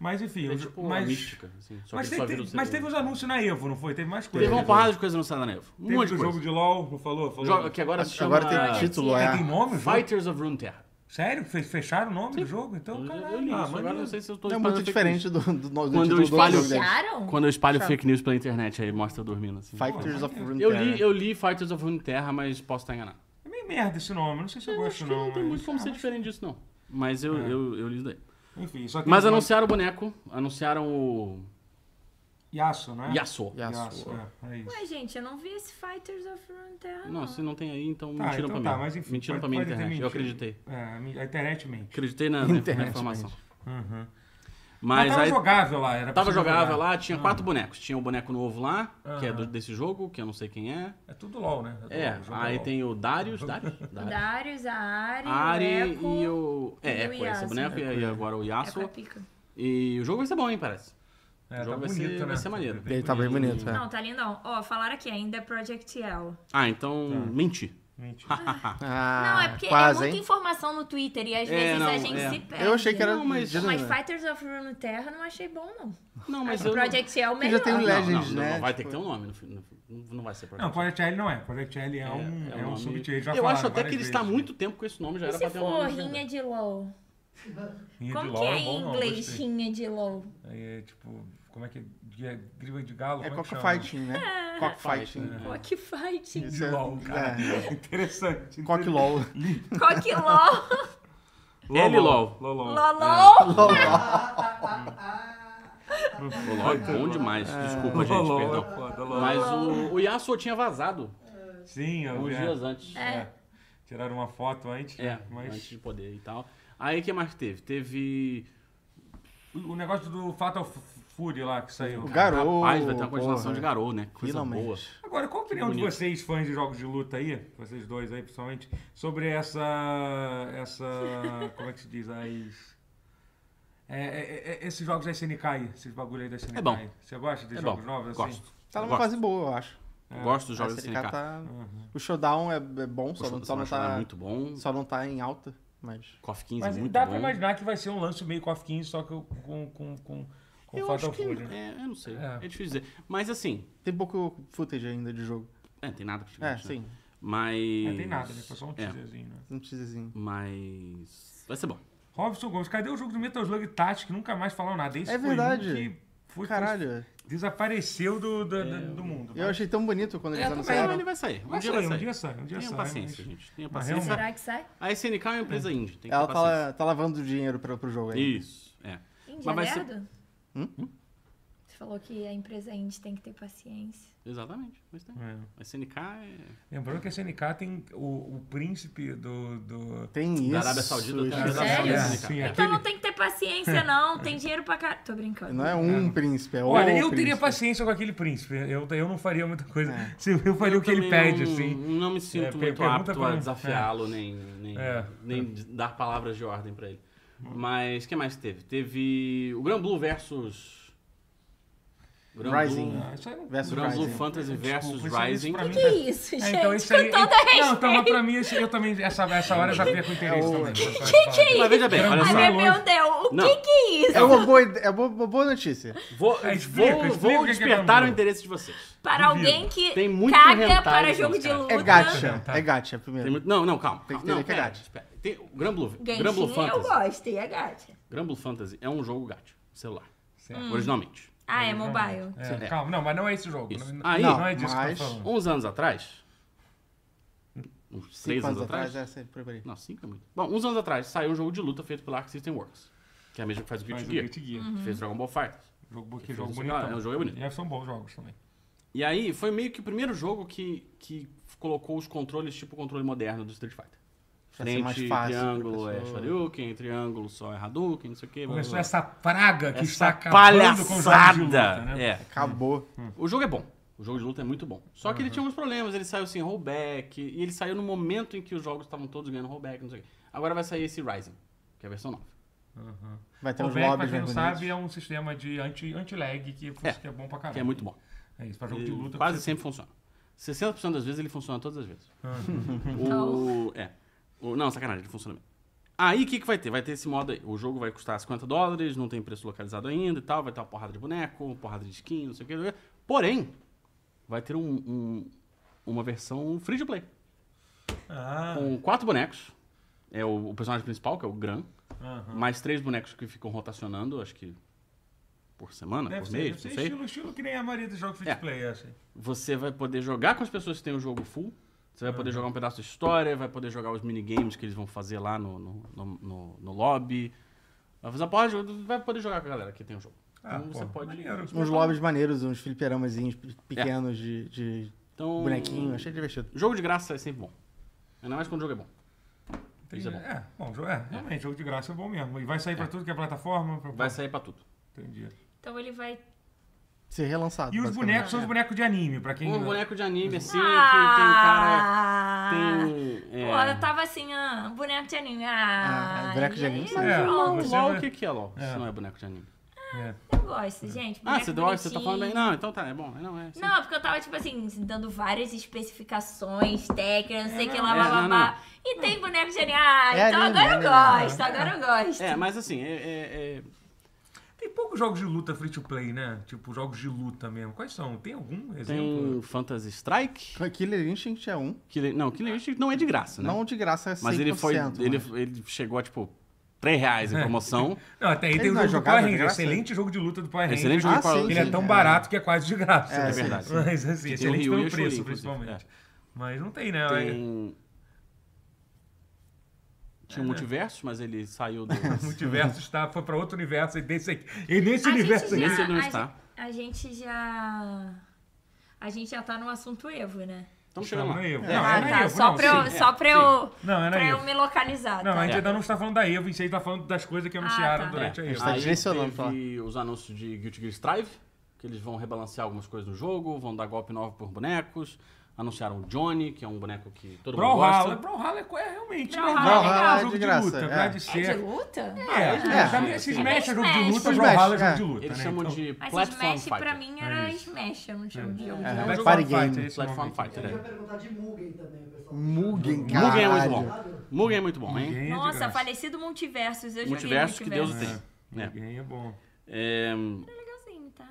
Speaker 1: Mas enfim,
Speaker 4: É
Speaker 1: os-
Speaker 4: tipo uma
Speaker 1: mas,
Speaker 4: mística, assim. Só
Speaker 1: mas,
Speaker 4: que
Speaker 1: tem-
Speaker 4: ele
Speaker 1: tem-
Speaker 4: só vira o
Speaker 1: mas
Speaker 4: seu-
Speaker 1: teve os anúncios na Evo, não foi? Teve mais coisa.
Speaker 4: Teve uma porrada de coisa no Sada Nevo. Um
Speaker 1: Teve
Speaker 4: monte de
Speaker 1: do jogo
Speaker 4: coisa.
Speaker 1: de LOL, não falou? falou.
Speaker 4: Jogo que agora se chama
Speaker 3: Agora tem título,
Speaker 1: É,
Speaker 3: é.
Speaker 1: tem nome? o jogo?
Speaker 4: Fighters of Runeterra.
Speaker 1: Sério? Fe- Fecharam o nome do jogo? Então,
Speaker 4: Eu,
Speaker 1: caralho.
Speaker 4: eu li isso,
Speaker 1: ah,
Speaker 4: agora
Speaker 1: maneiro.
Speaker 4: não sei se eu
Speaker 3: É
Speaker 4: tô espalhando
Speaker 3: muito
Speaker 4: fake
Speaker 3: diferente do, do, do
Speaker 4: Quando
Speaker 3: título
Speaker 4: eu espalho-
Speaker 3: do jogo.
Speaker 4: news.
Speaker 2: Fecharam?
Speaker 4: Quando eu espalho fake news pela internet, aí mostra eu dormindo assim.
Speaker 3: Fighters of Runeterra.
Speaker 4: Eu li, eu li Fighters of Runeterra, mas posso estar enganado.
Speaker 1: É meio merda esse nome, não sei se eu,
Speaker 4: Eu
Speaker 1: gosto
Speaker 4: É, acho que
Speaker 1: não.
Speaker 4: não tem
Speaker 1: mas- é um
Speaker 4: muito como ser diferente disso, não. Mas eu, eu, eu li isso daí.
Speaker 1: Enfim, só tem
Speaker 4: Mas
Speaker 1: um nome-
Speaker 4: anunciaram o boneco, anunciaram o
Speaker 1: Yasuo, né?
Speaker 4: Yasuo.
Speaker 1: Yasuo,
Speaker 3: Yasuo.
Speaker 1: é, é isso.
Speaker 2: Ué, gente, eu não vi esse Fighters of Runeterra, não.
Speaker 4: Não, se não tem aí, então
Speaker 1: Tá,
Speaker 4: mentiram
Speaker 1: então
Speaker 4: pra
Speaker 1: tá,
Speaker 4: mim.
Speaker 1: mas enfim,
Speaker 4: mentiram pra
Speaker 1: pode-
Speaker 4: mim na
Speaker 1: pode ter
Speaker 4: internet, eu
Speaker 1: mentido.
Speaker 4: acreditei.
Speaker 1: É, a internet mente.
Speaker 4: Acreditei na, na- na
Speaker 3: Internet,
Speaker 4: informação.
Speaker 1: Uhum. Mas
Speaker 4: Mas
Speaker 1: tava
Speaker 4: aí
Speaker 1: jogável lá, era
Speaker 4: tava
Speaker 1: possível
Speaker 4: jogável
Speaker 1: jogar.
Speaker 4: lá, tinha quatro bonecos. Tinha o boneco novo lá, que é
Speaker 1: Aham.
Speaker 4: do- desse jogo, que eu não sei quem é.
Speaker 1: É tudo LOL, né? tudo
Speaker 4: É,
Speaker 1: LOL, jogo
Speaker 4: aí
Speaker 1: LOL.
Speaker 4: tem o Darius, Darius? Darius.
Speaker 2: Darius, a Ari,
Speaker 4: Ari
Speaker 2: o Echo,
Speaker 4: e o... É,
Speaker 2: e o
Speaker 4: Echo, esse
Speaker 2: Yasuo.
Speaker 4: boneco, e aí agora o
Speaker 2: Echo é
Speaker 4: Yasuo.
Speaker 2: pica.
Speaker 4: E o jogo vai ser bom, hein, parece.
Speaker 1: É,
Speaker 4: o jogo vai ser- vai ser maneiro.
Speaker 1: Tá
Speaker 3: Ele tá bem bonito, é.
Speaker 2: Não, tá lindão. Ó, falaram aqui, ainda é Project L.
Speaker 4: Ah, então menti.
Speaker 1: Mentira.
Speaker 3: Ah,
Speaker 2: não, é porque
Speaker 3: quase,
Speaker 2: é muita
Speaker 3: hein?
Speaker 2: informação no Twitter e às
Speaker 4: É,
Speaker 2: vezes
Speaker 4: não,
Speaker 2: a gente
Speaker 4: é.
Speaker 2: se perde.
Speaker 3: Eu achei que era...
Speaker 4: Não, mas-
Speaker 3: de-
Speaker 2: Mas Fighters of Runeterra não achei bom, não.
Speaker 4: Não, mas
Speaker 2: Acho que
Speaker 4: eu... não- Ah,
Speaker 2: Project L é
Speaker 3: Porque
Speaker 2: melhor.
Speaker 3: já tem o
Speaker 4: Não, não,
Speaker 3: Legends,
Speaker 4: não,
Speaker 3: né?
Speaker 4: não, vai ter
Speaker 3: Tipo,
Speaker 4: que ter um nome. no fi- no- Não vai ser
Speaker 1: Não,
Speaker 4: Project L.
Speaker 1: Project L não é. Project L é, um, é,
Speaker 4: o
Speaker 1: um
Speaker 4: nome-
Speaker 1: subtítulo. já
Speaker 4: Eu acho
Speaker 1: falaram
Speaker 4: até que ele
Speaker 1: várias
Speaker 4: está há
Speaker 1: vezes. né?
Speaker 4: muito tempo com esse nome, já
Speaker 2: E
Speaker 4: era pra
Speaker 2: se
Speaker 4: ter um nome.
Speaker 2: for
Speaker 4: de
Speaker 2: rinha
Speaker 4: verdade.
Speaker 2: de LOL?
Speaker 1: Rinha de
Speaker 2: Como
Speaker 1: LOL
Speaker 2: que é
Speaker 1: é bom,
Speaker 2: em
Speaker 1: não,
Speaker 2: inglês
Speaker 1: gostei.
Speaker 2: rinha de LOL?
Speaker 1: É tipo, como é que é? Gue- Grima de galo?
Speaker 3: É
Speaker 1: como que
Speaker 3: cockfighting, né? Cockfighting.
Speaker 1: É.
Speaker 2: Cock
Speaker 3: né?
Speaker 2: fighting.
Speaker 3: é-
Speaker 1: De LOL, cara. Interessante.
Speaker 3: Cock LOL.
Speaker 2: Cock LOL.
Speaker 1: Lol,
Speaker 4: L LOL.
Speaker 1: Lol, lol.
Speaker 2: LOL.
Speaker 5: Ah,
Speaker 4: LOL é bom demais. Desculpa, gente,
Speaker 1: Lol, lol,
Speaker 4: perdão.
Speaker 1: é foda, lol.
Speaker 4: Mas o, o Yasuo tinha vazado
Speaker 1: Sim, eu
Speaker 4: uns
Speaker 1: vi.
Speaker 4: dias antes.
Speaker 1: é. Tiraram uma foto antes,
Speaker 4: É,
Speaker 1: né? mas
Speaker 4: antes de poder e tal. Aí o que mais que teve? Teve.
Speaker 1: o o negócio do Fatal F- Fury lá que saiu.
Speaker 3: O Garou.
Speaker 4: Rapaz, vai ter uma continuação
Speaker 3: porra.
Speaker 4: de Garou, né? Coisa
Speaker 3: Finalmente.
Speaker 4: boa.
Speaker 1: Agora, qual a opinião de
Speaker 4: bonito.
Speaker 1: vocês, fãs de jogos de luta aí, vocês dois aí principalmente, sobre essa. essa. como é que se diz? As. É, é, é, esses jogos da SNK aí, esses bagulho aí da SNK.
Speaker 4: É bom.
Speaker 1: aí. Você gosta de
Speaker 4: É bom.
Speaker 1: jogos novos assim? É.
Speaker 4: Gosto.
Speaker 3: Tá numa
Speaker 4: Gosto.
Speaker 3: fase boa, eu acho.
Speaker 4: Gosto dos jogos assim,
Speaker 3: A SNK
Speaker 4: da SNK.
Speaker 3: tá...
Speaker 4: Uhum.
Speaker 3: O Showdown é, é bom, só, não, só, não
Speaker 4: É
Speaker 3: tá,
Speaker 4: muito bom.
Speaker 3: só não tá em alta, mas...
Speaker 4: KOF 15
Speaker 1: Mas
Speaker 4: é muito
Speaker 1: dá
Speaker 4: bom.
Speaker 1: pra imaginar que vai ser um lance meio Cof 15, só que com, com, com, com
Speaker 4: eu
Speaker 1: Fatal
Speaker 4: acho que.
Speaker 1: Fury. né?
Speaker 4: É, eu não sei.
Speaker 1: É.
Speaker 4: É. difícil dizer. Mas assim.
Speaker 3: Tem pouco footage ainda de jogo.
Speaker 4: É, tem nada pra te
Speaker 3: É,
Speaker 4: mostrar.
Speaker 3: sim.
Speaker 4: Mas.
Speaker 1: Não tem nada, né? Foi só um
Speaker 4: É.
Speaker 1: teaserzinho, né?
Speaker 3: Não precisa assim.
Speaker 4: Mas. Vai ser bom.
Speaker 1: Robson Gomes, cadê o jogo do Metal Slug Tactics? Nunca mais falaram nada. Esse
Speaker 3: É
Speaker 1: foi um
Speaker 3: verdade.
Speaker 1: que foi- foi-
Speaker 3: Caralho,
Speaker 1: desapareceu do, do, do- do mundo.
Speaker 3: eu achei tão bonito quando eles
Speaker 4: É, também, ele
Speaker 3: anunciaram.
Speaker 4: vai sair. É, Um
Speaker 1: Mas
Speaker 4: dia
Speaker 1: sai,
Speaker 4: vai
Speaker 1: um
Speaker 4: sair.
Speaker 1: dia sai, um dia
Speaker 4: Tenha
Speaker 1: sai.
Speaker 4: paciência,
Speaker 1: mas-
Speaker 4: gente. Tenha
Speaker 1: mas
Speaker 4: paciência.
Speaker 1: realmente-
Speaker 2: Será que sai?
Speaker 4: A SNK é uma empresa indie. Tem que
Speaker 3: Ela
Speaker 4: ter
Speaker 3: tá,
Speaker 4: paciência.
Speaker 3: lá- tá lavando dinheiro pro, pro jogo aí.
Speaker 4: Isso, é.
Speaker 2: Índia
Speaker 4: vai ser-
Speaker 2: Lerdo?
Speaker 3: Hum?
Speaker 1: Hum?
Speaker 2: Você falou que a empresa indie tem que ter paciência.
Speaker 4: Exatamente. Mas tem.
Speaker 1: É.
Speaker 4: A SNK é.
Speaker 1: Lembrando que a SNK tem o, o príncipe do. do...
Speaker 3: Tem isso.
Speaker 4: Da Arábia Saudita, tem a
Speaker 3: isso.
Speaker 4: Arábia
Speaker 2: Sério?
Speaker 4: Saudita. SNK.
Speaker 1: Sim,
Speaker 4: É.
Speaker 1: aquele-
Speaker 2: Então não tem que ter paciência, não. Tem dinheiro pra caralho. Tô brincando.
Speaker 3: Não é um príncipe, é outro.
Speaker 1: Olha, eu teria paciência com aquele príncipe. Eu, eu não faria muita coisa.
Speaker 3: É.
Speaker 1: Se eu faria o que ele
Speaker 4: Também
Speaker 1: pede,
Speaker 4: não,
Speaker 1: assim.
Speaker 4: Não me sinto
Speaker 1: É, per-
Speaker 4: muito
Speaker 1: pergunta
Speaker 4: apto
Speaker 1: pra
Speaker 4: a
Speaker 1: mim.
Speaker 4: desafiá-lo, nem, nem,
Speaker 1: É. Hum.
Speaker 4: nem de- dar palavras de ordem pra ele. Mas o que mais teve? Teve o Gran Blue versus. Gran
Speaker 3: Rising.
Speaker 4: Blue,
Speaker 1: Ah, isso aí não-
Speaker 3: Versus
Speaker 4: Gran Blue
Speaker 3: Rising.
Speaker 4: é um Fantasy versus
Speaker 1: Desculpa, isso aí- isso
Speaker 4: Rising.
Speaker 1: pra mim
Speaker 2: Que
Speaker 1: tá-
Speaker 2: isso,
Speaker 1: É,
Speaker 2: gente?
Speaker 1: então isso
Speaker 2: Com
Speaker 1: aí.
Speaker 2: todo respeito.
Speaker 1: Não,
Speaker 4: tá
Speaker 1: então mas pra mim, esse- eu também. Essa, essa hora eu já via com interesse
Speaker 3: É o-
Speaker 1: também.
Speaker 4: Mas veja bem, olha
Speaker 1: Gran
Speaker 2: Ai,
Speaker 1: Blue.
Speaker 4: só.
Speaker 1: é
Speaker 2: meu
Speaker 1: longe.
Speaker 2: Deus. O
Speaker 4: Não.
Speaker 2: que que é isso?
Speaker 3: É uma boa, ide- é bo- bo- boa notícia.
Speaker 4: Vou,
Speaker 1: É, explica,
Speaker 4: vou,
Speaker 1: explica
Speaker 4: vou
Speaker 1: o que é Gran
Speaker 4: despertar
Speaker 1: Blue.
Speaker 4: o interesse de vocês.
Speaker 2: Para alguém que
Speaker 4: Tem muito
Speaker 2: caga
Speaker 4: hentai,
Speaker 2: para
Speaker 4: gente,
Speaker 2: jogo de
Speaker 4: cara.
Speaker 2: luta.
Speaker 3: É gacha,
Speaker 1: Tá.
Speaker 3: é gacha
Speaker 4: Tem
Speaker 3: primeiro.
Speaker 4: muito- Não, não, calma.
Speaker 3: Tem que
Speaker 4: calma.
Speaker 3: entender que é
Speaker 4: Não,
Speaker 3: gacha.
Speaker 4: espera, espera. Tem o Gran Blue, Gran
Speaker 2: Genshin eu
Speaker 4: Blue Fantasy.
Speaker 2: gosto, e é gacha.
Speaker 4: Gran Blue Fantasy é um jogo gacha, celular,
Speaker 1: Certo.
Speaker 2: Hum.
Speaker 4: originalmente.
Speaker 2: Ah, é mobile.
Speaker 1: É, calma, não, mas não é esse jogo.
Speaker 4: Isso.
Speaker 1: Não,
Speaker 4: Aí-
Speaker 1: não é disso
Speaker 3: mas-
Speaker 1: que eu tô falando.
Speaker 4: 11 anos atrás, uns 3
Speaker 3: Cinco
Speaker 4: anos atrás,
Speaker 3: é, sempre por aí.
Speaker 4: não, 5 é muito. Bom, uns anos atrás saiu um jogo de luta feito pela Arc System Works, que é a mesma que faz o
Speaker 1: Mas
Speaker 4: Guilty
Speaker 1: o
Speaker 4: Gear, Hum.
Speaker 1: Guilty Gear.
Speaker 4: que fez Dragon Ball Fighters.
Speaker 1: Jogo, que
Speaker 4: Fez
Speaker 1: jogo
Speaker 4: isso,
Speaker 1: bonito.
Speaker 4: cara, é um jogo bonito.
Speaker 1: E são bons jogos também.
Speaker 4: E aí foi meio que o primeiro jogo que, que colocou os controles tipo o controle moderno do Street Fighter.
Speaker 3: Pra ser
Speaker 4: Frente,
Speaker 3: mais fácil pra
Speaker 4: triângulo é
Speaker 3: pessoa.
Speaker 4: Shoryuken, triângulo só é Hadouken, não sei o que.
Speaker 1: Começou essa praga que está
Speaker 4: essa
Speaker 1: acabando com os jogos de luta,
Speaker 4: palhaçada.
Speaker 1: né?
Speaker 4: É.
Speaker 3: Acabou.
Speaker 4: O jogo é bom. O jogo de luta é muito bom. Só
Speaker 1: Uhum.
Speaker 4: que ele tinha alguns problemas. Ele saiu sem rollback. E ele saiu no momento em que os jogos estavam todos ganhando rollback, não sei o quê. Agora vai sair esse Rising, que é a versão nova.
Speaker 3: Vai ter
Speaker 1: O
Speaker 3: uns
Speaker 1: VEC, pra
Speaker 3: lobbies
Speaker 1: quem não
Speaker 3: mais bonitos.
Speaker 1: sabe, é um sistema de anti- anti-lag que,
Speaker 4: É.
Speaker 1: que é bom pra caramba.
Speaker 4: Que é muito bom.
Speaker 1: É isso, pra jogo de
Speaker 4: Ele
Speaker 1: luta.
Speaker 4: quase
Speaker 1: você-
Speaker 4: sempre funciona. 60% das vezes ele funciona todas as vezes. o... É. O... Não, sacanagem, ele funciona mesmo. Aí o que, que vai ter? Vai ter esse modo aí. O jogo vai custar 50 dólares, não tem preço localizado ainda e tal, vai ter uma porrada de boneco, uma porrada de skin, não sei o que. não sei o que. Porém, vai ter um- um- uma versão free to play.
Speaker 1: Ah,
Speaker 4: Com quatro bonecos. É o, o personagem principal, que é o Gran.
Speaker 1: aham.
Speaker 4: Mais três bonecos que ficam rotacionando, acho que por semana,
Speaker 1: Deve
Speaker 4: por
Speaker 1: ser, deve
Speaker 4: mês,
Speaker 1: ser
Speaker 4: não sei.
Speaker 1: estilo, estilo que nem a maioria dos jogos free
Speaker 4: É.
Speaker 1: to play, assim.
Speaker 4: Você vai poder jogar com as pessoas que têm o jogo full. Você vai poder
Speaker 1: Uhum.
Speaker 4: jogar um pedaço de história, vai poder jogar os minigames que eles vão fazer lá no, no, no- no- no lobby. Vai fazer a porra, de- vai poder jogar com a galera que tem o jogo.
Speaker 1: Ah,
Speaker 4: então você
Speaker 1: pô,
Speaker 4: pode.
Speaker 1: maneiro.
Speaker 3: Uns lobbies maneiros, uns fliperamazinhos pe- pequenos de, de
Speaker 4: Então,
Speaker 3: bonequinho. Achei divertido.
Speaker 4: Jogo de graça é sempre bom. Ainda mais quando o jogo é bom. Isso é bom.
Speaker 1: É, bom, jo- é, realmente, jogo de graça é bom mesmo. E vai sair pra tudo que é plataforma? Pra...
Speaker 4: Vai sair pra tudo.
Speaker 1: Entendi.
Speaker 2: Então ele vai.
Speaker 3: Ser relançado.
Speaker 1: E os
Speaker 3: basicamente. é.
Speaker 1: bonecos são os bonecos de anime, pra quem...
Speaker 4: Um boneco de anime, assim,
Speaker 2: ah!
Speaker 4: que tem um- cara. Tem. é,
Speaker 2: Pô, eu tava assim, ah, boneco de anime. Ah,
Speaker 3: Ah, boneco de
Speaker 2: e
Speaker 3: anime,
Speaker 2: aí?
Speaker 3: sim.
Speaker 1: É,
Speaker 4: LOL,
Speaker 1: você
Speaker 4: LOL,
Speaker 1: vai-
Speaker 4: o que que é LOL?
Speaker 1: É.
Speaker 4: Se não é boneco de anime.
Speaker 1: É.
Speaker 2: Eu gosto, gente.
Speaker 4: Ah,
Speaker 2: boneco
Speaker 4: você dói, você tá falando bem.
Speaker 2: bonitinho.
Speaker 4: Não, então tá, é bom. Não, é. sim.
Speaker 2: Não, porque eu tava, tipo assim, dando várias especificações técnicas, não sei o que lá,
Speaker 4: não,
Speaker 2: blá,
Speaker 4: é,
Speaker 2: blá,
Speaker 4: não,
Speaker 2: blá. E tem boneco de anime. Ah,
Speaker 3: É
Speaker 2: então
Speaker 3: anime,
Speaker 2: agora eu
Speaker 3: é anime,
Speaker 2: gosto, agora eu gosto.
Speaker 4: É, mas assim, é- é- é-
Speaker 1: Tem poucos jogos de luta free to play, né? Tipo, jogos de luta mesmo. Quais são? Tem algum exemplo?
Speaker 3: né?
Speaker 4: tem um- Phantasy Strike.
Speaker 3: Killer Instinct é um.
Speaker 4: Que, não, Killer Instinct não é de graça, né?
Speaker 3: Não de graça, é 100%.
Speaker 4: mas ele foi.
Speaker 3: mas-
Speaker 4: Ele, ele chegou a tipo 3 reais
Speaker 1: É.
Speaker 4: em promoção.
Speaker 1: Não, até aí
Speaker 3: Ele
Speaker 1: tem o
Speaker 3: não é
Speaker 1: jogo do
Speaker 3: jogado
Speaker 1: Power
Speaker 3: de
Speaker 1: Ranger.
Speaker 3: graça?
Speaker 1: Excelente jogo de luta do Power Ranger.
Speaker 4: Excelente jogo
Speaker 3: Ah,
Speaker 4: para
Speaker 3: sim,
Speaker 1: Ele é
Speaker 3: sim,
Speaker 1: tão
Speaker 3: é.
Speaker 1: barato que é quase de graça.
Speaker 4: É
Speaker 1: né?
Speaker 4: verdade.
Speaker 1: Mas assim,
Speaker 4: tem o
Speaker 1: excelente
Speaker 4: Ryu
Speaker 1: pelo
Speaker 4: e o Chun-Li,
Speaker 1: preço,
Speaker 4: inclusive,
Speaker 1: principalmente.
Speaker 4: é.
Speaker 1: Mas não tem, né?
Speaker 4: Tem. Tinha um multiverso, mas ele saiu do.
Speaker 1: O multiverso está, foi pra outro universo. E, desse aqui- e nesse
Speaker 2: A gente
Speaker 1: universo
Speaker 2: já-
Speaker 1: aqui.
Speaker 4: Nesse não
Speaker 2: a
Speaker 4: está.
Speaker 2: gen- A gente já. A gente já tá no assunto Evo, né?
Speaker 4: Estamos chegando Então lá. É.
Speaker 1: Não, Evo.
Speaker 2: ah,
Speaker 1: Não, era
Speaker 2: tá.
Speaker 1: Evo,
Speaker 2: só
Speaker 1: não,
Speaker 2: pra, eu,
Speaker 1: sim.
Speaker 2: só pra, eu,
Speaker 1: Não, era
Speaker 2: pra eu
Speaker 1: Evo.
Speaker 2: me localizar.
Speaker 1: Não,
Speaker 2: tá?
Speaker 1: a gente
Speaker 4: É.
Speaker 1: ainda não está falando da Evo, a gente tá falando das coisas que anunciaram
Speaker 2: tá.
Speaker 1: durante a
Speaker 4: É,
Speaker 1: Evo.
Speaker 3: tá
Speaker 4: aí
Speaker 3: direcionando pra
Speaker 4: teve os anúncios de Guilty Gear Strive, que eles vão rebalancear algumas coisas no jogo, vão dar golpe novo por bonecos. Anunciaram o Johnny, que é um boneco que todo mundo
Speaker 1: Brawlhalla.
Speaker 4: gosta.
Speaker 1: Brawlhalla é, co- é realmente.
Speaker 2: Brawlhalla
Speaker 1: normal,
Speaker 2: é
Speaker 1: um
Speaker 2: legal.
Speaker 1: jogo
Speaker 3: de graça,
Speaker 1: luta,
Speaker 3: é.
Speaker 1: pra de
Speaker 2: É de
Speaker 1: ser.
Speaker 2: luta?
Speaker 1: É,
Speaker 3: É.
Speaker 1: também se Smash é jogo de
Speaker 2: Smash.
Speaker 1: luta,
Speaker 3: Smash,
Speaker 1: Brawlhalla é jogo
Speaker 3: é.
Speaker 1: de luta.
Speaker 4: Eles
Speaker 1: né?
Speaker 4: chamam
Speaker 1: Então,
Speaker 4: de
Speaker 2: Mas
Speaker 4: Platform
Speaker 2: Smash pra
Speaker 4: Fighter.
Speaker 2: mim era
Speaker 1: É isso.
Speaker 2: Smash, eu não chamo de jogo.
Speaker 3: É,
Speaker 2: não.
Speaker 3: vai
Speaker 1: Platform
Speaker 3: party
Speaker 1: Fighter,
Speaker 3: game.
Speaker 1: esse
Speaker 4: Platform
Speaker 1: nome aqui.
Speaker 4: Fighter,
Speaker 5: Eu ia
Speaker 4: é.
Speaker 5: perguntar de Mugen também, pessoal.
Speaker 3: Mugen, cara.
Speaker 4: Mugen é muito bom. Mugen é muito bom, hein?
Speaker 1: Ninguém é de
Speaker 2: Nossa,
Speaker 1: graça.
Speaker 2: falecido Multiversos. Eu
Speaker 4: Multiverso, que
Speaker 2: joguei
Speaker 4: Deus o
Speaker 2: Multiversos.
Speaker 4: tenha. É.
Speaker 1: Ninguém é bom.
Speaker 4: É,
Speaker 2: Legalzinho, tá?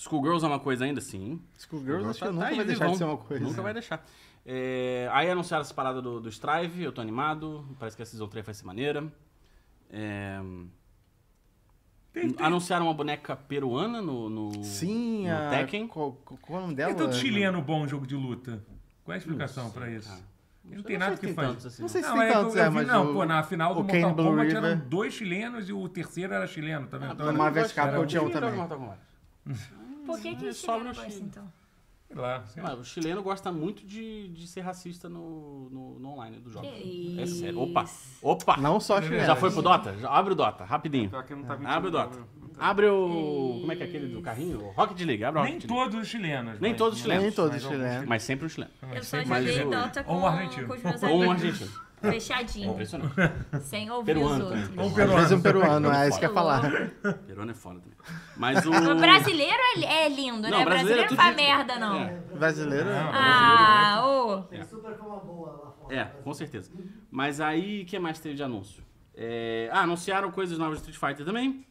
Speaker 4: Schoolgirls é uma coisa ainda, sim.
Speaker 3: Schoolgirls acho que
Speaker 4: Tá-
Speaker 3: eu nunca
Speaker 4: tá aí,
Speaker 3: vai deixar
Speaker 4: vivão.
Speaker 3: de ser uma coisa.
Speaker 4: Nunca vai deixar. É, aí anunciaram essa parada do, do Strive, eu tô animado. Parece que a Season 3 vai ser maneira. É,
Speaker 1: Tem-
Speaker 4: anunciaram uma boneca peruana no, no,
Speaker 3: Sim,
Speaker 4: no
Speaker 3: a...
Speaker 4: Tekken.
Speaker 3: Qual, qual é o nome dela?
Speaker 1: Tem tanto chileno bom em jogo de luta. Qual é a explicação pra isso?
Speaker 4: cara.
Speaker 1: Não tem nada que faz.
Speaker 4: assim.
Speaker 3: Não sei se
Speaker 1: Não,
Speaker 3: tem
Speaker 1: é que eu-
Speaker 3: tantos,
Speaker 1: eu
Speaker 3: é,
Speaker 1: vi-
Speaker 3: mas
Speaker 1: não,
Speaker 3: o-
Speaker 1: pô, na final do
Speaker 3: o Kane
Speaker 1: Mortal
Speaker 3: Blue
Speaker 1: Kombat
Speaker 3: River-
Speaker 1: eram dois chilenos e o terceiro era chileno também.
Speaker 3: mas
Speaker 1: Então,
Speaker 3: uma vez
Speaker 1: cara, eu
Speaker 3: tinha um também.
Speaker 2: Por que que
Speaker 4: é
Speaker 2: é
Speaker 4: só
Speaker 2: chileno
Speaker 4: no
Speaker 2: gosta,
Speaker 4: Chile.
Speaker 2: então?
Speaker 1: sei lá, sei lá.
Speaker 4: o chileno gosta muito de, de ser racista no, no, no online do jogo.
Speaker 2: Que
Speaker 4: É
Speaker 2: isso.
Speaker 4: sério. Opa! Opa!
Speaker 3: Não só chileno.
Speaker 4: Já foi pro Dota? Já- abre o Dota, rapidinho. É. Abre o Dota. Abre o. Como é que é aquele do carrinho? O Rocket League. Abre o
Speaker 1: Nem
Speaker 4: Rocket League.
Speaker 1: todos os chilenos. mas-
Speaker 4: Nem
Speaker 1: Tá
Speaker 4: todos os chilenos.
Speaker 3: Nem todos
Speaker 1: mas
Speaker 3: os
Speaker 1: alguns
Speaker 3: chilenos.
Speaker 4: Mas sempre um chileno.
Speaker 2: Eu só
Speaker 1: Mas
Speaker 2: joguei
Speaker 1: o-
Speaker 2: Dota com,
Speaker 1: Ou um argentino.
Speaker 2: com os meus
Speaker 4: Ou um
Speaker 2: amigos.
Speaker 4: argentino.
Speaker 2: Fechadinho.
Speaker 4: Impressionante.
Speaker 2: Sem ouvir
Speaker 4: Peruano
Speaker 2: os outros.
Speaker 4: também.
Speaker 1: Ou
Speaker 3: Às vezes um peruano, é isso
Speaker 2: Você
Speaker 3: que eu ia
Speaker 2: é
Speaker 3: falar.
Speaker 2: louco.
Speaker 4: Peruano é foda também. Mas o.
Speaker 2: O brasileiro é, é lindo, né?
Speaker 4: Não, brasileiro é
Speaker 2: brasileiro
Speaker 4: tudo
Speaker 2: não faz
Speaker 4: gente-
Speaker 2: merda, não.
Speaker 4: É.
Speaker 3: Brasileiro.
Speaker 1: Não.
Speaker 2: Ah, ô.
Speaker 5: Tem super fama boa lá fora.
Speaker 4: É,
Speaker 5: Brasil.
Speaker 4: com certeza. Mas aí, o que mais teve de anúncio? É, Ah, anunciaram coisas novas de Street Fighter também.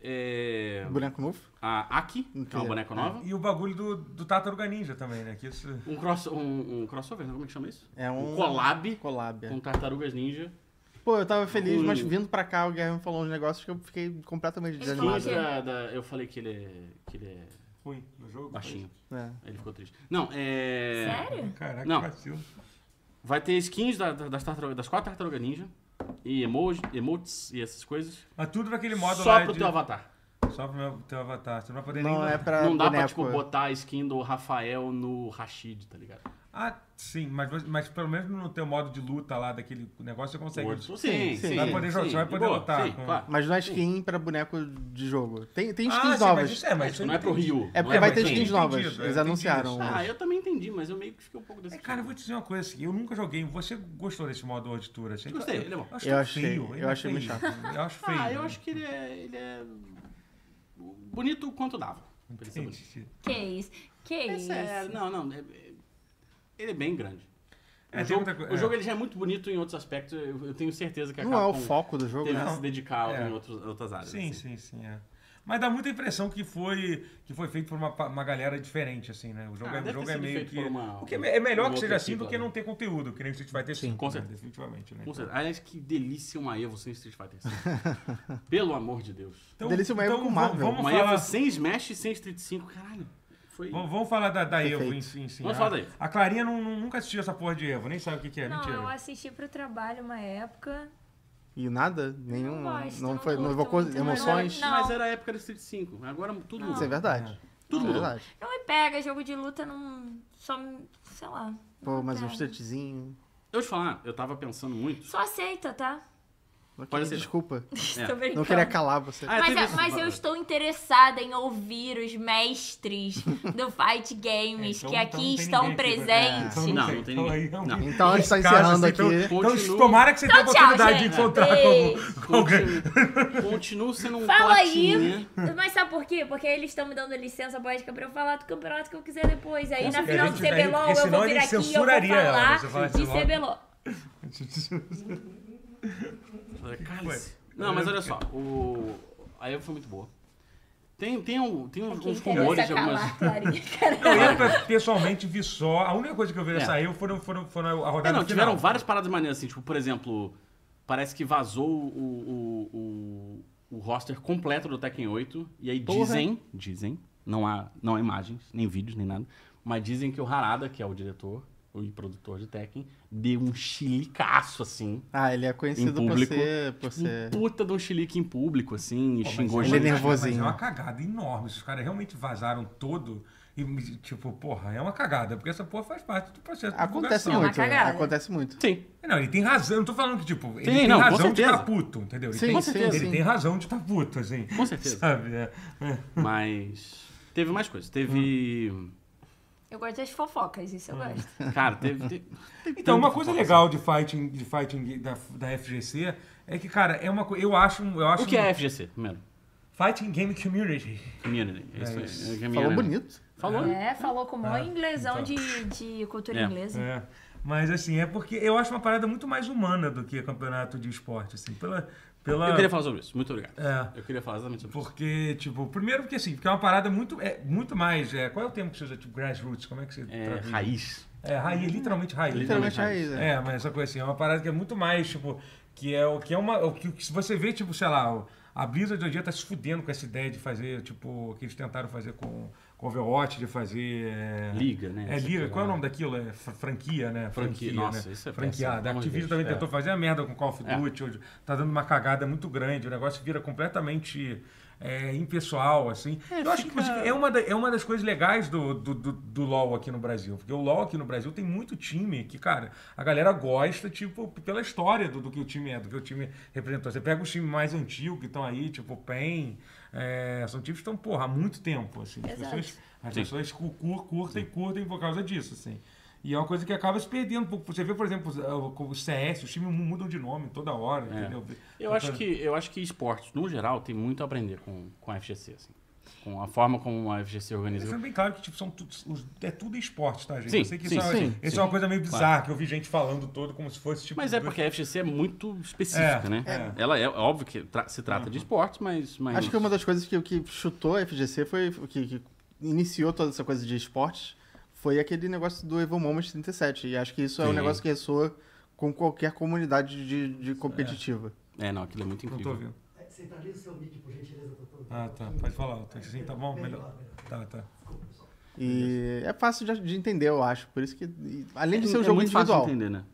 Speaker 4: É,
Speaker 3: Boneco novo.
Speaker 4: A Aki, que é uma
Speaker 3: Entendi.
Speaker 4: boneca nova.
Speaker 1: E o bagulho do, do Tartaruga Ninja também, né? Que isso...
Speaker 4: Um, cross, um, um crossover, né? como é que chama isso?
Speaker 3: É um.
Speaker 4: collab Um
Speaker 3: Collab, é.
Speaker 4: com Tartarugas Ninja.
Speaker 3: Pô, eu tava feliz,
Speaker 4: Um-
Speaker 3: mas vindo pra cá o Guilherme falou uns negócios que eu fiquei completamente
Speaker 2: Ele
Speaker 4: Que
Speaker 2: Claro.
Speaker 3: desanimado.
Speaker 2: falou
Speaker 4: entra da- eu falei que ele é, que ele é
Speaker 1: Ruim no jogo.
Speaker 4: baixinho.
Speaker 3: É.
Speaker 4: Aí ele ficou triste. Não, é...
Speaker 2: Sério?
Speaker 1: Caraca,
Speaker 4: Não.
Speaker 1: que vacilo.
Speaker 4: Vai ter skins da- da- das, tartaruga- das quatro Tartarugas Ninja. E emoji, emotes e essas coisas.
Speaker 1: Mas tudo naquele modo
Speaker 4: Só
Speaker 1: lá
Speaker 4: pro
Speaker 1: de...
Speaker 4: teu avatar.
Speaker 1: Só pro meu teu avatar. Você não vai poder
Speaker 3: Não
Speaker 1: nem...
Speaker 3: é pra
Speaker 4: Não dá
Speaker 3: boneco.
Speaker 4: pra, tipo, botar a skin do Rafael no Rashid, tá ligado?
Speaker 1: Ah, sim, mas, você- mas pelo menos no teu modo de luta lá daquele negócio você consegue.
Speaker 3: Sim,
Speaker 4: Sim,
Speaker 3: sim.
Speaker 1: Vai poder jogar, você vai
Speaker 4: de
Speaker 1: poder né?
Speaker 4: boa,
Speaker 1: lutar
Speaker 4: Sim,
Speaker 1: com-
Speaker 4: claro.
Speaker 3: Mas não é skin pra boneco de jogo. Tem, tem
Speaker 1: ah,
Speaker 3: skins
Speaker 1: sim,
Speaker 3: novas.
Speaker 1: Mas isso é, mas isso
Speaker 4: Não é pro Rio.
Speaker 3: É
Speaker 4: não
Speaker 3: porque vai
Speaker 1: mas
Speaker 3: ter
Speaker 1: eu
Speaker 3: skins
Speaker 4: pro Rio.
Speaker 1: entendi,
Speaker 3: novas.
Speaker 1: eu
Speaker 3: Eles
Speaker 1: entendi
Speaker 3: anunciaram.
Speaker 1: isso.
Speaker 4: Ah,
Speaker 3: hoje.
Speaker 4: eu também entendi, mas eu meio que fiquei um pouco desse.
Speaker 1: É, cara, eu vou te dizer uma coisa assim. Eu nunca joguei. Você gostou desse modo World Tour? Assim?
Speaker 4: Gostei, ele é bom.
Speaker 1: acho
Speaker 3: Eu
Speaker 1: tão
Speaker 3: achei-
Speaker 1: feio,
Speaker 3: eu
Speaker 1: ele é
Speaker 3: achei meio
Speaker 1: feio.
Speaker 3: chato.
Speaker 1: Eu acho feio.
Speaker 4: Ah,
Speaker 3: né?
Speaker 4: eu acho que ele é. Ele é. Bonito quanto dava. pra ele é ser bonito.
Speaker 1: Entendi.
Speaker 2: Que isso? Que
Speaker 4: É
Speaker 2: isso?
Speaker 4: sério, não, não. é- é- ele é bem grande.
Speaker 1: É,
Speaker 4: o
Speaker 1: tem
Speaker 4: jogo,
Speaker 1: muita coisa-
Speaker 4: o
Speaker 1: é.
Speaker 4: jogo ele já é muito bonito em outros aspectos. Eu, eu tenho certeza que a
Speaker 3: Não é o
Speaker 4: Capcom
Speaker 3: foco do jogo,
Speaker 4: teve
Speaker 3: né?
Speaker 4: que se dedicar
Speaker 1: É.
Speaker 4: em outros, outras áreas.
Speaker 1: Sim, sim,
Speaker 4: assim.
Speaker 1: sim, é. Mas dá muita impressão que foi, que foi feito por uma, pa- uma galera diferente, assim, né? O jogo,
Speaker 4: Ah,
Speaker 1: é, o
Speaker 4: deve
Speaker 1: jogo
Speaker 4: ter
Speaker 1: é
Speaker 4: sido
Speaker 1: meio
Speaker 4: feito
Speaker 1: que.
Speaker 4: por uma-
Speaker 1: o que é me- é melhor
Speaker 4: um
Speaker 1: que
Speaker 4: outro
Speaker 1: seja assim
Speaker 4: equipo,
Speaker 1: do que
Speaker 4: né?
Speaker 1: não ter conteúdo, que nem o Street Fighter
Speaker 3: Sim,
Speaker 1: V,
Speaker 4: com
Speaker 1: né?
Speaker 4: certeza.
Speaker 1: Definitivamente, né?
Speaker 4: Com certeza. Aliás, que delícia uma Evo sem Street Fighter 5. Pelo amor de Deus.
Speaker 1: Então,
Speaker 3: Delícia uma Evo
Speaker 1: então
Speaker 3: com
Speaker 1: va-
Speaker 3: Marvel.
Speaker 1: Vamos
Speaker 4: Uma
Speaker 1: falar,
Speaker 4: Evo sem Smash e sem Street 5. Caralho. Foi.
Speaker 1: vamos, vamos falar da, da Evo,
Speaker 3: Perfeito.
Speaker 1: enfim, sim.
Speaker 4: Vamos
Speaker 1: a,
Speaker 4: falar da Evo.
Speaker 1: A Clarinha não- não- nunca assistiu essa porra de Evo, nem sabe o que, que é,
Speaker 2: Não,
Speaker 1: mentira.
Speaker 2: eu assisti pro trabalho uma época.
Speaker 3: E nada? Nenhum.
Speaker 2: Não gosto,
Speaker 3: Não,
Speaker 2: não
Speaker 3: foi, não
Speaker 2: curto
Speaker 3: evocou
Speaker 2: muito,
Speaker 4: Mas era-
Speaker 3: emoções?
Speaker 2: Não.
Speaker 4: Mas era a época do Street 5. Agora tudo
Speaker 2: Não.
Speaker 3: Isso é
Speaker 4: mudou.
Speaker 3: verdade.
Speaker 4: Tudo
Speaker 3: É
Speaker 4: mudou.
Speaker 3: verdade.
Speaker 2: Não me pega, jogo de luta não. Só. me- sei lá.
Speaker 3: Pô,
Speaker 2: não
Speaker 3: mas um
Speaker 2: pega.
Speaker 3: streetzinho.
Speaker 4: Eu te falar, eu tava pensando muito.
Speaker 2: Só aceita, tá?
Speaker 3: Ok,
Speaker 4: ser.
Speaker 3: Desculpa.
Speaker 4: É.
Speaker 2: Tô brincando.
Speaker 3: Não queria calar você.
Speaker 4: Ah,
Speaker 2: Mas,
Speaker 4: teve
Speaker 2: é-
Speaker 4: isso.
Speaker 2: mas eu estou interessada em ouvir os mestres do Fight Games
Speaker 1: É, então-
Speaker 2: que aqui
Speaker 1: então
Speaker 2: estão
Speaker 1: não tem ninguém
Speaker 2: presentes.
Speaker 1: aqui,
Speaker 4: Não,
Speaker 1: né?
Speaker 4: não tem
Speaker 1: Então,
Speaker 4: ninguém.
Speaker 1: então aí,
Speaker 4: Não.
Speaker 3: Então a gente tá
Speaker 1: Esse caso,
Speaker 3: encerrando
Speaker 1: então-
Speaker 3: aqui.
Speaker 1: Então,
Speaker 4: Continua.
Speaker 1: tomara que você tenha a
Speaker 2: Então, tchau,
Speaker 1: oportunidade
Speaker 2: gente.
Speaker 1: de encontrar com,
Speaker 2: Beijo.
Speaker 1: com alguém.
Speaker 4: Continua- Continua sendo um
Speaker 2: Fala
Speaker 4: platinha.
Speaker 2: aí, mas sabe por quê? Porque eles estão me dando licença poética pra eu falar do campeonato que eu quiser depois. Aí
Speaker 1: Com
Speaker 2: na
Speaker 1: certeza. É,
Speaker 2: final
Speaker 1: A
Speaker 2: do
Speaker 1: gente daí-
Speaker 2: CBLOL
Speaker 1: porque
Speaker 2: eu
Speaker 1: senão
Speaker 2: vou
Speaker 1: a
Speaker 2: vir
Speaker 1: gente
Speaker 2: aqui e eu vou
Speaker 1: censuraria ela,
Speaker 2: falar
Speaker 1: você fala
Speaker 2: de
Speaker 1: assim logo.
Speaker 2: CBLOL.
Speaker 4: Cálice. Não, mas olha só, o... a Evo foi muito boa. Tem, tem, um, tem uns,
Speaker 2: Quem
Speaker 4: uns rumores de
Speaker 2: interessa
Speaker 4: algumas.
Speaker 2: calar, Clarinha.
Speaker 1: Eu, eu, pessoalmente vi só. A única coisa que eu vi
Speaker 4: É.
Speaker 1: dessa Evo foram, foram, foram a
Speaker 4: É,
Speaker 1: rodada
Speaker 4: não,
Speaker 1: do final.
Speaker 4: tiveram várias paradas maneiras, assim, tipo, por exemplo, parece que vazou o, o, o, o roster completo do Tekken 8, e aí
Speaker 3: Porra.
Speaker 4: dizem, dizem, não há, não há imagens, nem vídeos, nem nada, mas dizem que o Harada, que é o diretor o produtor de Tekken, deu um chilicaço, assim,
Speaker 3: Ah, ele é conhecido por
Speaker 4: público.
Speaker 3: ser. Por ser...
Speaker 4: um puta de um chilique em público, assim, e
Speaker 1: Pô, mas
Speaker 4: xingou
Speaker 1: é
Speaker 3: Ele é
Speaker 1: uma-
Speaker 4: gente.
Speaker 3: nervosinho.
Speaker 1: Mas é uma cagada enorme. Se os caras realmente vazaram todo. E, tipo, porra, é uma cagada. Porque essa porra faz parte do processo. de divulgação.
Speaker 3: Acontece
Speaker 2: É uma
Speaker 3: muito, né?
Speaker 2: cagada.
Speaker 3: acontece muito.
Speaker 4: Sim,
Speaker 1: Não, ele tem razão. Eu não tô falando que, tipo, ele
Speaker 4: Sim,
Speaker 1: tem
Speaker 4: não, com
Speaker 1: razão de
Speaker 4: certeza.
Speaker 1: estar puto, entendeu? Ele,
Speaker 3: Sim,
Speaker 1: tem,
Speaker 4: com
Speaker 3: sim,
Speaker 4: certeza.
Speaker 1: ele
Speaker 3: sim.
Speaker 1: tem razão de estar puto, assim.
Speaker 4: com certeza.
Speaker 1: Sabe? É. É.
Speaker 4: Mas teve mais coisas. Teve.
Speaker 2: Eu gosto das fofocas, isso eu
Speaker 1: Ah.
Speaker 2: gosto.
Speaker 4: Cara, teve. teve- teve
Speaker 1: Então, uma
Speaker 4: tanta
Speaker 1: coisa
Speaker 4: fofoca,
Speaker 1: legal de fighting, de fighting da, da FGC é que, cara, é uma coisa. Eu acho. um- Eu
Speaker 4: assim.
Speaker 1: acho
Speaker 4: O que
Speaker 1: um-
Speaker 4: é FGC? Primeiro.
Speaker 1: Fighting Game Community.
Speaker 4: Community. É isso aí.
Speaker 1: É isso.
Speaker 4: É community.
Speaker 3: Falou bonito.
Speaker 4: Falou.
Speaker 2: É, falou com o maior
Speaker 1: Ah,
Speaker 2: inglesão
Speaker 1: então.
Speaker 2: de, de cultura
Speaker 4: É.
Speaker 2: inglesa.
Speaker 1: É. Mas assim, é porque eu acho uma parada muito mais humana do que campeonato de esporte, assim, pela. pela
Speaker 4: Eu queria falar sobre isso. Muito obrigado.
Speaker 1: É.
Speaker 4: Eu queria falar exatamente sobre isso.
Speaker 1: Porque, tipo, primeiro porque assim, porque é uma parada muito, é, muito mais. É, qual é o termo que você usa? Tipo, grassroots, como é que você
Speaker 4: É,
Speaker 1: traduz?
Speaker 4: raiz.
Speaker 1: É, raiz, literalmente raiz.
Speaker 3: Literalmente
Speaker 4: Não,
Speaker 3: aí, né?
Speaker 1: É, mas essa coisa assim, é uma parada que é muito mais, tipo, que é o que é uma. O que, o que se você vê, tipo, sei lá, o- a Blizzard hoje em dia tá se fudendo com essa ideia de fazer, tipo, o que eles tentaram fazer com, com Overwatch, de fazer. é,
Speaker 4: Liga, né?
Speaker 1: É
Speaker 4: Essa
Speaker 1: liga,
Speaker 4: coisa
Speaker 1: qual é o
Speaker 4: lá.
Speaker 1: nome daquilo? É fr- franquia, né?
Speaker 4: Franquia, nossa, isso é péssimo,
Speaker 1: Franqueada.
Speaker 4: pelo
Speaker 1: A
Speaker 4: amor de
Speaker 1: Activision
Speaker 4: Deus.
Speaker 1: também tentou fazer a merda com Call of
Speaker 4: É.
Speaker 1: Duty, hoje tá dando uma cagada muito grande, o negócio vira completamente é, impessoal, assim. Eu acho que inclusive, é uma, da- é uma das coisas legais do, do, do, do LoL aqui no Brasil, porque o LoL aqui no Brasil tem muito time que, cara, a galera gosta, tipo, pela história do, do que o time é, do que o time representou. Você pega os times mais antigos que estão aí, tipo, o PEN, é, são times que estão, porra, há muito tempo, assim. As
Speaker 2: Exato.
Speaker 1: pessoas as
Speaker 4: Sim.
Speaker 1: pessoas cu- cur- curtem, curtem por causa disso, assim. E é uma coisa que acaba se perdendo. um pouco. Você vê, por exemplo, os- o- o CS, os times mu- mudam de nome toda hora,
Speaker 4: É.
Speaker 1: entendeu?
Speaker 4: Eu acho que, eu acho que esportes, no geral, tem muito a aprender com, com a FGC, assim. Com a forma como a FGC organiza.
Speaker 1: Deixando bem claro que tipo, são tudo, os- é tudo esporte, tá, gente?
Speaker 4: Sim,
Speaker 1: eu sei que
Speaker 4: sim,
Speaker 1: isso, é,
Speaker 4: sim,
Speaker 1: isso
Speaker 4: sim.
Speaker 1: é uma coisa meio
Speaker 4: Claro.
Speaker 1: bizarra, que eu vi gente falando todo como se fosse tipo.
Speaker 4: Mas é porque a FGC é muito específica,
Speaker 1: É,
Speaker 4: né?
Speaker 1: é. Uhum.
Speaker 4: Ela é, é óbvio que tra- se trata de esportes, mas, mas...
Speaker 3: Acho que é uma das coisas que, que chutou a FGC foi. Que, que iniciou toda essa coisa de esportes foi aquele negócio do Evo Moments 37. E acho que isso é um
Speaker 4: Sim.
Speaker 3: negócio que ressoa com qualquer comunidade de, de competitiva.
Speaker 4: É, não, aquilo é muito
Speaker 1: Não tô ouvindo.
Speaker 4: incrível.
Speaker 5: É, Centraliza o seu mic, por gentileza, doutor.
Speaker 1: Ah, tá. Pode falar, Alto. Assim, tá bom? Melhor. Tá, tá.
Speaker 5: Desculpa, pessoal.
Speaker 3: E é fácil de, de entender, eu acho. Por isso que. e- Além de
Speaker 4: É-
Speaker 3: ser um
Speaker 4: é
Speaker 3: jogo
Speaker 4: muito fácil
Speaker 3: individual.
Speaker 4: de entender, né?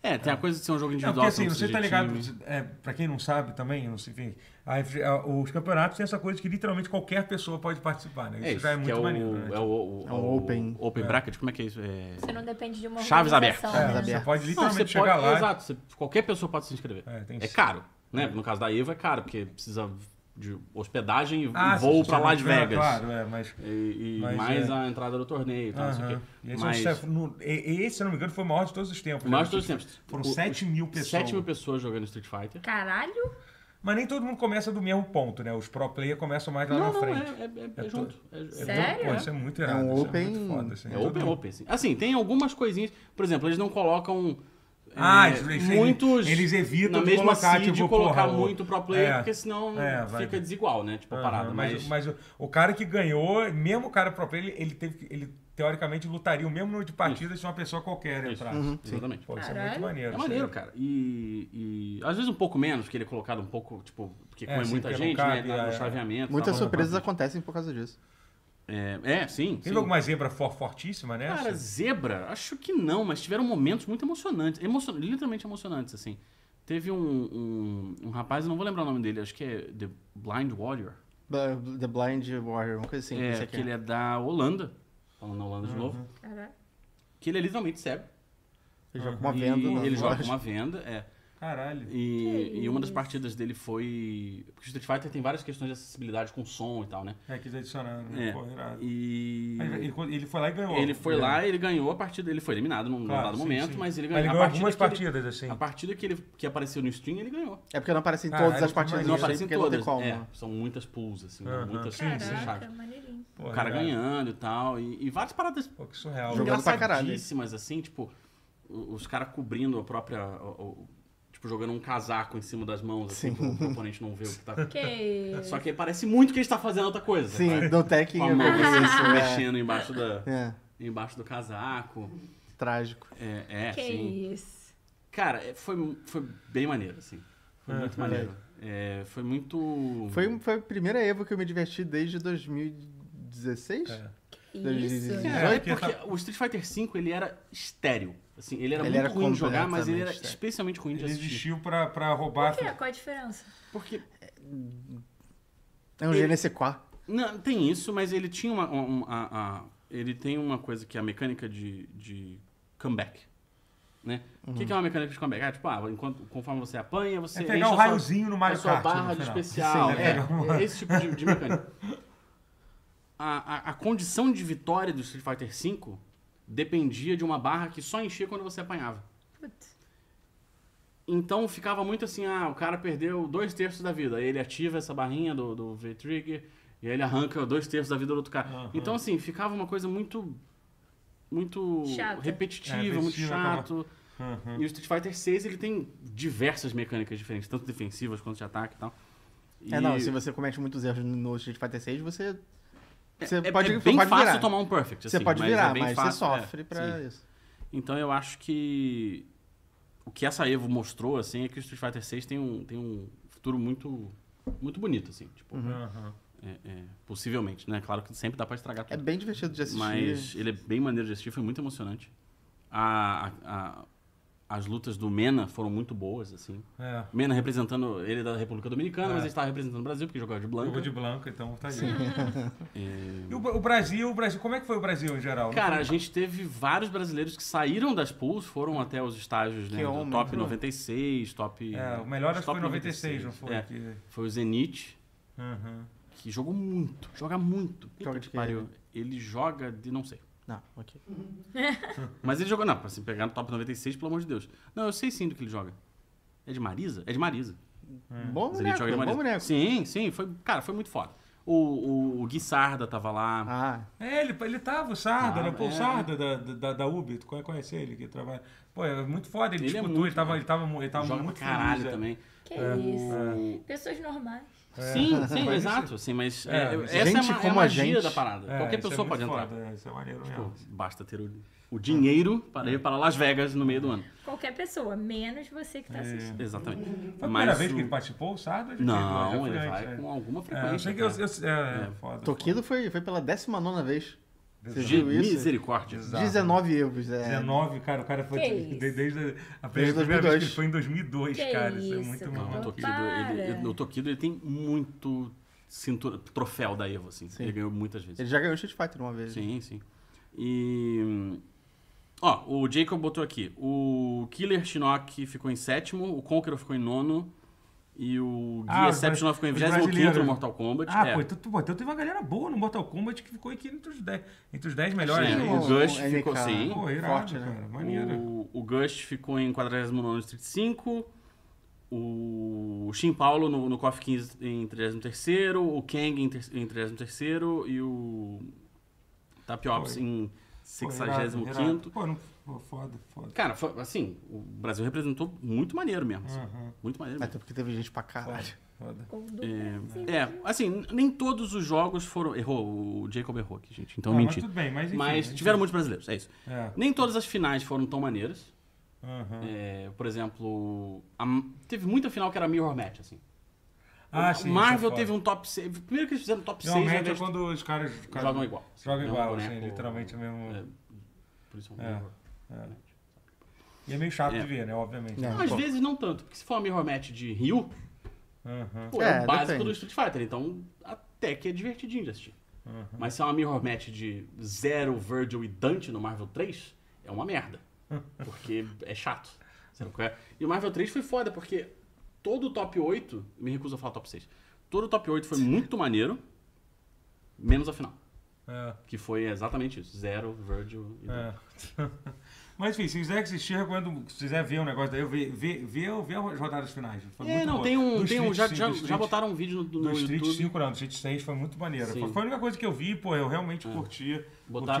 Speaker 4: É, tem a coisa de ser um jogo
Speaker 1: Não,
Speaker 4: individual.
Speaker 1: porque assim,
Speaker 4: que não
Speaker 1: você tá
Speaker 4: precisa de
Speaker 1: ligado,
Speaker 4: time.
Speaker 1: é, pra quem não sabe também, não sei, enfim, a FG a- os campeonatos têm essa coisa que literalmente qualquer pessoa pode participar, né? Isso,
Speaker 4: É isso,
Speaker 1: já é
Speaker 4: que
Speaker 1: muito
Speaker 4: é o,
Speaker 1: maneiro, né?
Speaker 4: é o, o-
Speaker 3: É o
Speaker 4: o-
Speaker 3: open.
Speaker 4: Open bracket, como é que é isso? É...
Speaker 2: Você não depende de uma
Speaker 4: Chaves
Speaker 2: organização, né?
Speaker 3: abertas. Chaves
Speaker 1: Você
Speaker 3: aberto.
Speaker 1: pode
Speaker 4: Não, Ah, você
Speaker 1: literalmente
Speaker 4: pode,
Speaker 1: chegar lá.
Speaker 4: exato, você- qualquer pessoa pode se inscrever.
Speaker 1: É, tem
Speaker 4: É,
Speaker 1: isso.
Speaker 4: caro, né? No caso da Eva é caro, porque precisa de hospedagem e
Speaker 1: Ah, se
Speaker 4: voo
Speaker 1: você
Speaker 4: pra
Speaker 1: não
Speaker 4: Las
Speaker 1: tiver,
Speaker 4: Vegas.
Speaker 1: Claro, é, mas.
Speaker 4: E, e
Speaker 1: Mas
Speaker 4: mais
Speaker 1: é.
Speaker 4: a entrada do torneio e tal, não sei o
Speaker 1: Aham.
Speaker 4: quê.
Speaker 1: E esse, é um
Speaker 4: Mas
Speaker 1: sucesso no- e- esse, se não me engano, foi o maior de todos os tempos.
Speaker 4: O maior
Speaker 1: né?
Speaker 4: de todos os tempos.
Speaker 1: Foram
Speaker 4: O-
Speaker 1: 7 mil pessoas.
Speaker 4: 7 mil pessoas jogando Street Fighter.
Speaker 2: Caralho!
Speaker 1: Mas nem todo mundo começa do mesmo ponto, né? Os pro player começam mais lá
Speaker 4: não,
Speaker 1: na
Speaker 4: não,
Speaker 1: frente.
Speaker 4: é, é- é
Speaker 1: É
Speaker 4: junto. É, é-
Speaker 1: Então,
Speaker 2: Sério?
Speaker 1: pô, isso é muito
Speaker 3: É
Speaker 1: errado.
Speaker 3: um
Speaker 1: isso
Speaker 3: open-
Speaker 1: É, muito foda, assim.
Speaker 4: É open, open. Assim. assim, tem algumas coisinhas. Por exemplo, eles não colocam. é,
Speaker 1: Ah, eles- eles-
Speaker 4: muitos
Speaker 1: eles evitam
Speaker 4: na
Speaker 1: de
Speaker 4: mesma
Speaker 1: colocar,
Speaker 4: seed
Speaker 1: tipo,
Speaker 4: colocar
Speaker 1: porra, o-
Speaker 4: muito pro player,
Speaker 1: é.
Speaker 4: porque senão
Speaker 1: É, vai-
Speaker 4: fica desigual, né? Tipo, a
Speaker 1: Aham,
Speaker 4: parada.
Speaker 1: mas,
Speaker 4: Mas,
Speaker 1: mas o, o cara que ganhou, mesmo o cara próprio, ele, ele teve que- ele teoricamente lutaria o mesmo número de partidas se uma pessoa qualquer
Speaker 4: Isso,
Speaker 1: entrasse.
Speaker 3: Uhum.
Speaker 4: exatamente.
Speaker 1: Pô, isso é
Speaker 2: Caralho.
Speaker 1: muito maneiro.
Speaker 4: É maneiro,
Speaker 1: sério.
Speaker 4: cara. E, e às vezes um pouco menos, porque ele é colocado um pouco, tipo, porque
Speaker 1: É,
Speaker 4: como é
Speaker 1: sim,
Speaker 4: muita
Speaker 1: porque
Speaker 4: gente,
Speaker 1: não cabe,
Speaker 4: né? Tá no
Speaker 1: é.
Speaker 4: chaveamento.
Speaker 3: Muitas
Speaker 4: tá rolando
Speaker 3: surpresas
Speaker 4: bastante.
Speaker 3: acontecem por causa disso.
Speaker 4: É, é, sim.
Speaker 1: Teve
Speaker 4: sim.
Speaker 1: alguma zebra for- fortíssima nessa?
Speaker 4: Cara, zebra, acho que não, mas tiveram momentos muito emocionantes. Emocion... Literalmente emocionantes, assim. Teve um, um, um rapaz, eu não vou lembrar o nome dele, acho que é The Blind Warrior.
Speaker 3: The Blind Warrior, uma coisa assim.
Speaker 4: é,
Speaker 3: esse
Speaker 4: que
Speaker 3: aqui.
Speaker 4: ele é da Holanda. Falando na Holanda
Speaker 1: Uhum.
Speaker 4: de novo.
Speaker 2: Caralho.
Speaker 4: Que ele é literalmente cego.
Speaker 3: Ele joga com uma
Speaker 4: e
Speaker 3: venda. né? na
Speaker 4: ele joga com
Speaker 3: loja.
Speaker 4: uma venda, é.
Speaker 1: Caralho.
Speaker 4: E,
Speaker 2: Que
Speaker 4: e uma das
Speaker 2: isso.
Speaker 4: partidas dele foi. Porque o Street Fighter tem várias questões de acessibilidade com som e tal, né?
Speaker 1: É, quis adicionar. né?
Speaker 4: É.
Speaker 1: Pô, irado.
Speaker 4: E.
Speaker 1: Mas Ele, ele foi lá e ganhou.
Speaker 4: Ele foi lá, ele ganhou a partida. Ele foi eliminado num
Speaker 1: Claro,
Speaker 4: um dado
Speaker 1: sim,
Speaker 4: momento,
Speaker 1: sim.
Speaker 4: mas ele
Speaker 1: Mas ele
Speaker 4: ganhou. a
Speaker 1: ganhou
Speaker 4: partida
Speaker 1: algumas
Speaker 4: que ele-
Speaker 1: partidas, assim.
Speaker 4: A partida que, ele, que apareceu no stream, ele ganhou.
Speaker 3: É porque não aparecem
Speaker 1: Caralho,
Speaker 3: todas as partidas
Speaker 1: que
Speaker 4: Ah, Não
Speaker 1: Isso,
Speaker 3: do
Speaker 4: aparecem
Speaker 3: porque não tem
Speaker 4: todas.
Speaker 3: como.
Speaker 4: é,
Speaker 3: né?
Speaker 4: são muitas pools, assim, né?
Speaker 1: Aham.
Speaker 4: muitas
Speaker 1: Sim,
Speaker 4: coisas
Speaker 1: sim.
Speaker 2: Caraca,
Speaker 4: chaves.
Speaker 2: maneirinho.
Speaker 1: Pô,
Speaker 4: O cara
Speaker 1: irado.
Speaker 4: ganhando e tal. E, e várias paradas
Speaker 1: Pô, que surreal.
Speaker 3: Jogando pra caralho.
Speaker 4: engraçadíssimas, assim, tipo, o- os caras cobrindo a própria. o- o- tipo, jogando um casaco em cima das mãos, assim, pro, pro oponente não ver o que tá.
Speaker 2: Que
Speaker 4: Só que parece muito que ele está fazendo outra coisa.
Speaker 3: Sim,
Speaker 4: sabe?
Speaker 3: no Tech
Speaker 4: Com a
Speaker 3: eu
Speaker 4: mão
Speaker 3: vejo
Speaker 4: assim,
Speaker 3: isso,
Speaker 4: se
Speaker 3: é.
Speaker 4: mexendo embaixo, da,
Speaker 3: É,
Speaker 4: embaixo do casaco.
Speaker 3: trágico.
Speaker 4: É, é
Speaker 2: que
Speaker 4: assim.
Speaker 2: isso.
Speaker 4: Cara, é, foi, foi bem maneiro, assim. Foi muito maneiro. É, foi muito.
Speaker 3: Foi, um foi a primeira Evo que eu me diverti desde 2016?
Speaker 1: É.
Speaker 2: Isso.
Speaker 3: É,
Speaker 4: É,
Speaker 1: porque
Speaker 4: porque o Street Fighter V ele era estéreo. Assim, ele era
Speaker 3: Ele
Speaker 4: muito
Speaker 3: era
Speaker 4: ruim de jogar, mas ele era
Speaker 3: completamente estéreo.
Speaker 4: especialmente ruim de
Speaker 1: Ele
Speaker 4: assistir.
Speaker 1: existiu pra, pra roubar.
Speaker 2: Que, qual a diferença?
Speaker 4: Porque
Speaker 3: É um GNC4.
Speaker 4: não, tem isso, mas ele tinha uma. uma- uma- a- a- ele tem uma coisa que é a mecânica de, de comeback. Né? O que, que é uma mecânica de comeback? Ah, tipo, ah, enquanto, conforme você apanha, você.
Speaker 1: Uhum. É pegar
Speaker 4: enche
Speaker 1: um
Speaker 4: a sua-
Speaker 1: raiozinho no Mario
Speaker 4: a sua
Speaker 1: Kart,
Speaker 4: barra
Speaker 1: no
Speaker 4: de
Speaker 1: final.
Speaker 4: especial.
Speaker 3: Sim,
Speaker 4: é,
Speaker 1: pegar um-
Speaker 4: é esse tipo de, de mecânica. A, a- a condição de vitória do Street Fighter V dependia de uma barra que só enchia quando você apanhava.
Speaker 2: Putz.
Speaker 4: Então ficava muito assim, ah, o cara perdeu dois terços da vida. Aí ele ativa essa barrinha do, do V-Trigger e aí ele arranca dois terços da vida do outro cara.
Speaker 1: Aham.
Speaker 4: Então, assim, ficava uma coisa muito. Muito
Speaker 2: Chata.
Speaker 1: É,
Speaker 4: repetitiva, muito
Speaker 1: repetitiva, acaba-
Speaker 4: chato.
Speaker 1: Aham.
Speaker 4: E o Street Fighter 6 ele tem diversas mecânicas diferentes, tanto defensivas quanto de ataque e tal.
Speaker 3: É, não,
Speaker 4: E-
Speaker 3: se você comete muitos erros no Street Fighter 6, você. Você
Speaker 4: é,
Speaker 3: pode,
Speaker 4: é
Speaker 3: você
Speaker 4: bem
Speaker 3: pode
Speaker 4: fácil
Speaker 3: virar.
Speaker 4: tomar um perfect.
Speaker 3: você
Speaker 4: assim,
Speaker 3: pode virar,
Speaker 4: é bem
Speaker 3: mas
Speaker 4: fácil,
Speaker 3: você sofre
Speaker 4: é,
Speaker 3: pra
Speaker 4: sim.
Speaker 3: isso.
Speaker 4: Então eu acho que o que essa Evo mostrou assim é que o Street Fighter 6 tem um, tem um futuro muito muito bonito assim, tipo,
Speaker 3: Uhum.
Speaker 1: Aham.
Speaker 4: É, é, possivelmente, né? Claro que sempre dá pra estragar
Speaker 3: É
Speaker 4: tudo.
Speaker 3: bem divertido de assistir.
Speaker 4: mas ele é bem maneiro de assistir, foi muito emocionante. A- a- a- as lutas do Mena foram muito boas, assim.
Speaker 1: É.
Speaker 4: Mena representando. Ele é da República Dominicana,
Speaker 1: É.
Speaker 4: mas ele estava representando o Brasil, porque jogava de
Speaker 1: Jogou
Speaker 4: Blanca.
Speaker 1: de branco, então tá aí.
Speaker 4: É,
Speaker 1: E o, o Brasil, o Brasil, como é que foi o Brasil em geral? Não
Speaker 4: Cara,
Speaker 1: foi-
Speaker 4: a gente teve vários brasileiros que saíram das pools, foram até os estágios, né?
Speaker 3: Que
Speaker 4: do
Speaker 3: homem,
Speaker 4: top
Speaker 3: né?
Speaker 4: 96, top.
Speaker 1: É, o melhor acho que
Speaker 4: top
Speaker 1: foi 96, não foi?
Speaker 4: É,
Speaker 1: Que-
Speaker 4: foi o Zenit,
Speaker 1: Aham.
Speaker 4: que jogou muito, joga muito.
Speaker 3: Joga
Speaker 4: Puta
Speaker 3: de
Speaker 4: que
Speaker 3: quê?
Speaker 4: pariu. Ele joga de não sei.
Speaker 3: Não, ok.
Speaker 4: Mas ele jogou. Não, pra se pegar no top 96, pelo amor de Deus. Não, eu sei sim do que ele joga. É de Marisa? É de Marisa.
Speaker 3: Bom
Speaker 4: Zenit
Speaker 3: boneco, é
Speaker 4: joga de
Speaker 3: bom
Speaker 4: Marisa.
Speaker 3: boneco.
Speaker 4: Sim, sim, foi. Cara, foi muito foda. O, o, o Gui Sarda tava lá.
Speaker 3: Ah,
Speaker 1: É, ele, ele tava, o Sarda,
Speaker 4: Ah,
Speaker 1: né? Pô,
Speaker 4: é.
Speaker 1: o Sarda da, da, da Ubi, tu conhe- conhece ele que trabalha. Pô, é muito foda, ele,
Speaker 4: Ele é
Speaker 1: disputou,
Speaker 4: muito
Speaker 1: ele tava,
Speaker 4: bom.
Speaker 1: ele tava, mu- ele tava
Speaker 4: joga
Speaker 1: Tá muito
Speaker 4: pra caralho
Speaker 1: feliz, é.
Speaker 4: também.
Speaker 2: Que isso.
Speaker 4: O-
Speaker 2: Pessoas normais.
Speaker 4: Sim, sim, exato. Sim, mas é,
Speaker 1: É,
Speaker 4: eu-
Speaker 1: gente
Speaker 4: essa é, uma, é a
Speaker 3: como a
Speaker 4: magia
Speaker 3: gente.
Speaker 4: da parada.
Speaker 1: É,
Speaker 4: Qualquer
Speaker 1: isso é muito
Speaker 4: pessoa pode entrar. Tipo,
Speaker 1: foda, é, Isso é maneiro
Speaker 4: Pô,
Speaker 1: mesmo.
Speaker 4: basta ter o, o dinheiro para ir para Las Vegas no meio do ano.
Speaker 2: Qualquer pessoa, menos você
Speaker 4: É.
Speaker 2: que tá assistindo.
Speaker 4: Exatamente.
Speaker 1: Foi a primeira
Speaker 4: Mas
Speaker 1: vez que
Speaker 4: o-
Speaker 1: ele participou, o Sarda? Já teve, já
Speaker 4: Não,
Speaker 1: foi
Speaker 4: ele
Speaker 1: antes,
Speaker 4: vai
Speaker 1: é.
Speaker 4: com alguma frequência.
Speaker 1: É, eu sei que eu,
Speaker 4: cara.
Speaker 1: eu- é, é, foda.
Speaker 3: Tokido foi, foi pela 19 vez. Você
Speaker 4: De
Speaker 3: viu isso?
Speaker 4: misericórdia.
Speaker 1: Exato.
Speaker 3: 19 euros. É.
Speaker 1: 19, cara, o cara foi
Speaker 2: Que
Speaker 1: desde,
Speaker 2: isso.
Speaker 1: desde a, a primeira,
Speaker 3: Desde
Speaker 1: vez que
Speaker 3: 2002.
Speaker 1: ele foi em 2002,
Speaker 2: Que
Speaker 1: cara. Isso, é
Speaker 2: isso,
Speaker 1: muito
Speaker 2: cara.
Speaker 4: Não, o
Speaker 1: maluco.
Speaker 4: Tokido, ele,
Speaker 2: Para.
Speaker 4: ele- o Tokido, ele tem muito cintura, troféu da Evo, assim.
Speaker 3: Sim.
Speaker 4: Ele ganhou muitas vezes.
Speaker 3: Ele já ganhou Street Fighter uma vez.
Speaker 1: Né?
Speaker 4: Sim, sim. E. Ó, o Jacob botou aqui. O Killer Shinnok ficou em sétimo, o Conqueror ficou em nono. E o Guia
Speaker 1: Ah, os
Speaker 4: Exceptional ficou em
Speaker 1: os
Speaker 4: 25
Speaker 1: brasileiros.
Speaker 4: no Mortal Kombat.
Speaker 1: Ah,
Speaker 4: é.
Speaker 1: pô, então, tu- pô, então teve uma galera boa no Mortal Kombat que ficou aqui entre os 10, entre os 10 melhores.
Speaker 4: Sim,
Speaker 1: né?
Speaker 4: o
Speaker 3: o-
Speaker 4: Gush
Speaker 3: o NK.
Speaker 4: ficou assim, sim.
Speaker 1: Pô, irado,
Speaker 3: Forte, né?
Speaker 1: cara. Maneiro.
Speaker 4: O, o Gush ficou em 49 Street 5. o Shin Paulo no, no KOF 15 em 33 o Kang em, ter, em 33 e o Tapiops
Speaker 1: Foi.
Speaker 4: em
Speaker 1: Pô, irado, irado.
Speaker 4: 65
Speaker 1: Pô, não, pô, foda, foda.
Speaker 4: Cara, foi, assim, o Brasil representou muito maneiro mesmo. assim.
Speaker 1: Aham,
Speaker 4: Muito maneiro mesmo.
Speaker 3: Até É, porque teve gente pra caralho.
Speaker 1: foda.
Speaker 2: Gol do Brasil.
Speaker 4: É, é, assim, n- nem todos os jogos foram. Errou, o Jacob errou aqui, gente. Então
Speaker 1: Ah, mas
Speaker 4: menti.
Speaker 1: tudo bem, mas enfim.
Speaker 4: Mas
Speaker 1: enfim.
Speaker 4: tiveram muitos brasileiros, é isso.
Speaker 1: É,
Speaker 4: Nem todas as finais foram tão maneiras.
Speaker 1: aham.
Speaker 4: É, por exemplo, a- teve muita final que era Mirror Match, assim.
Speaker 1: Ah,
Speaker 4: O
Speaker 1: sim, isso é
Speaker 4: Marvel
Speaker 1: foda.
Speaker 4: teve um top 6. Primeiro que eles fizeram top 6,
Speaker 1: Realmente é quando os caras, os caras
Speaker 4: jogam um igual.
Speaker 1: Jogam
Speaker 4: Mesmo
Speaker 1: igual,
Speaker 4: boneco,
Speaker 1: assim, literalmente o mesmo.
Speaker 4: é, por isso é um
Speaker 1: É,
Speaker 4: Mirror
Speaker 1: é.
Speaker 4: Match.
Speaker 1: E é meio chato
Speaker 4: É.
Speaker 1: de ver, né? Obviamente.
Speaker 3: Não.
Speaker 4: Não, Às
Speaker 3: pô.
Speaker 4: vezes não tanto, porque se for uma Mirror Match de Rio,
Speaker 1: Aham,
Speaker 4: pô, é,
Speaker 3: É,
Speaker 4: o básico
Speaker 3: depende.
Speaker 4: do Street Fighter, então até que é divertidinho de assistir.
Speaker 1: aham.
Speaker 4: Mas se é uma mirror match de Zero, Virgil e Dante no Marvel 3, é uma merda. Porque é chato. Sabe qual é? E o Marvel 3 foi foda, porque todo o top 8, me recuso a falar top 6, todo o top 8 foi muito maneiro, menos a final.
Speaker 1: É,
Speaker 4: Que foi exatamente isso. Zero, Virgil e Dante.
Speaker 1: é. Mas enfim, se quiser assistir, recomendo. Se quiser ver um negócio daí, vê, vê, vê, vê as rodadas finais. Foi
Speaker 4: É,
Speaker 1: muito
Speaker 4: não,
Speaker 1: boa.
Speaker 4: tem um.
Speaker 1: Do
Speaker 4: Tem um
Speaker 1: Street cinco,
Speaker 4: já, já,
Speaker 1: do
Speaker 4: já
Speaker 1: Street-
Speaker 4: botaram um vídeo no, no
Speaker 1: Do Street
Speaker 4: YouTube.
Speaker 1: 5 não, do Street 6 foi muito maneiro.
Speaker 4: Sim. É.
Speaker 1: Foi foi a única coisa que eu vi, pô, eu realmente curti.
Speaker 4: Botaram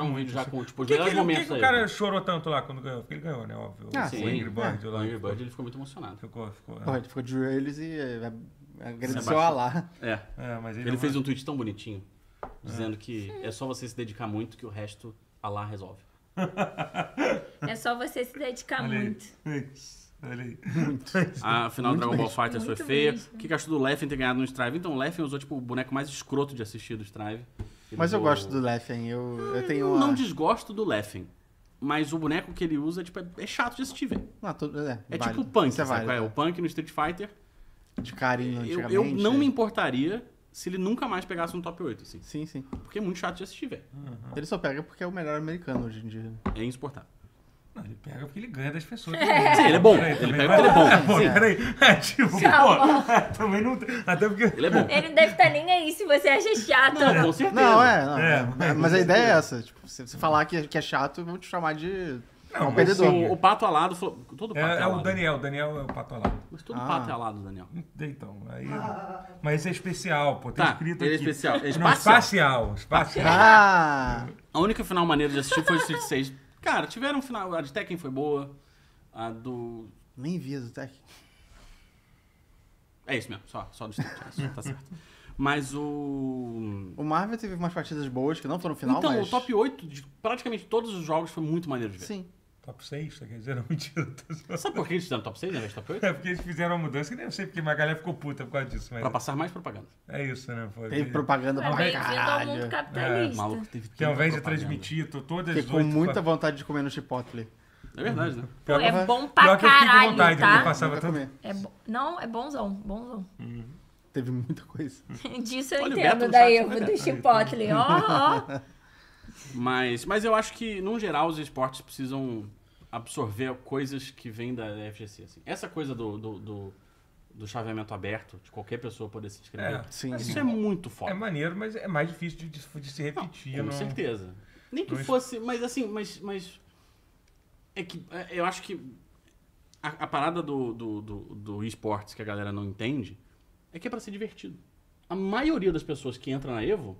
Speaker 1: curti
Speaker 4: um vídeo
Speaker 1: muito,
Speaker 4: já
Speaker 1: assim.
Speaker 4: com
Speaker 1: O
Speaker 4: tipo, os
Speaker 1: que, que,
Speaker 4: melhores
Speaker 1: ele- o que,
Speaker 4: momentos
Speaker 1: que o
Speaker 4: aí. né?
Speaker 1: cara chorou tanto lá quando ganhou? Porque ele ganhou, né? Óbvio.
Speaker 3: Ah,
Speaker 1: O
Speaker 4: Sim,
Speaker 1: Angry Bird
Speaker 4: é,
Speaker 1: lá.
Speaker 4: o Angry Bird ele ficou muito emocionado.
Speaker 1: Ficou, ficou.
Speaker 3: Pô,
Speaker 1: É,
Speaker 3: ele ficou de joelhos e é, agradeceu
Speaker 4: Sebastião.
Speaker 3: a lá.
Speaker 4: É.
Speaker 1: É, mas ele,
Speaker 4: Ele fez um tweet tão bonitinho, dizendo que é só você se dedicar muito que o resto Allah resolve.
Speaker 2: É só você se dedicar
Speaker 1: Olha aí.
Speaker 2: muito.
Speaker 1: Isso, Olha aí.
Speaker 4: A final Ah, Dragon Ball Fighters foi
Speaker 2: Muito
Speaker 4: feia.
Speaker 2: mesmo.
Speaker 4: O que gastou do Leffen ter ganhado no Strive? Então o Leffen usou tipo o boneco mais escroto de assistir do Strive. Ele
Speaker 3: Mas eu
Speaker 4: usou-
Speaker 3: gosto do Leffen, eu, eu tenho
Speaker 4: Eu
Speaker 3: uma...
Speaker 4: não desgosto do Leffen. Mas o boneco que ele usa, tipo, é, é chato de assistir, velho.
Speaker 3: Ah, tudo- é,
Speaker 4: É
Speaker 3: vale.
Speaker 4: tipo o Punk,
Speaker 3: Isso é
Speaker 4: sabe? qual é?
Speaker 3: válido.
Speaker 4: O Punk no Street Fighter.
Speaker 3: De carinho,
Speaker 4: Eu,
Speaker 3: antigamente.
Speaker 4: eu não me
Speaker 3: é.
Speaker 4: importaria se ele nunca mais pegasse um top 8, assim.
Speaker 3: Sim, sim.
Speaker 4: Porque é muito chato de assistir, velho.
Speaker 1: Ah.
Speaker 3: Ele só pega porque é o melhor americano hoje em dia. né?
Speaker 4: É insuportável.
Speaker 1: Não, ele pega porque ele ganha das pessoas.
Speaker 4: Sim, ele é bom.
Speaker 1: Peraí,
Speaker 4: Ele
Speaker 1: também
Speaker 4: pega
Speaker 1: vai-
Speaker 4: porque ele é bom.
Speaker 1: Pô,
Speaker 3: Sim.
Speaker 1: peraí. É, tipo, pô, também não tem. Até porque.
Speaker 4: Ele é bom.
Speaker 2: Ele não deve estar nem aí se você é acha chato.
Speaker 4: Não, com certeza.
Speaker 3: Não, é, não,
Speaker 1: É,
Speaker 3: é.
Speaker 1: mas-
Speaker 3: Mas a ideia é essa. Tipo, se você falar que, que é chato, vão te chamar de.
Speaker 1: Não,
Speaker 3: é um
Speaker 1: mas
Speaker 3: perdedor.
Speaker 1: sim,
Speaker 4: O, o pato alado falou. Todo pato
Speaker 1: É,
Speaker 4: é,
Speaker 1: é
Speaker 4: alado.
Speaker 1: o Daniel, o Daniel é o pato alado.
Speaker 4: Mas todo
Speaker 3: Ah.
Speaker 4: pato é alado, Daniel.
Speaker 1: Então, aí. Mas esse é especial, pô, tem
Speaker 4: Tá,
Speaker 1: escrito
Speaker 4: ele é
Speaker 1: aqui.
Speaker 4: especial, é
Speaker 1: Não, espacial.
Speaker 4: espacial.
Speaker 1: Espacial.
Speaker 3: Ah!
Speaker 4: A única final maneira de assistir foi o Street 6. Cara, tiveram um final. A de Tekken foi boa. A do.
Speaker 3: Nem vi a Zutec.
Speaker 4: É isso mesmo, só, só do Street. é isso, tá certo. Mas o.
Speaker 3: O Marvel teve umas partidas boas que não foram final,
Speaker 4: então,
Speaker 3: mas.
Speaker 4: o top 8 de praticamente todos os jogos foi muito maneiro
Speaker 2: um.
Speaker 4: de ver.
Speaker 3: Sim.
Speaker 1: Top 6, tá quer dizer? Não, mentira. tô zoando.
Speaker 4: Sabe por que eles fizeram top 6 ao invés de top 8?
Speaker 1: É porque eles fizeram uma mudança que nem eu sei porque, mas a galera ficou puta por causa disso. Mas
Speaker 4: Pra passar mais propaganda.
Speaker 1: é isso, né? Pô,
Speaker 3: Teve
Speaker 1: que-
Speaker 3: propaganda pra
Speaker 2: Bem-vindo ao um mundo
Speaker 3: caralho.
Speaker 1: É,
Speaker 4: O
Speaker 2: capitalista.
Speaker 4: maluco teve
Speaker 1: Que ao
Speaker 4: tanta
Speaker 1: invés de
Speaker 4: propaganda.
Speaker 1: transmitir to- todas
Speaker 3: Fiquei
Speaker 1: as
Speaker 3: com
Speaker 1: oito
Speaker 3: muita
Speaker 1: fa-
Speaker 3: vontade de comer no Chipotle.
Speaker 4: É verdade, né?
Speaker 2: Pô, é bom pra
Speaker 1: Pior que eu fiquei com
Speaker 2: caralho,
Speaker 1: vontade, porque eu
Speaker 2: tá?
Speaker 1: passava
Speaker 3: Nunca
Speaker 1: tanto.
Speaker 3: comer.
Speaker 2: É bo- Não, é bonzão, bonzão.
Speaker 3: Teve muita coisa.
Speaker 2: Hum. Disso eu
Speaker 4: Olha o Beto
Speaker 2: entendo
Speaker 4: no
Speaker 2: da
Speaker 4: chat, né?
Speaker 2: Evo,
Speaker 4: olha o
Speaker 2: do Chipotle. Ó, ó.
Speaker 4: Mas, mas eu acho que, num geral, os esportes precisam absorver coisas que vêm da FGC. assim. Essa coisa do, do, do, do chaveamento aberto, de qualquer pessoa poder se inscrever,
Speaker 1: É.
Speaker 3: Sim.
Speaker 4: isso é muito foda.
Speaker 1: É maneiro, mas é mais difícil de, de- de se repetir.
Speaker 4: Com
Speaker 1: não- é?
Speaker 4: certeza. Nem que
Speaker 1: não- é
Speaker 4: fosse, mas assim, mas. mas é que é, eu acho que a, a parada do, do, do, do esportes que a galera não entende é que é pra ser divertido. A maioria das pessoas que entra na Evo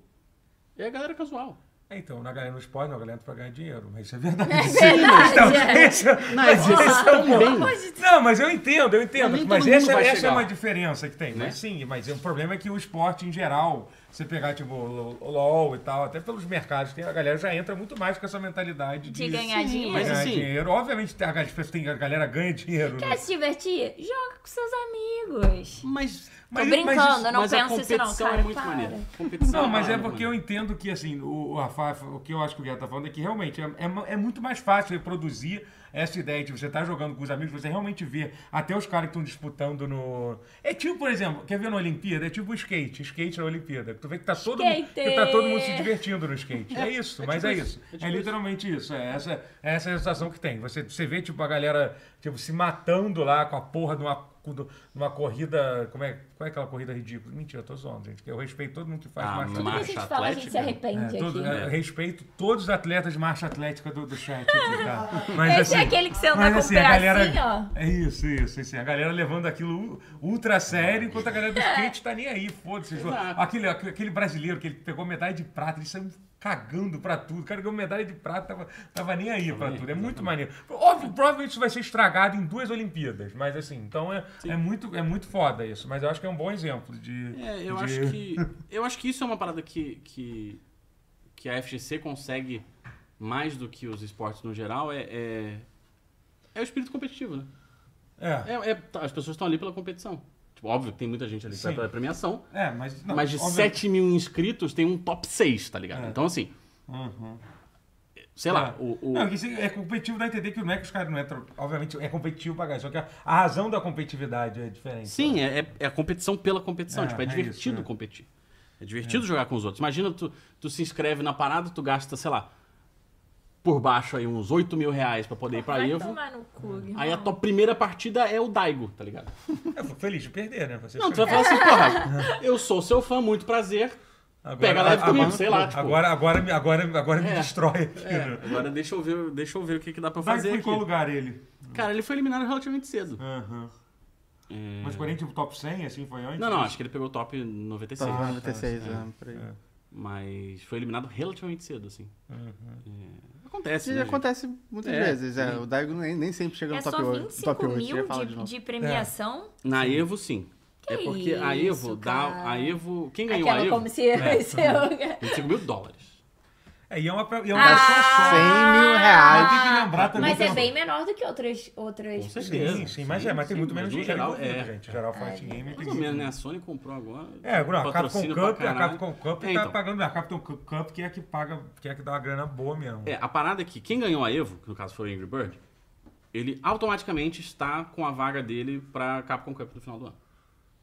Speaker 4: é a galera casual.
Speaker 1: É, Então, na galera não spoiler, na galera entra pra ganhar dinheiro, mas isso é verdade.
Speaker 2: É verdade. é.
Speaker 1: Esse é-
Speaker 4: Na
Speaker 1: mas
Speaker 4: Evo
Speaker 1: esse é o ponto.
Speaker 4: também.
Speaker 1: Não, mas eu entendo, eu
Speaker 4: Mas nem
Speaker 1: entendo.
Speaker 4: todo
Speaker 1: Mas
Speaker 4: mundo
Speaker 1: essa,
Speaker 4: vai
Speaker 1: essa é
Speaker 4: chegar.
Speaker 1: uma diferença que tem.
Speaker 4: Né?
Speaker 1: Mas sim, mas o problema é que o esporte em geral, você pegar tipo o o LOL e tal, até pelos mercados, tem, a galera já entra muito mais com essa mentalidade de,
Speaker 2: De ganhar dinheiro.
Speaker 4: mas
Speaker 1: ganhar
Speaker 4: assim-
Speaker 1: dinheiro. Obviamente a, as pessoas têm- a galera ganha dinheiro. né?
Speaker 2: Quer se divertir? Joga com seus amigos.
Speaker 4: Mas
Speaker 2: Tô
Speaker 1: Mas- mas
Speaker 2: brincando,
Speaker 1: isso-
Speaker 2: eu não
Speaker 4: mas a
Speaker 2: penso isso
Speaker 4: competição
Speaker 2: não, cara.
Speaker 4: é muito
Speaker 2: para.
Speaker 4: maneira. Competição
Speaker 1: Não, mas é
Speaker 4: parada
Speaker 1: porque eu
Speaker 4: maneira.
Speaker 1: entendo que, assim, o, o Rafa, o que eu acho que o Guilherme tá falando é que realmente é, é ma- é muito mais fácil reproduzir essa ideia de você tá jogando com os amigos, você realmente vê até os caras que estão disputando no. É tipo, por exemplo, quer ver na Olimpíada? É tipo o skate, skate na Olimpíada. Tu vê que tá todo, mundo, que tá todo mundo se divertindo no skate. É isso, mas é isso. É, literalmente isso. É essa, é essa sensação que tem. Você, você vê, tipo, a galera tipo, se matando lá com a porra de uma do- numa corrida. Como é, qual é aquela corrida ridícula? Mentira, tô zoando, gente. que Eu respeito todo mundo que faz
Speaker 4: Ah,
Speaker 1: marcha
Speaker 2: Tudo que a
Speaker 1: atlética.
Speaker 2: gente
Speaker 4: Marcha
Speaker 2: fala, a gente se
Speaker 4: atlética?
Speaker 2: arrepende
Speaker 1: É, todo-
Speaker 2: aqui.
Speaker 1: é, respeito todos os atletas de marcha atlética do, do chat aqui, tá? Mas,
Speaker 2: Esse é aquele que você anda
Speaker 1: mas,
Speaker 2: com o
Speaker 1: assim, a
Speaker 2: pedacinho,
Speaker 1: galera-
Speaker 2: ó.
Speaker 1: É isso, isso, isso. A galera levando aquilo u- ultra sério, enquanto a galera do skate tá nem aí, foda-se.
Speaker 4: Exato.
Speaker 1: Aquele, aquele brasileiro que ele pegou medalha de prata, ele saiu cagando pra tudo. O cara ganhou medalha de prata, tava, tava nem aí pra
Speaker 4: nem
Speaker 1: tudo. É
Speaker 4: aí,
Speaker 1: muito maneiro. Óbvio, provavelmente isso vai ser estragado em duas Olimpíadas, mas assim, então é, é, muito, é muito foda isso. Mas eu acho que é um bom exemplo de.
Speaker 4: É, eu
Speaker 1: de-
Speaker 4: acho que. Eu acho que isso é uma parada que, que, que a FGC consegue mais do que os esportes no geral, é. É, é o espírito competitivo, né?
Speaker 1: É.
Speaker 4: É- é- tá, as pessoas estão ali pela competição. Tipo, óbvio que tem muita gente ali
Speaker 1: Sim.
Speaker 4: pra- pela premiação.
Speaker 1: É, mas. não,
Speaker 4: mas de
Speaker 1: óbvio-
Speaker 4: 7 mil inscritos tem um top 6, tá ligado?
Speaker 1: É.
Speaker 4: Então, assim,
Speaker 1: Uhum.
Speaker 4: sei lá, o. o-
Speaker 1: Não, isso é competitivo, dá a entender que não é que os caras não entram. Obviamente é competitivo pra caralho, só que a, a razão da competitividade é diferente.
Speaker 4: Sim, é, é- é a competição pela competição.
Speaker 1: É,
Speaker 4: tipo, é,
Speaker 1: é
Speaker 4: divertido
Speaker 1: isso, é.
Speaker 4: competir. É divertido jogar com os outros. Imagina, tu, tu se inscreve na parada, tu gasta, sei lá, por baixo aí uns 8 mil reais pra poder ir pra
Speaker 2: Vai
Speaker 4: Evo.
Speaker 2: tomar no cu, irmão.
Speaker 4: Aí a tua primeira partida é o Daigo, tá ligado?
Speaker 1: Eu fico feliz de perder, né? Você
Speaker 4: Não,
Speaker 1: sabe.
Speaker 4: tu vai falar assim, porra, eu sou seu fã, muito prazer.
Speaker 1: Agora-
Speaker 4: pega live
Speaker 1: a-
Speaker 4: comigo,
Speaker 1: agora-
Speaker 4: sei lá, tipo.
Speaker 1: Agora, agora, me- agora, agora me
Speaker 4: É.
Speaker 1: destrói aqui,
Speaker 4: É,
Speaker 1: né?
Speaker 4: agora deixa eu ver, deixa eu ver o que, que dá pra
Speaker 1: Sabe
Speaker 4: fazer
Speaker 1: que em
Speaker 4: aqui.
Speaker 1: qual lugar ele?
Speaker 4: Cara, ele foi eliminado relativamente cedo.
Speaker 1: Aham. Mas 40 tipo top 100, assim, foi antes?
Speaker 4: É. Não, não, acho que ele pegou o top 96.
Speaker 3: Tava 96,
Speaker 1: tá,
Speaker 3: é,
Speaker 1: sim.
Speaker 3: por aí.
Speaker 1: É.
Speaker 4: Mas foi eliminado relativamente cedo, assim.
Speaker 1: Uhum.
Speaker 4: É, Acontece,
Speaker 3: Isso
Speaker 4: né, gente?
Speaker 3: acontece muitas
Speaker 4: É,
Speaker 3: vezes, é.
Speaker 4: sim.
Speaker 3: O Daigo nem, nem sempre chega
Speaker 2: É
Speaker 3: no
Speaker 2: só
Speaker 3: top 8.
Speaker 2: 25
Speaker 3: Top 8, eu ia
Speaker 2: mil
Speaker 3: falar de,
Speaker 2: de,
Speaker 3: novo.
Speaker 2: de premiação.
Speaker 4: Na Evo, sim.
Speaker 2: Que
Speaker 4: é porque a
Speaker 2: isso,
Speaker 4: Evo dá.
Speaker 2: cara.
Speaker 4: A Evo. Quem ganhou a
Speaker 2: Aquela
Speaker 4: Evo?
Speaker 2: como se... se eu-
Speaker 4: 25 mil dólares.
Speaker 1: É, e é uma, pra- e é uma
Speaker 2: Ah!
Speaker 1: premiação só.
Speaker 3: 100 mil
Speaker 1: Mas
Speaker 3: reais.
Speaker 1: tem que lembrar também.
Speaker 2: Mas
Speaker 1: que
Speaker 2: é bem menor do que outras... outras...
Speaker 4: Com certeza.
Speaker 1: Sim, sim, mas, é, mas tem
Speaker 4: Sim,
Speaker 1: muito
Speaker 4: mas
Speaker 1: menos
Speaker 4: no
Speaker 1: dinheiro
Speaker 4: geral,
Speaker 1: envolvido,
Speaker 4: é.
Speaker 1: gente. Geral, Fight Game
Speaker 4: Mais
Speaker 1: tem
Speaker 4: ou menos, né? A Sony comprou agora.
Speaker 1: É, Bruno, a Capcom
Speaker 4: patrocínio pra
Speaker 1: Cup, a
Speaker 4: caralho.
Speaker 1: Capcom Cup
Speaker 4: é,
Speaker 1: tá
Speaker 4: então,
Speaker 1: pagando. A Capcom Cu- Cup que é que paga, que é que dá uma grana boa mesmo.
Speaker 4: é, a parada é que quem ganhou a Evo, que no caso foi o Angry Bird, ele automaticamente está com a vaga dele pra Capcom Cup no final do ano.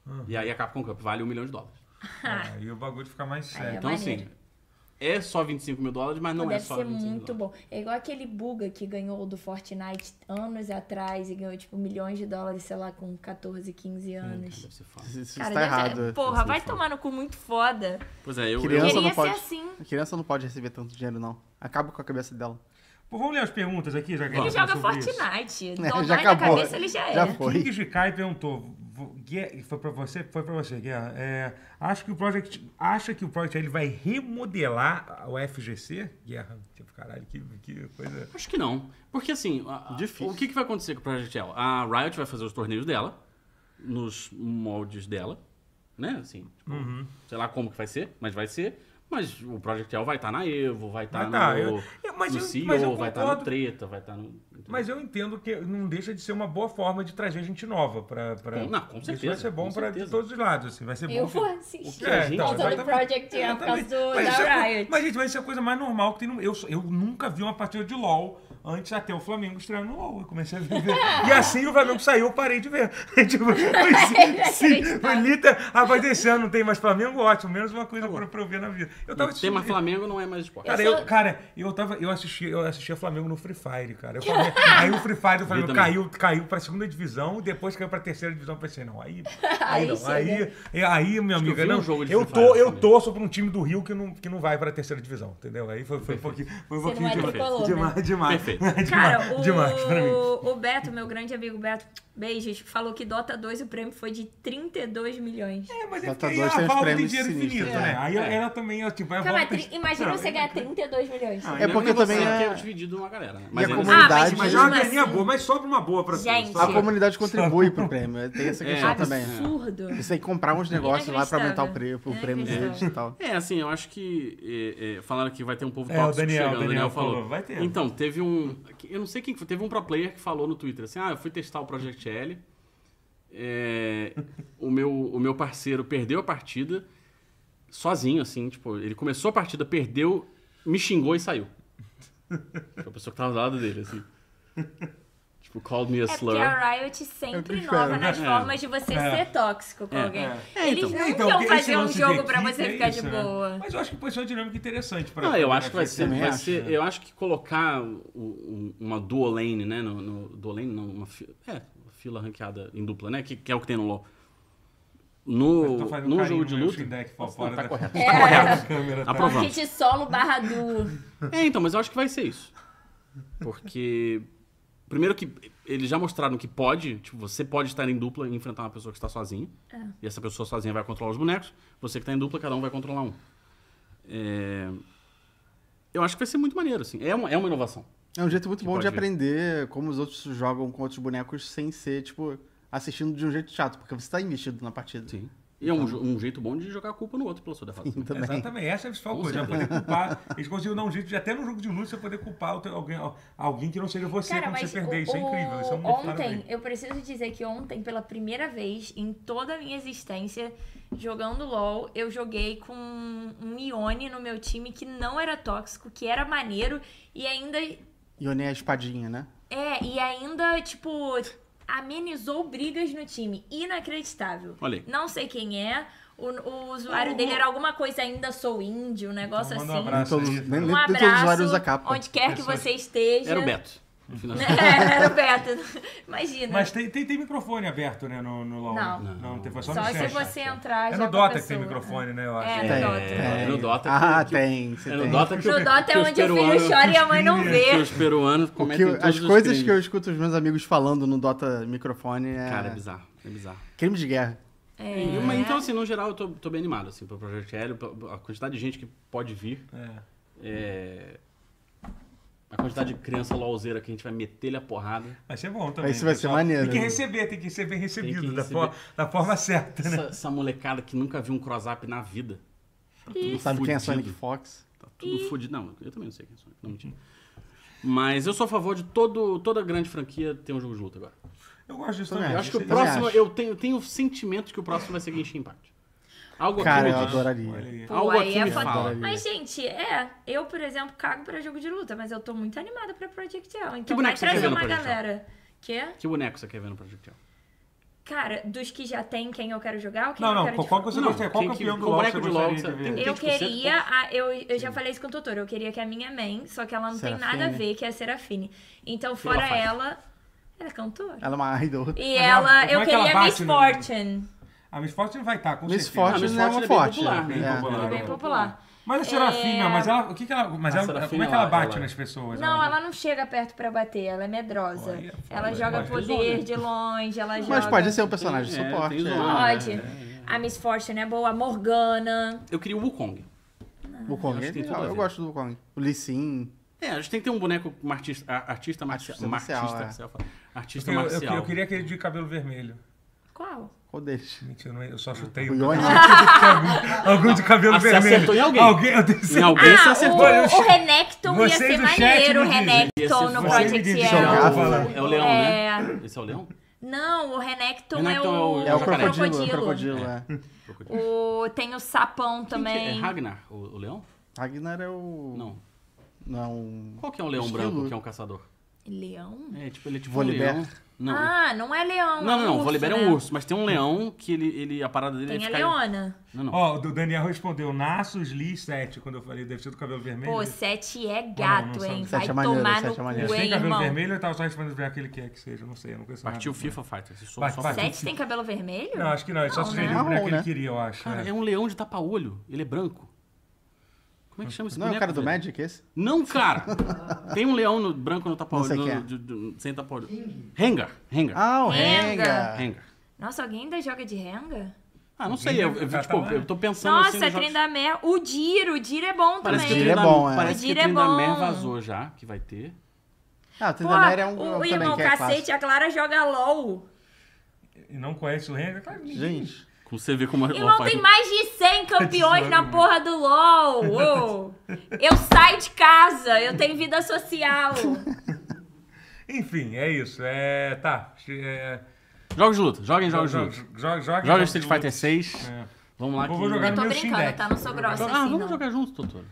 Speaker 1: Ah.
Speaker 4: E aí a Capcom Cup vale um milhão de dólares.
Speaker 1: É, Aí o bagulho fica mais sério.
Speaker 4: Então, assim,
Speaker 2: maneiro. Então
Speaker 4: é só 25 mil dólares, mas não
Speaker 2: Deve
Speaker 4: é só
Speaker 2: ser
Speaker 4: 25 mil
Speaker 2: muito
Speaker 4: dólares.
Speaker 2: bom. É igual aquele Buga que ganhou do Fortnite anos atrás e ganhou, tipo, milhões de dólares, sei lá, com 14, 15 anos.
Speaker 4: Deve ser foda.
Speaker 3: Isso, isso
Speaker 2: Cara,
Speaker 3: tá
Speaker 2: deve ser-
Speaker 3: errado.
Speaker 2: Porra, vai
Speaker 4: foda.
Speaker 2: tomar no cu muito foda.
Speaker 4: Pois é, eu,
Speaker 3: Criança
Speaker 4: eu-
Speaker 2: Queria
Speaker 3: não
Speaker 2: ser
Speaker 3: pode.
Speaker 2: assim.
Speaker 3: A criança não pode receber tanto dinheiro, não. Acaba com a cabeça dela.
Speaker 1: Pô, vamos ler as perguntas aqui, já que a
Speaker 2: Ele
Speaker 1: gente
Speaker 2: joga
Speaker 1: falou sobre isso.
Speaker 2: Fortnite.
Speaker 3: É,
Speaker 2: Dodói
Speaker 3: já
Speaker 2: na
Speaker 3: acabou.
Speaker 2: cabeça ele já é.
Speaker 3: Já foi.
Speaker 1: King Jikai perguntou, vo- Guerra- foi pra você, foi pra você, Guerra. É, acho que o Project, acha que o Project ele vai remodelar o FGC? Guerra, tipo, caralho, que, que coisa.
Speaker 4: Acho que não. Porque assim, a- a-
Speaker 3: Difícil.
Speaker 4: o que, que vai acontecer com o Project L? A Riot vai fazer os torneios dela, nos moldes dela, né? Assim, tipo,
Speaker 1: Uhum.
Speaker 4: sei lá como que vai ser, mas vai ser. Mas o Project L vai estar na Evo, vai
Speaker 1: Vai
Speaker 4: estar
Speaker 1: tá,
Speaker 4: no,
Speaker 1: eu- eu- mas
Speaker 4: no
Speaker 1: eu- mas
Speaker 4: CEO,
Speaker 1: eu
Speaker 4: vai estar
Speaker 1: concordo.
Speaker 4: no Treta, vai estar no...
Speaker 1: Mas eu entendo que não deixa de ser uma boa forma de trazer gente nova pra. pra...
Speaker 4: Com- não, com
Speaker 1: Isso vai
Speaker 4: certeza,
Speaker 1: ser bom
Speaker 4: com
Speaker 1: pra de
Speaker 4: certeza.
Speaker 1: todos os lados, assim, vai ser bom.
Speaker 2: Eu
Speaker 1: que- Então,
Speaker 2: vou assistir.
Speaker 4: que a gente-
Speaker 2: Por causa do
Speaker 1: É, exatamente.
Speaker 2: é, então, Project L, por causa
Speaker 1: Exatamente.
Speaker 2: do,
Speaker 1: Mas isso
Speaker 2: da
Speaker 1: é co-
Speaker 2: Riot.
Speaker 1: Mas, gente, mas isso é a coisa mais normal que tem no. Eu, sou- eu nunca vi uma partida de LOL antes até o Flamengo estrear no LOL. Eu comecei a ver. e assim o Flamengo saiu, eu parei de ver. tipo,
Speaker 2: É
Speaker 1: foi, sim, foi liter- Ah, mas esse ano não tem mais Flamengo, ótimo. Menos uma coisa pra, pra eu ver na vida. Eu tava
Speaker 4: O tema
Speaker 1: assistindo-
Speaker 4: Flamengo não é mais esporte.
Speaker 1: Cara,
Speaker 2: Eu
Speaker 1: eu,
Speaker 2: sou-
Speaker 1: cara, eu tava, eu assistia, eu assistia Flamengo no Free Fire, cara. Eu falei, aí o Free Fire do Flamengo
Speaker 4: também.
Speaker 1: caiu, caiu pra segunda divisão, depois caiu pra terceira divisão, eu pensei, não, aí, aí
Speaker 2: Aí né?
Speaker 1: não, aí,
Speaker 2: chega.
Speaker 1: aí, aí, meu
Speaker 4: que eu
Speaker 1: amigo,
Speaker 4: vi um
Speaker 1: não,
Speaker 4: jogo de
Speaker 1: eu
Speaker 4: Free
Speaker 1: tô,
Speaker 4: Fire
Speaker 1: eu
Speaker 4: também.
Speaker 1: torço pra um time do Rio que não, que não vai pra terceira divisão, entendeu? Aí foi, foi um pouquinho, foi um
Speaker 2: Você não
Speaker 1: pouquinho
Speaker 2: é
Speaker 1: demais,
Speaker 2: tricolor, né?
Speaker 1: demais, demais,
Speaker 4: Perfeito.
Speaker 1: demais,
Speaker 2: Cara, o,
Speaker 1: demais pra mim.
Speaker 2: o Beto, meu grande amigo Beto, beijos, falou que Dota 2 o prêmio foi de 32 milhões.
Speaker 1: É, mas é
Speaker 3: Dota
Speaker 1: porque aí
Speaker 3: dois
Speaker 1: a
Speaker 3: tem
Speaker 1: Valve
Speaker 3: uns
Speaker 1: tem
Speaker 3: prêmios
Speaker 1: dinheiro
Speaker 3: sinistros,
Speaker 1: infinito,
Speaker 3: é.
Speaker 1: né? Aí
Speaker 4: É.
Speaker 1: ela também, é, tipo, a
Speaker 2: Cara, mas
Speaker 1: Valve...
Speaker 2: tri- imagina
Speaker 1: é
Speaker 2: você ganhar 32 milhões.
Speaker 1: Ah,
Speaker 3: É porque também
Speaker 4: Você
Speaker 3: é- Ah,
Speaker 4: é dividido uma galera, né? Mas
Speaker 3: e a
Speaker 4: ainda assim-
Speaker 3: comunidade.
Speaker 1: Mas é
Speaker 2: Mesmo
Speaker 1: uma graninha
Speaker 2: assim-
Speaker 1: boa, mas sobra uma boa pra
Speaker 2: Gente,
Speaker 1: todos.
Speaker 3: A
Speaker 2: Sim.
Speaker 3: comunidade contribui pro prêmio. é, Tem
Speaker 2: É.
Speaker 3: essa questão também.
Speaker 2: Absurdo.
Speaker 3: Isso aí, comprar uns negócios lá pra aumentar o prêmio, o
Speaker 2: É Inacreditável.
Speaker 3: prêmio deles e tal.
Speaker 4: É, assim, eu acho que. é, é, falaram que vai ter um povo
Speaker 1: É, o
Speaker 4: tóxico
Speaker 1: Daniel,
Speaker 4: chegando.
Speaker 1: o Daniel falou, vai ter.
Speaker 4: Então, teve um. Eu não sei quem foi. Teve um pro player que falou no Twitter assim: ah, eu fui testar o Project L. é, o, meu, o meu parceiro perdeu a partida sozinho, assim, tipo, ele começou a partida, perdeu, me xingou e saiu. Foi a pessoa que tava do lado dele, assim. Tipo, O Call Me a
Speaker 2: É
Speaker 4: Slur.
Speaker 2: porque a Riot sempre inova nas
Speaker 4: É.
Speaker 2: formas de você
Speaker 1: É.
Speaker 2: ser tóxico com
Speaker 4: É.
Speaker 2: alguém.
Speaker 1: É.
Speaker 4: É,
Speaker 2: Eles
Speaker 4: então.
Speaker 2: nunca
Speaker 1: Então,
Speaker 2: vão
Speaker 1: esse
Speaker 2: fazer um
Speaker 1: lance de
Speaker 2: jogo pra
Speaker 1: equipe
Speaker 2: você
Speaker 1: é
Speaker 2: ficar
Speaker 1: isso,
Speaker 2: de
Speaker 1: né?
Speaker 2: boa.
Speaker 1: Mas eu acho que pode ser uma dinâmica interessante pra né?
Speaker 4: Não, Ah, eu acho que vai
Speaker 1: pra-
Speaker 4: ser.
Speaker 3: também
Speaker 4: Vai
Speaker 3: acho,
Speaker 4: ser
Speaker 3: né?
Speaker 4: Eu acho que colocar o- um- uma dual lane, né? No, no, dual lane, não, uma fila. É, fila ranqueada em dupla, né? Que, que é o que tem no LoL. No,
Speaker 1: Eu tô tá fazendo
Speaker 4: no
Speaker 1: carinho
Speaker 4: jogo de
Speaker 1: no meu
Speaker 4: luta.
Speaker 1: Steam Deck pra
Speaker 4: Nossa,
Speaker 1: fora
Speaker 4: tá
Speaker 1: da-
Speaker 4: correto.
Speaker 2: É.
Speaker 1: da câmera, tá?
Speaker 4: Aprovado. Provamos.
Speaker 2: Market solo barra duo.
Speaker 4: É, então, mas eu acho que vai ser isso. Porque. Primeiro que eles já mostraram que pode, tipo, você pode estar em dupla e enfrentar uma pessoa que está sozinha. E essa pessoa sozinha vai controlar os bonecos. Você que está em dupla, cada um vai controlar um. É, Eu acho que vai ser muito maneiro, assim. É uma, é uma inovação.
Speaker 3: É um jeito muito bom
Speaker 4: pode
Speaker 3: de
Speaker 4: ver.
Speaker 3: aprender como os outros jogam com outros bonecos sem ser, tipo, assistindo de um jeito chato, porque você tá investido na partida.
Speaker 4: Sim. E é um, jo- um jeito bom de jogar a culpa no outro pela sua derrota.
Speaker 3: Então. Também.
Speaker 1: Exatamente, essa é a principal
Speaker 4: Com
Speaker 1: coisa. é
Speaker 4: certeza.
Speaker 1: poder culpar. Eles conseguiram dar um jeito de até no jogo de luta você poder culpar o teu- alguém, alguém que não seja você
Speaker 2: Cara,
Speaker 1: quando
Speaker 2: mas
Speaker 1: você perder. Isso é
Speaker 2: o-
Speaker 1: incrível. Isso é muito
Speaker 2: ontem,
Speaker 1: parabéns.
Speaker 2: eu preciso dizer que ontem, pela primeira vez em toda a minha existência, jogando LOL, eu joguei com um Ione no meu time que não era tóxico, que era maneiro e ainda.
Speaker 3: Ione é a espadinha, né?
Speaker 2: É, e ainda, tipo, amenizou brigas no time. Inacreditável.
Speaker 4: Olha aí.
Speaker 2: Não sei quem é. O, o usuário dele era alguma coisa ainda sou índio, um negócio
Speaker 1: Então, manda um
Speaker 2: assim.
Speaker 1: abraço.
Speaker 3: Nem todos, nem,
Speaker 1: aí.
Speaker 3: nem
Speaker 2: Um
Speaker 3: todos os
Speaker 2: abraço,
Speaker 3: usuários usam capa.
Speaker 2: onde quer que
Speaker 1: Pessoas-
Speaker 2: você esteja.
Speaker 4: É, Era o Beto. no final.
Speaker 2: Era o Beto. É, Imagina.
Speaker 1: Mas tem, tem, tem microfone aberto, né, no, no LoL?
Speaker 2: Não.
Speaker 1: Não, tem, foi só,
Speaker 2: só
Speaker 1: no
Speaker 2: se
Speaker 1: chat.
Speaker 2: você entrar
Speaker 1: É
Speaker 2: já
Speaker 1: no
Speaker 2: com a
Speaker 1: Dota que tem
Speaker 2: pessoa.
Speaker 1: microfone, né, eu acho.
Speaker 2: É,
Speaker 4: É,
Speaker 2: no Dota.
Speaker 4: é no Dota.
Speaker 3: Ah,
Speaker 4: que- que-
Speaker 3: tem. Você
Speaker 4: É no
Speaker 3: tem.
Speaker 4: Dota que
Speaker 2: No
Speaker 4: o-
Speaker 2: Dota é
Speaker 4: que os
Speaker 2: onde o filho
Speaker 4: peruanos-
Speaker 2: chora e é um a mãe não
Speaker 4: Que
Speaker 2: vê.
Speaker 4: os peruanos
Speaker 3: O que
Speaker 4: cometem
Speaker 3: eu-
Speaker 4: todos
Speaker 3: as
Speaker 4: os
Speaker 3: coisas que eu
Speaker 4: crimes.
Speaker 3: escuto os meus amigos falando no Dota microfone é,
Speaker 4: Cara, é bizarro. É bizarro.
Speaker 3: crime de guerra.
Speaker 2: É.
Speaker 4: E, mas, então, assim, no geral, eu tô, tô bem animado, assim, pro Projeto Hélio, pra- pra- a quantidade de gente que pode vir,
Speaker 1: É.
Speaker 4: é, a quantidade de criança lolzeira que a gente vai meter-lhe a porrada.
Speaker 1: Vai ser bom também.
Speaker 3: Isso vai ser
Speaker 1: pessoal.
Speaker 3: maneiro,
Speaker 1: Tem que
Speaker 3: né?
Speaker 1: receber, tem que ser bem recebido,
Speaker 4: Tem que
Speaker 1: da,
Speaker 4: receber.
Speaker 1: forma- da forma certa, né?
Speaker 4: Essa, essa molecada que nunca viu um cross-up na vida. Tá tudo
Speaker 3: Não sabe quem é
Speaker 4: fudido.
Speaker 3: Sonic Fox?
Speaker 4: Tá tudo fudido. Não, eu também não sei quem é Sonic, não
Speaker 3: Uhum.
Speaker 4: mentira. Mas eu sou a favor de todo, toda grande franquia ter um jogo de luta agora.
Speaker 1: Eu gosto disso
Speaker 3: Também
Speaker 1: também.
Speaker 4: Eu acho que o
Speaker 3: também
Speaker 4: próximo,
Speaker 3: acho.
Speaker 4: eu tenho, eu tenho o sentimento que o próximo vai ser Genshin Impact. Algo aqui
Speaker 3: Cara,
Speaker 4: me
Speaker 3: eu
Speaker 4: diz.
Speaker 1: Olha
Speaker 3: adoraria.
Speaker 1: aí.
Speaker 2: Pô,
Speaker 4: Algo
Speaker 2: aí
Speaker 4: aqui
Speaker 2: é
Speaker 4: me
Speaker 2: foda.
Speaker 4: fala.
Speaker 2: Mas, gente, é. Eu, por exemplo, cago pra jogo de luta, mas eu tô muito animada pra Project L. Então vai
Speaker 4: boneco você tá
Speaker 2: trazer
Speaker 4: jogando
Speaker 2: uma
Speaker 4: Project L?
Speaker 2: galera. Quê?
Speaker 4: Que boneco você quer ver no Project Hell?
Speaker 2: Cara, dos que já tem, quem eu quero jogar ou quem
Speaker 1: Não,
Speaker 2: eu
Speaker 1: não,
Speaker 2: quero
Speaker 1: qual,
Speaker 2: de
Speaker 1: qual que
Speaker 2: fora?
Speaker 1: você
Speaker 4: Não,
Speaker 1: gostaria? Qual
Speaker 4: quem que-
Speaker 1: campeão do
Speaker 4: qual
Speaker 1: LoL
Speaker 4: boneco
Speaker 1: você
Speaker 4: de LoL
Speaker 1: gostaria de
Speaker 4: que você
Speaker 1: ver?
Speaker 4: tem?
Speaker 2: Eu
Speaker 4: Tipo, você-
Speaker 2: queria. a- eu eu já falei isso com o Totoro. Eu queria que a minha main, só que ela não tem nada a
Speaker 3: Serafine.
Speaker 2: ver, que é a Serafine. Então,
Speaker 4: que ela
Speaker 2: fora
Speaker 4: faz?
Speaker 2: ela. Ela é cantora.
Speaker 3: Ela é uma idol.
Speaker 2: E
Speaker 1: Mas ela-
Speaker 2: ela.
Speaker 1: como
Speaker 2: Eu
Speaker 1: é que
Speaker 2: queria
Speaker 1: ela
Speaker 2: Miss
Speaker 1: bate no-
Speaker 2: Fortune.
Speaker 1: A Ah, Miss Fortune vai estar, com
Speaker 3: Miss
Speaker 1: certeza.
Speaker 3: Fortune
Speaker 4: Ah, Miss
Speaker 3: não é uma
Speaker 4: Fortune é bem
Speaker 3: forte.
Speaker 4: popular, né?
Speaker 1: Bem
Speaker 4: É.
Speaker 1: popular,
Speaker 2: Ela é
Speaker 1: né?
Speaker 2: bem popular.
Speaker 1: Mas a Serafina,
Speaker 2: É.
Speaker 1: mas ela, o que que ela, mas
Speaker 4: A
Speaker 1: ela,
Speaker 4: Serafina,
Speaker 1: como é que ela
Speaker 4: ela-
Speaker 1: bate
Speaker 4: ela-
Speaker 1: nas pessoas?
Speaker 2: Não, ela não chega perto pra bater, ela é medrosa.
Speaker 1: Olha,
Speaker 2: ela
Speaker 1: foda,
Speaker 2: joga
Speaker 1: mas
Speaker 4: tem
Speaker 2: poder
Speaker 4: zona.
Speaker 2: de longe, ela joga.
Speaker 3: Mas pode ser um personagem de
Speaker 4: É,
Speaker 3: suporte.
Speaker 4: tem
Speaker 3: é.
Speaker 4: zona.
Speaker 2: Pode.
Speaker 4: É,
Speaker 2: A Miss Fortune é boa, a Morgana.
Speaker 4: Eu queria o Wukong.
Speaker 3: Wukong
Speaker 4: Acho
Speaker 3: é
Speaker 4: que tem tudo
Speaker 3: legal,
Speaker 4: a
Speaker 3: eu
Speaker 4: ver.
Speaker 3: gosto do Wukong. O Lee Sin.
Speaker 4: É, a gente tem que ter um boneco com artista, a- artista, marci-
Speaker 3: Artista
Speaker 4: marxista,
Speaker 3: marcial, é.
Speaker 4: que você fala. artista
Speaker 1: Eu, eu- eu,
Speaker 4: marcial.
Speaker 1: eu queria aquele de cabelo vermelho.
Speaker 2: Qual?
Speaker 3: Qual deles?
Speaker 1: Mentira, não é- eu só chutei.
Speaker 3: O
Speaker 1: um-
Speaker 3: Yone.
Speaker 1: Algum de cabelo
Speaker 4: Ah, você
Speaker 1: vermelho.
Speaker 4: acertou em alguém.
Speaker 1: eu tenho certeza.
Speaker 4: Em alguém você
Speaker 2: Ah,
Speaker 4: acertou.
Speaker 1: eu
Speaker 2: o, o
Speaker 1: che-
Speaker 2: Renekton ia
Speaker 1: Vocês
Speaker 2: ser
Speaker 1: do chat me
Speaker 2: maneiro, o
Speaker 1: dizem.
Speaker 2: Renekton no
Speaker 1: Vocês me
Speaker 2: Project
Speaker 1: dizem.
Speaker 2: Hero.
Speaker 3: Jogava.
Speaker 4: É o leão,
Speaker 2: É.
Speaker 4: né? Esse é o leão?
Speaker 2: Não, o Renekton,
Speaker 4: Renekton
Speaker 2: é o.
Speaker 4: é
Speaker 3: É o
Speaker 4: jacaré.
Speaker 3: crocodilo, é o crocodilo, é.
Speaker 2: O- Tem o sapão
Speaker 4: Quem que é?
Speaker 2: também.
Speaker 4: É Ragnar, o, o leão?
Speaker 3: Ragnar é o.
Speaker 4: Não.
Speaker 3: Não.
Speaker 4: Qual que é o leão
Speaker 3: Esquilo.
Speaker 4: branco que é um caçador?
Speaker 2: Leão?
Speaker 4: É, tipo, ele é tipo
Speaker 3: Volibear.
Speaker 4: um leão. Não,
Speaker 2: Ah, não é leão.
Speaker 4: não, não,
Speaker 2: é um
Speaker 4: não.
Speaker 2: urso,
Speaker 4: o Volibear é
Speaker 2: né?
Speaker 4: um urso, mas tem um leão que ele, ele a parada dele é
Speaker 2: Tem a
Speaker 4: ficar...
Speaker 2: Leona.
Speaker 4: Não, não.
Speaker 1: Ó, o Daniel respondeu, Nasus Lee 7, quando eu falei, deve ser do cabelo vermelho.
Speaker 2: Pô, sete é gato,
Speaker 1: não,
Speaker 2: hein?
Speaker 1: sete
Speaker 2: Vai
Speaker 3: é maneiro,
Speaker 2: tomar
Speaker 3: sete é
Speaker 2: no
Speaker 3: maneiro.
Speaker 2: cu,
Speaker 1: Tem
Speaker 2: hein,
Speaker 1: cabelo
Speaker 2: irmão?
Speaker 1: vermelho, eu tava só respondendo pra aquele que é que seja, eu não sei, eu não conheço
Speaker 4: Partiu
Speaker 1: nada.
Speaker 4: FIFA Fighter. Esse som,
Speaker 1: Bate,
Speaker 4: som-
Speaker 1: bate.
Speaker 2: Sete tem cabelo vermelho?
Speaker 1: Não, acho que não, ele só
Speaker 2: Não,
Speaker 1: sugeriu
Speaker 2: né?
Speaker 1: o boneco
Speaker 3: Marrom,
Speaker 1: que ele
Speaker 3: né?
Speaker 1: queria, eu acho.
Speaker 4: Cara,
Speaker 1: né?
Speaker 4: é um leão de tapa-olho. Ele é branco. Como é que chama esse
Speaker 3: Não é o
Speaker 4: boneco,
Speaker 3: cara do
Speaker 4: velho?
Speaker 3: Magic esse?
Speaker 4: Não, cara! Tem um leão no- branco no
Speaker 3: Não sei quem
Speaker 4: tapa-olho. no-
Speaker 3: é.
Speaker 4: do- do- Sem tapa-olho. Rengar. Rengar.
Speaker 3: Ah, o
Speaker 2: Renga.
Speaker 3: Renga.
Speaker 4: Rengar.
Speaker 2: Nossa, alguém ainda joga de renga?
Speaker 4: Ah, não sei. Eu, eu-
Speaker 1: Tá, tá
Speaker 4: tipo,
Speaker 1: lá.
Speaker 3: é.
Speaker 4: eu tô pensando assim...
Speaker 2: Nossa,
Speaker 4: nos jogos-
Speaker 2: Trindamé. O Diro, o Diro é bom
Speaker 4: Parece que o
Speaker 2: também.
Speaker 3: Ele é
Speaker 4: Trindam-
Speaker 3: bom, é.
Speaker 4: Parece
Speaker 2: O
Speaker 4: que o
Speaker 2: Dira é
Speaker 4: Trindamé
Speaker 2: bom.
Speaker 4: vazou já, que vai ter.
Speaker 3: Ah, o
Speaker 2: Pô,
Speaker 3: Tindamere é um.
Speaker 2: o
Speaker 3: também
Speaker 2: irmão,
Speaker 3: que é
Speaker 2: cacete, a Clara joga LOL.
Speaker 1: E não conhece o Renga, claro,
Speaker 3: clássico.
Speaker 1: ninguém
Speaker 3: Gente,
Speaker 4: Como você vê como a
Speaker 2: Irmão, tem mais de 100 campeões na porra do LOL. Uou. Eu saio de casa, eu tenho vida social.
Speaker 1: Enfim, é isso. É. Tá. É,
Speaker 4: Jogos de luta. Joguem jogos de
Speaker 1: joga,
Speaker 4: luta.
Speaker 1: joga, joga,
Speaker 4: Joga Street Fighter 6.
Speaker 1: É.
Speaker 4: Vamos lá.
Speaker 1: Eu vou
Speaker 4: que-
Speaker 1: jogar
Speaker 2: Eu tô
Speaker 1: Meu Então, Steam
Speaker 2: brincando,
Speaker 1: Deck.
Speaker 2: tá? Não sou grossa
Speaker 4: Ah,
Speaker 2: assim,
Speaker 4: vamos
Speaker 2: não.
Speaker 4: jogar junto, doutor.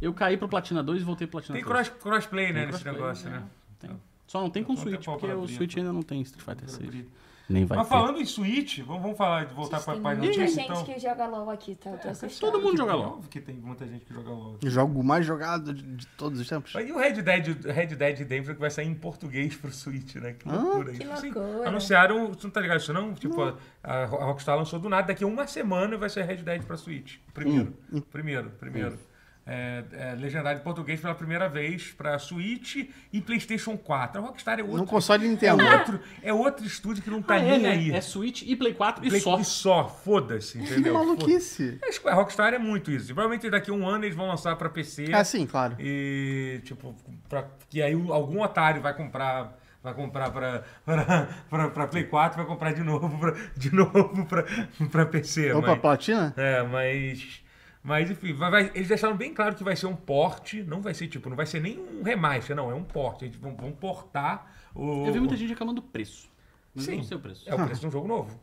Speaker 4: Eu caí pro Platina 2 e voltei pro Platina
Speaker 1: Tem
Speaker 4: 3.
Speaker 1: cross, crossplay, né,
Speaker 4: Tem
Speaker 1: nesse
Speaker 4: crossplay,
Speaker 1: negócio, né?
Speaker 4: Tem. Só não tem com
Speaker 1: Eu tô até
Speaker 4: Switch,
Speaker 1: pau
Speaker 4: porque
Speaker 1: pra
Speaker 4: o
Speaker 1: abrir,
Speaker 4: Switch
Speaker 1: tô-
Speaker 4: ainda não tem Street Fighter
Speaker 1: Pra
Speaker 4: 6.
Speaker 1: abrir.
Speaker 4: Nem vai
Speaker 1: Mas
Speaker 4: ter.
Speaker 1: falando em Switch, vamos, vamos falar, voltar para
Speaker 2: tem
Speaker 1: a
Speaker 2: muita
Speaker 1: notícia,
Speaker 2: gente
Speaker 1: então. É
Speaker 2: que joga LOL aqui, tá? Eu tô assustado.
Speaker 4: Todo mundo joga LOL.
Speaker 1: Óbvio que tem muita gente que joga LOL.
Speaker 3: Jogo mais jogado de, de todos os tempos.
Speaker 1: E o Red Dead, Red Dead Redemption que vai sair em português pro Switch, né? Que loucura isso.
Speaker 2: Que
Speaker 1: Assim,
Speaker 2: loucura.
Speaker 1: anunciaram, tu não tá ligado isso não? Tipo, a, a Rockstar lançou do nada, daqui a uma semana vai ser Red Dead pra Switch. Primeiro, primeiro, primeiro. É, é, legendado em português pela primeira vez pra Switch e Playstation 4. A Rockstar é outro,
Speaker 3: Num console
Speaker 1: é
Speaker 3: Nintendo.
Speaker 1: outro, é outro estúdio que não tá
Speaker 4: Ah, é,
Speaker 1: nem
Speaker 4: né?
Speaker 1: aí.
Speaker 4: É Switch e Play 4 e
Speaker 1: Play-
Speaker 4: só.
Speaker 1: E só, foda-se,
Speaker 3: Que
Speaker 1: entendeu?
Speaker 3: maluquice.
Speaker 1: Foda-se. A Rockstar é muito isso. Provavelmente daqui a um ano eles vão lançar pra PC.
Speaker 3: Ah, sim, claro.
Speaker 1: E, tipo, pra, que aí o- algum otário vai comprar. Vai comprar pra, pra, pra, pra Play 4, vai comprar de novo pra, de novo pra, pra PC.
Speaker 3: Opa,
Speaker 1: mas,
Speaker 3: platina?
Speaker 1: é, mas. Mas enfim, vai- vai- eles deixaram bem claro que vai ser um porte, não vai ser tipo, não vai ser nem um remaster, não, é um porte. Eles vão, vão portar o.
Speaker 4: Eu vi muita gente reclamando do preço. Mas
Speaker 1: Sim.
Speaker 4: eu não sei o preço.
Speaker 1: É o preço de um jogo novo.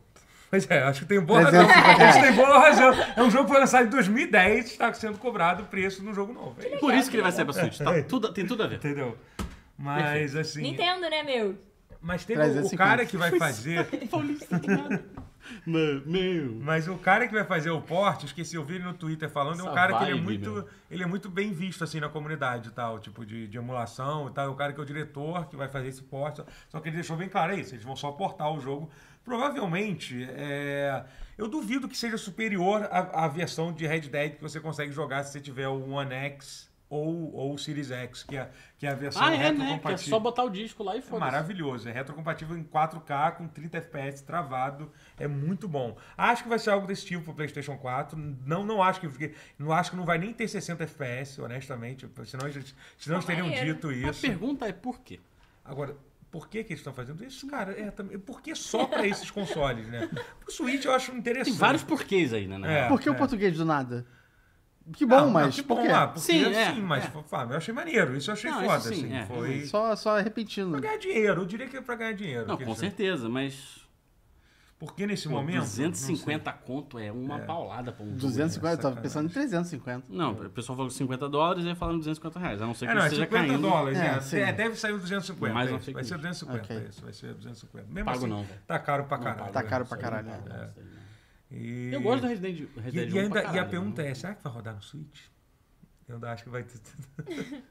Speaker 1: Mas é, acho que tem boa razão.
Speaker 3: 350
Speaker 1: Acho que tem boa razão. É um jogo que foi lançado em 2010, está tá sendo cobrado o preço de um jogo novo. É isso.
Speaker 4: Por isso que ele vai sair pra Switch.
Speaker 1: É.
Speaker 4: Tá tudo- tem tudo a ver.
Speaker 1: Entendeu? Mas assim.
Speaker 2: Nintendo, né, meu?
Speaker 1: Mas teve o- o
Speaker 3: 350.
Speaker 1: cara que vai fazer.
Speaker 4: Paulista de nada. Mano, meu.
Speaker 1: Mas o cara que vai fazer o porte, esqueci, eu vi ele no Twitter falando, é um
Speaker 4: Essa
Speaker 1: cara que ele é
Speaker 4: vibe,
Speaker 1: muito.
Speaker 4: meu.
Speaker 1: Ele é muito bem visto assim na comunidade e tal, tipo, de, de emulação e tal. É o cara que é o diretor que vai fazer esse porte. Só que ele deixou bem claro é isso, eles vão só portar o jogo. Provavelmente, é, eu duvido que seja superior à, à versão de Red Dead que você consegue jogar se você tiver o One X ou, ou o Series X, que é, que é a versão
Speaker 4: Ah, é, né? Que é
Speaker 1: retrocompatível.
Speaker 4: só botar o disco lá e
Speaker 1: É
Speaker 4: foda-se.
Speaker 1: maravilhoso. É retrocompatível em 4K com 30 FPS travado. É muito bom. Acho que vai ser algo desse tipo pro PlayStation 4. Não, não acho que porque não acho que não vai nem ter 60 FPS, honestamente. Senão eles, senão eles
Speaker 2: Pô,
Speaker 1: teriam
Speaker 2: maneiro.
Speaker 1: dito
Speaker 4: A
Speaker 1: isso.
Speaker 4: pergunta é por quê?
Speaker 1: Agora, por que, que eles estão fazendo isso, cara? É, também- por que só para esses consoles, né? Pro Switch eu acho interessante.
Speaker 4: Tem vários porquês aí, né? na
Speaker 1: É.
Speaker 4: real.
Speaker 3: Por que o
Speaker 1: é.
Speaker 3: português do nada? Que
Speaker 1: Ah,
Speaker 3: bom,
Speaker 1: não,
Speaker 3: mas
Speaker 1: que bom,
Speaker 3: por quê?
Speaker 1: ah, porque,
Speaker 4: Sim,
Speaker 1: sim,
Speaker 4: é,
Speaker 1: mas
Speaker 4: é.
Speaker 1: Fábio, eu achei maneiro. Isso eu achei
Speaker 4: Não,
Speaker 1: foda,
Speaker 4: isso sim,
Speaker 1: assim.
Speaker 4: é.
Speaker 1: Foi
Speaker 3: Só, só repetindo.
Speaker 1: pra ganhar dinheiro. Eu diria que é pra ganhar dinheiro.
Speaker 4: Não,
Speaker 1: que
Speaker 4: com
Speaker 1: eles-
Speaker 4: certeza, mas.
Speaker 1: Porque nesse
Speaker 4: pô,
Speaker 1: momento. não sei.
Speaker 4: 250 conto é uma paulada pra um jogo, né?
Speaker 3: 250, eu tava
Speaker 1: sacanagem.
Speaker 3: pensando em 350.
Speaker 4: Não, o pessoal falou 50 dólares e aí falaram 250 reais. A não ser que
Speaker 1: É,
Speaker 4: é,
Speaker 1: não, é
Speaker 4: esteja
Speaker 1: 50
Speaker 4: caindo.
Speaker 1: dólares,
Speaker 3: É,
Speaker 1: é.
Speaker 3: sim.
Speaker 1: É, deve sair o 250.
Speaker 4: Mais
Speaker 1: é
Speaker 4: uma
Speaker 1: isso.
Speaker 4: fake
Speaker 1: vai ser
Speaker 4: news.
Speaker 1: 250,
Speaker 3: Ok.
Speaker 1: é isso. Vai ser 250. Mesmo
Speaker 4: Pago
Speaker 1: assim,
Speaker 4: não, velho.
Speaker 1: Tá caro pra
Speaker 4: Não
Speaker 1: caralho.
Speaker 4: pago,
Speaker 3: Tá
Speaker 1: né?
Speaker 3: caro pra
Speaker 4: isso aí
Speaker 3: caralho,
Speaker 4: não
Speaker 3: né?
Speaker 4: pago isso aí, né?
Speaker 1: E...
Speaker 4: Eu gosto do Resident Evil.
Speaker 1: e,
Speaker 4: Resident
Speaker 1: e,
Speaker 4: Evil
Speaker 1: ainda,
Speaker 4: pra
Speaker 1: e a
Speaker 4: caralho,
Speaker 1: pergunta
Speaker 4: né?
Speaker 1: é, será que vai rodar no Switch? Eu ainda acho que vai ter...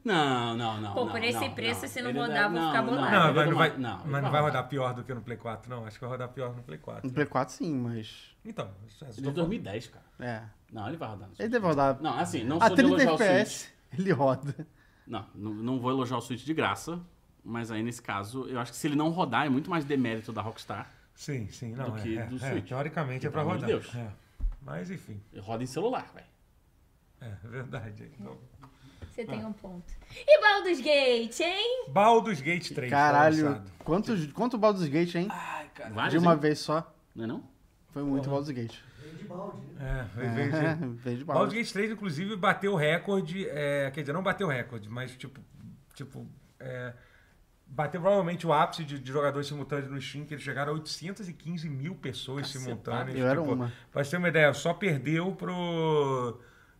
Speaker 4: Não, não, não.
Speaker 2: Pô,
Speaker 4: não,
Speaker 2: por esse
Speaker 4: não,
Speaker 2: preço,
Speaker 4: não.
Speaker 2: se não
Speaker 4: Ele
Speaker 2: rodar,
Speaker 4: dá-
Speaker 2: eu vou ficar bolado.
Speaker 1: Não,
Speaker 4: ele
Speaker 1: mas
Speaker 4: dá
Speaker 1: não
Speaker 4: uma-
Speaker 1: vai,
Speaker 4: Ah, não, ele
Speaker 1: mas não vai rodar pior do que no Play 4, não. Acho que vai rodar pior no Play 4.
Speaker 3: No Play 4 sim, mas...
Speaker 1: Então, isso é-
Speaker 4: Ele é de 2010, cara.
Speaker 3: É.
Speaker 4: Não, ele vai rodar. no
Speaker 3: Ele
Speaker 4: Switch.
Speaker 3: deve Ah, rodar
Speaker 4: Não, assim, não
Speaker 3: a
Speaker 4: sou de
Speaker 3: 30
Speaker 4: elogiar o Switch.
Speaker 3: FPS. Ele roda.
Speaker 4: Não, não, não vou elogiar o Switch de graça. Mas aí, nesse caso, eu acho que se ele não rodar, é muito mais demérito da Rockstar.
Speaker 1: Sim, sim, não.
Speaker 4: Do
Speaker 1: é,
Speaker 4: que
Speaker 1: é,
Speaker 4: do
Speaker 1: é,
Speaker 4: Switch.
Speaker 1: Teoricamente é
Speaker 4: Pelo
Speaker 1: pra
Speaker 4: amor
Speaker 1: rodar.
Speaker 4: de Deus.
Speaker 1: É. Mas enfim,
Speaker 4: Ele roda em celular, velho.
Speaker 1: é verdade. Então,
Speaker 2: Você tem
Speaker 1: Ah.
Speaker 2: um ponto. E Baldur's Gate, hein?
Speaker 1: Baldur's Gate 3 tá
Speaker 3: Caralho.
Speaker 1: lançado.
Speaker 3: Quantos, quanto Baldur's Gate, hein?
Speaker 4: Vários,
Speaker 3: de uma
Speaker 4: hein?
Speaker 3: vez só.
Speaker 4: Não é não?
Speaker 3: Foi muito Baldur's Gate.
Speaker 5: Veio de balde, né?
Speaker 1: É, veio- veio-
Speaker 3: É, veio
Speaker 1: Baldur's
Speaker 3: de Baldur's.
Speaker 1: Gate 3, inclusive, bateu o recorde. é, quer dizer, não bateu o recorde, mas tipo. tipo é, bateu provavelmente o ápice de, de jogadores simultâneos no Steam, que eles chegaram a 815 mil pessoas
Speaker 4: Cacetada.
Speaker 1: simultâneas.
Speaker 3: Eu era
Speaker 1: tipo,
Speaker 3: uma.
Speaker 1: Pra você ter uma ideia, só perdeu pro.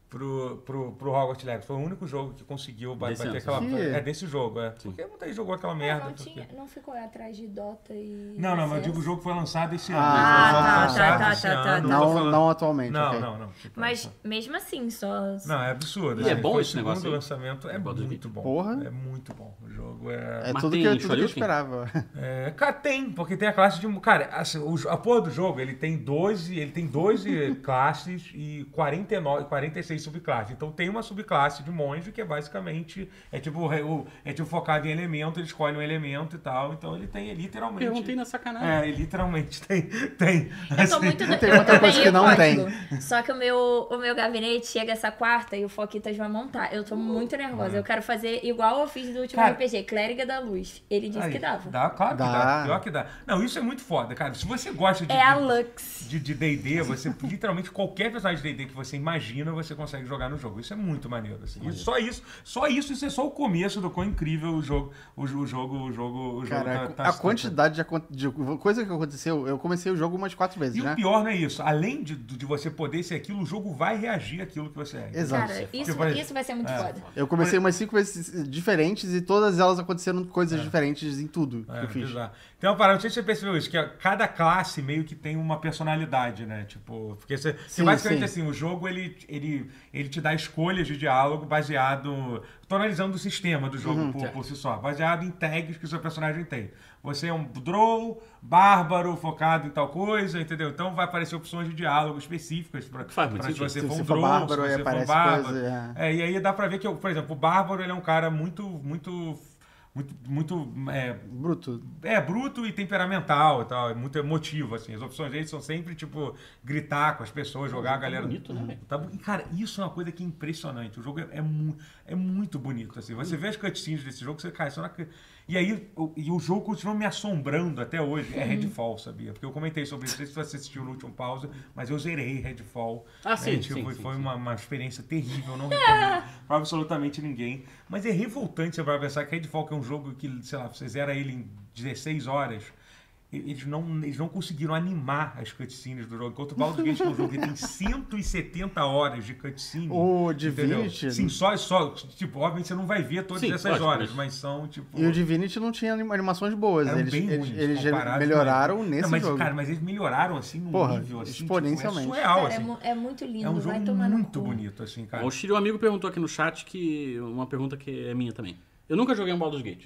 Speaker 1: Pro, pro, pro Hogwarts Legacy. Foi o único jogo que conseguiu ba-
Speaker 4: Desse
Speaker 1: bater
Speaker 4: ano,
Speaker 1: aquela.
Speaker 3: sim.
Speaker 1: É desse jogo, é.
Speaker 4: Sim.
Speaker 1: Porque muita gente jogou aquela
Speaker 2: Ah,
Speaker 1: merda.
Speaker 2: não,
Speaker 1: porque-
Speaker 2: tinha, não ficou atrás de Dota e...
Speaker 1: Não, não, mas eu digo o jogo foi lançado esse ano.
Speaker 3: Ah,
Speaker 1: Foi
Speaker 3: tá,
Speaker 1: lançado
Speaker 2: tá,
Speaker 1: esse
Speaker 2: tá, tá,
Speaker 1: ano,
Speaker 2: tá.
Speaker 1: tô
Speaker 3: Não,
Speaker 1: falando-
Speaker 3: não atualmente,
Speaker 1: Não,
Speaker 3: ok.
Speaker 1: não, não. tipo,
Speaker 2: Mas mesmo assim, só...
Speaker 1: Não, é absurdo.
Speaker 4: E é
Speaker 1: assim,
Speaker 4: bom
Speaker 1: foi o
Speaker 4: esse negócio
Speaker 1: segundo
Speaker 4: aí?
Speaker 1: lançamento é
Speaker 4: Baldur's
Speaker 1: muito bom.
Speaker 3: Porra.
Speaker 1: É muito bom. O jogo é...
Speaker 3: É
Speaker 4: Mas
Speaker 3: tudo
Speaker 4: tem
Speaker 3: que, tudo que eu
Speaker 4: Shoryuken?
Speaker 3: esperava.
Speaker 1: é... Cara, tem, porque tem a classe de... Cara, assim, o jo- a porra do jogo, ele tem 12, ele tem 12 classes e 49, 46 subclasses. Então tem uma subclasse de monge que é basicamente... É tipo, o re- o- é tipo focado em elemento, ele escolhe um elemento e tal. Então ele tem é literalmente...
Speaker 4: Perguntei na sacanagem.
Speaker 1: É, ele literalmente tem... tem assim,
Speaker 2: Eu tô muito...
Speaker 3: Tem
Speaker 2: eu
Speaker 3: muita
Speaker 2: tô
Speaker 3: coisa
Speaker 2: meio
Speaker 3: que não tem.
Speaker 2: código. Só que o meu, o meu gabinete chega essa quarta e o Foquitas vai montar. Eu tô muito nervosa. Eu quero fazer igual eu fiz do último
Speaker 1: Uh, Cara-
Speaker 2: RPG, Clériga da Luz. Ele disse
Speaker 1: Aí,
Speaker 2: que dava.
Speaker 1: Dá, claro que dá.
Speaker 3: Dá.
Speaker 1: Pior que dá. Não, isso é muito foda, cara. Se você gosta de...
Speaker 2: É a
Speaker 1: de-
Speaker 2: Lux.
Speaker 1: de de D&D, você literalmente qualquer personagem de D&D que você imagina, você consegue jogar no jogo. Isso é muito maneiro, assim. E só isso, só isso, isso é só o começo do quão incrível o jogo, o, jo- o jogo, o jogo, o jogo
Speaker 3: Cara,
Speaker 1: tá- tá
Speaker 3: a
Speaker 1: se-
Speaker 3: quantidade de, acon- de coisa que aconteceu, eu comecei o jogo umas quatro vezes,
Speaker 1: E
Speaker 3: né?
Speaker 1: o pior não é isso. Além de, de você poder ser aquilo, o jogo vai reagir àquilo que você é.
Speaker 3: Exato.
Speaker 2: Cara, isso,
Speaker 1: Tipo, aí-
Speaker 2: isso vai ser muito foda.
Speaker 3: Eu comecei umas cinco vezes diferentes e todas elas aconteceram coisas diferentes em tudo que eu fiz.
Speaker 1: É, bizarro. Tem uma parada, não sei se você percebeu isso, que a- cada classe meio que tem uma personalidade, né? Tipo, porque você, que
Speaker 3: Sim,
Speaker 1: basicamente
Speaker 3: sim.
Speaker 1: assim, o jogo ele, ele, ele te dá escolhas de diálogo baseado. Tô analisando o sistema do
Speaker 3: Uhum.
Speaker 1: jogo por, por si só, baseado em tags que o seu personagem tem. Você é um drow, bárbaro, focado em tal coisa, entendeu? Então vai aparecer opções de diálogo específicas pra,
Speaker 4: Faz muito
Speaker 1: pra se
Speaker 4: sentido.
Speaker 1: você
Speaker 3: Se
Speaker 1: for um
Speaker 3: você for
Speaker 1: drow,
Speaker 3: bárbaro,
Speaker 1: se
Speaker 3: aí
Speaker 1: você for um
Speaker 3: aparece
Speaker 1: bárbaro.
Speaker 3: coisa,
Speaker 1: É, e aí dá pra ver que, eu- por exemplo, o bárbaro ele é um cara muito, muito, muito, muito é,
Speaker 3: Bruto.
Speaker 1: é bruto e temperamental e tal, é muito emotivo, assim. As opções dele são sempre, tipo, gritar com as pessoas, jogar a galera.
Speaker 4: bonito, né, velho?
Speaker 1: Tá bu- e, cara, isso é uma coisa que é impressionante. O jogo é, é, mu- é muito bonito, assim.
Speaker 4: Hum.
Speaker 1: Você vê as cutscenes desse jogo, você cai só na. cu- E aí, o, e o jogo continua me assombrando até hoje. É
Speaker 4: Uhum.
Speaker 1: Redfall, sabia? Porque eu comentei sobre isso, não sei se você assistiu no último pausa, mas eu zerei Redfall.
Speaker 4: Ah,
Speaker 1: É,
Speaker 4: sim,
Speaker 1: tipo,
Speaker 4: sim,
Speaker 1: e
Speaker 4: sim,
Speaker 1: Foi
Speaker 4: sim.
Speaker 1: uma, uma experiência terrível, não recomendo
Speaker 2: É.
Speaker 1: pra absolutamente ninguém. Mas é revoltante você vai pensar que Redfall, que é um jogo que, sei lá, você zera ele em 16 horas, e- eles não, eles não conseguiram animar as cutscenes do jogo. Enquanto o Baldur's Gate que é um jogo que tem 170 horas de cutscene.
Speaker 3: O
Speaker 1: entendeu?
Speaker 3: Divinity.
Speaker 1: Sim, só, só, tipo, obviamente você não vai ver todas
Speaker 4: Sim,
Speaker 1: essas
Speaker 4: lógico,
Speaker 1: horas,
Speaker 4: mas-
Speaker 1: mas são, tipo...
Speaker 3: E o Divinity não tinha anima- animações boas.
Speaker 1: eram
Speaker 3: Eles,
Speaker 1: bem
Speaker 3: eles,
Speaker 1: ruins
Speaker 3: eles
Speaker 1: comparados,
Speaker 3: melhoraram
Speaker 1: mas-
Speaker 3: nesse
Speaker 1: não, mas,
Speaker 3: jogo.
Speaker 1: Cara, mas eles melhoraram, assim, num
Speaker 3: Porra,
Speaker 1: nível, assim,
Speaker 3: exponencialmente.
Speaker 1: Tipo, é surreal,
Speaker 2: Cara, é,
Speaker 1: assim.
Speaker 2: mu- é muito lindo,
Speaker 1: É um
Speaker 2: vai
Speaker 1: jogo
Speaker 2: tomar no
Speaker 1: muito
Speaker 2: cu.
Speaker 1: bonito, assim, cara.
Speaker 4: O Shiryu Amigo perguntou aqui no chat que uma pergunta que é minha também. Eu nunca joguei um Baldur's Gate.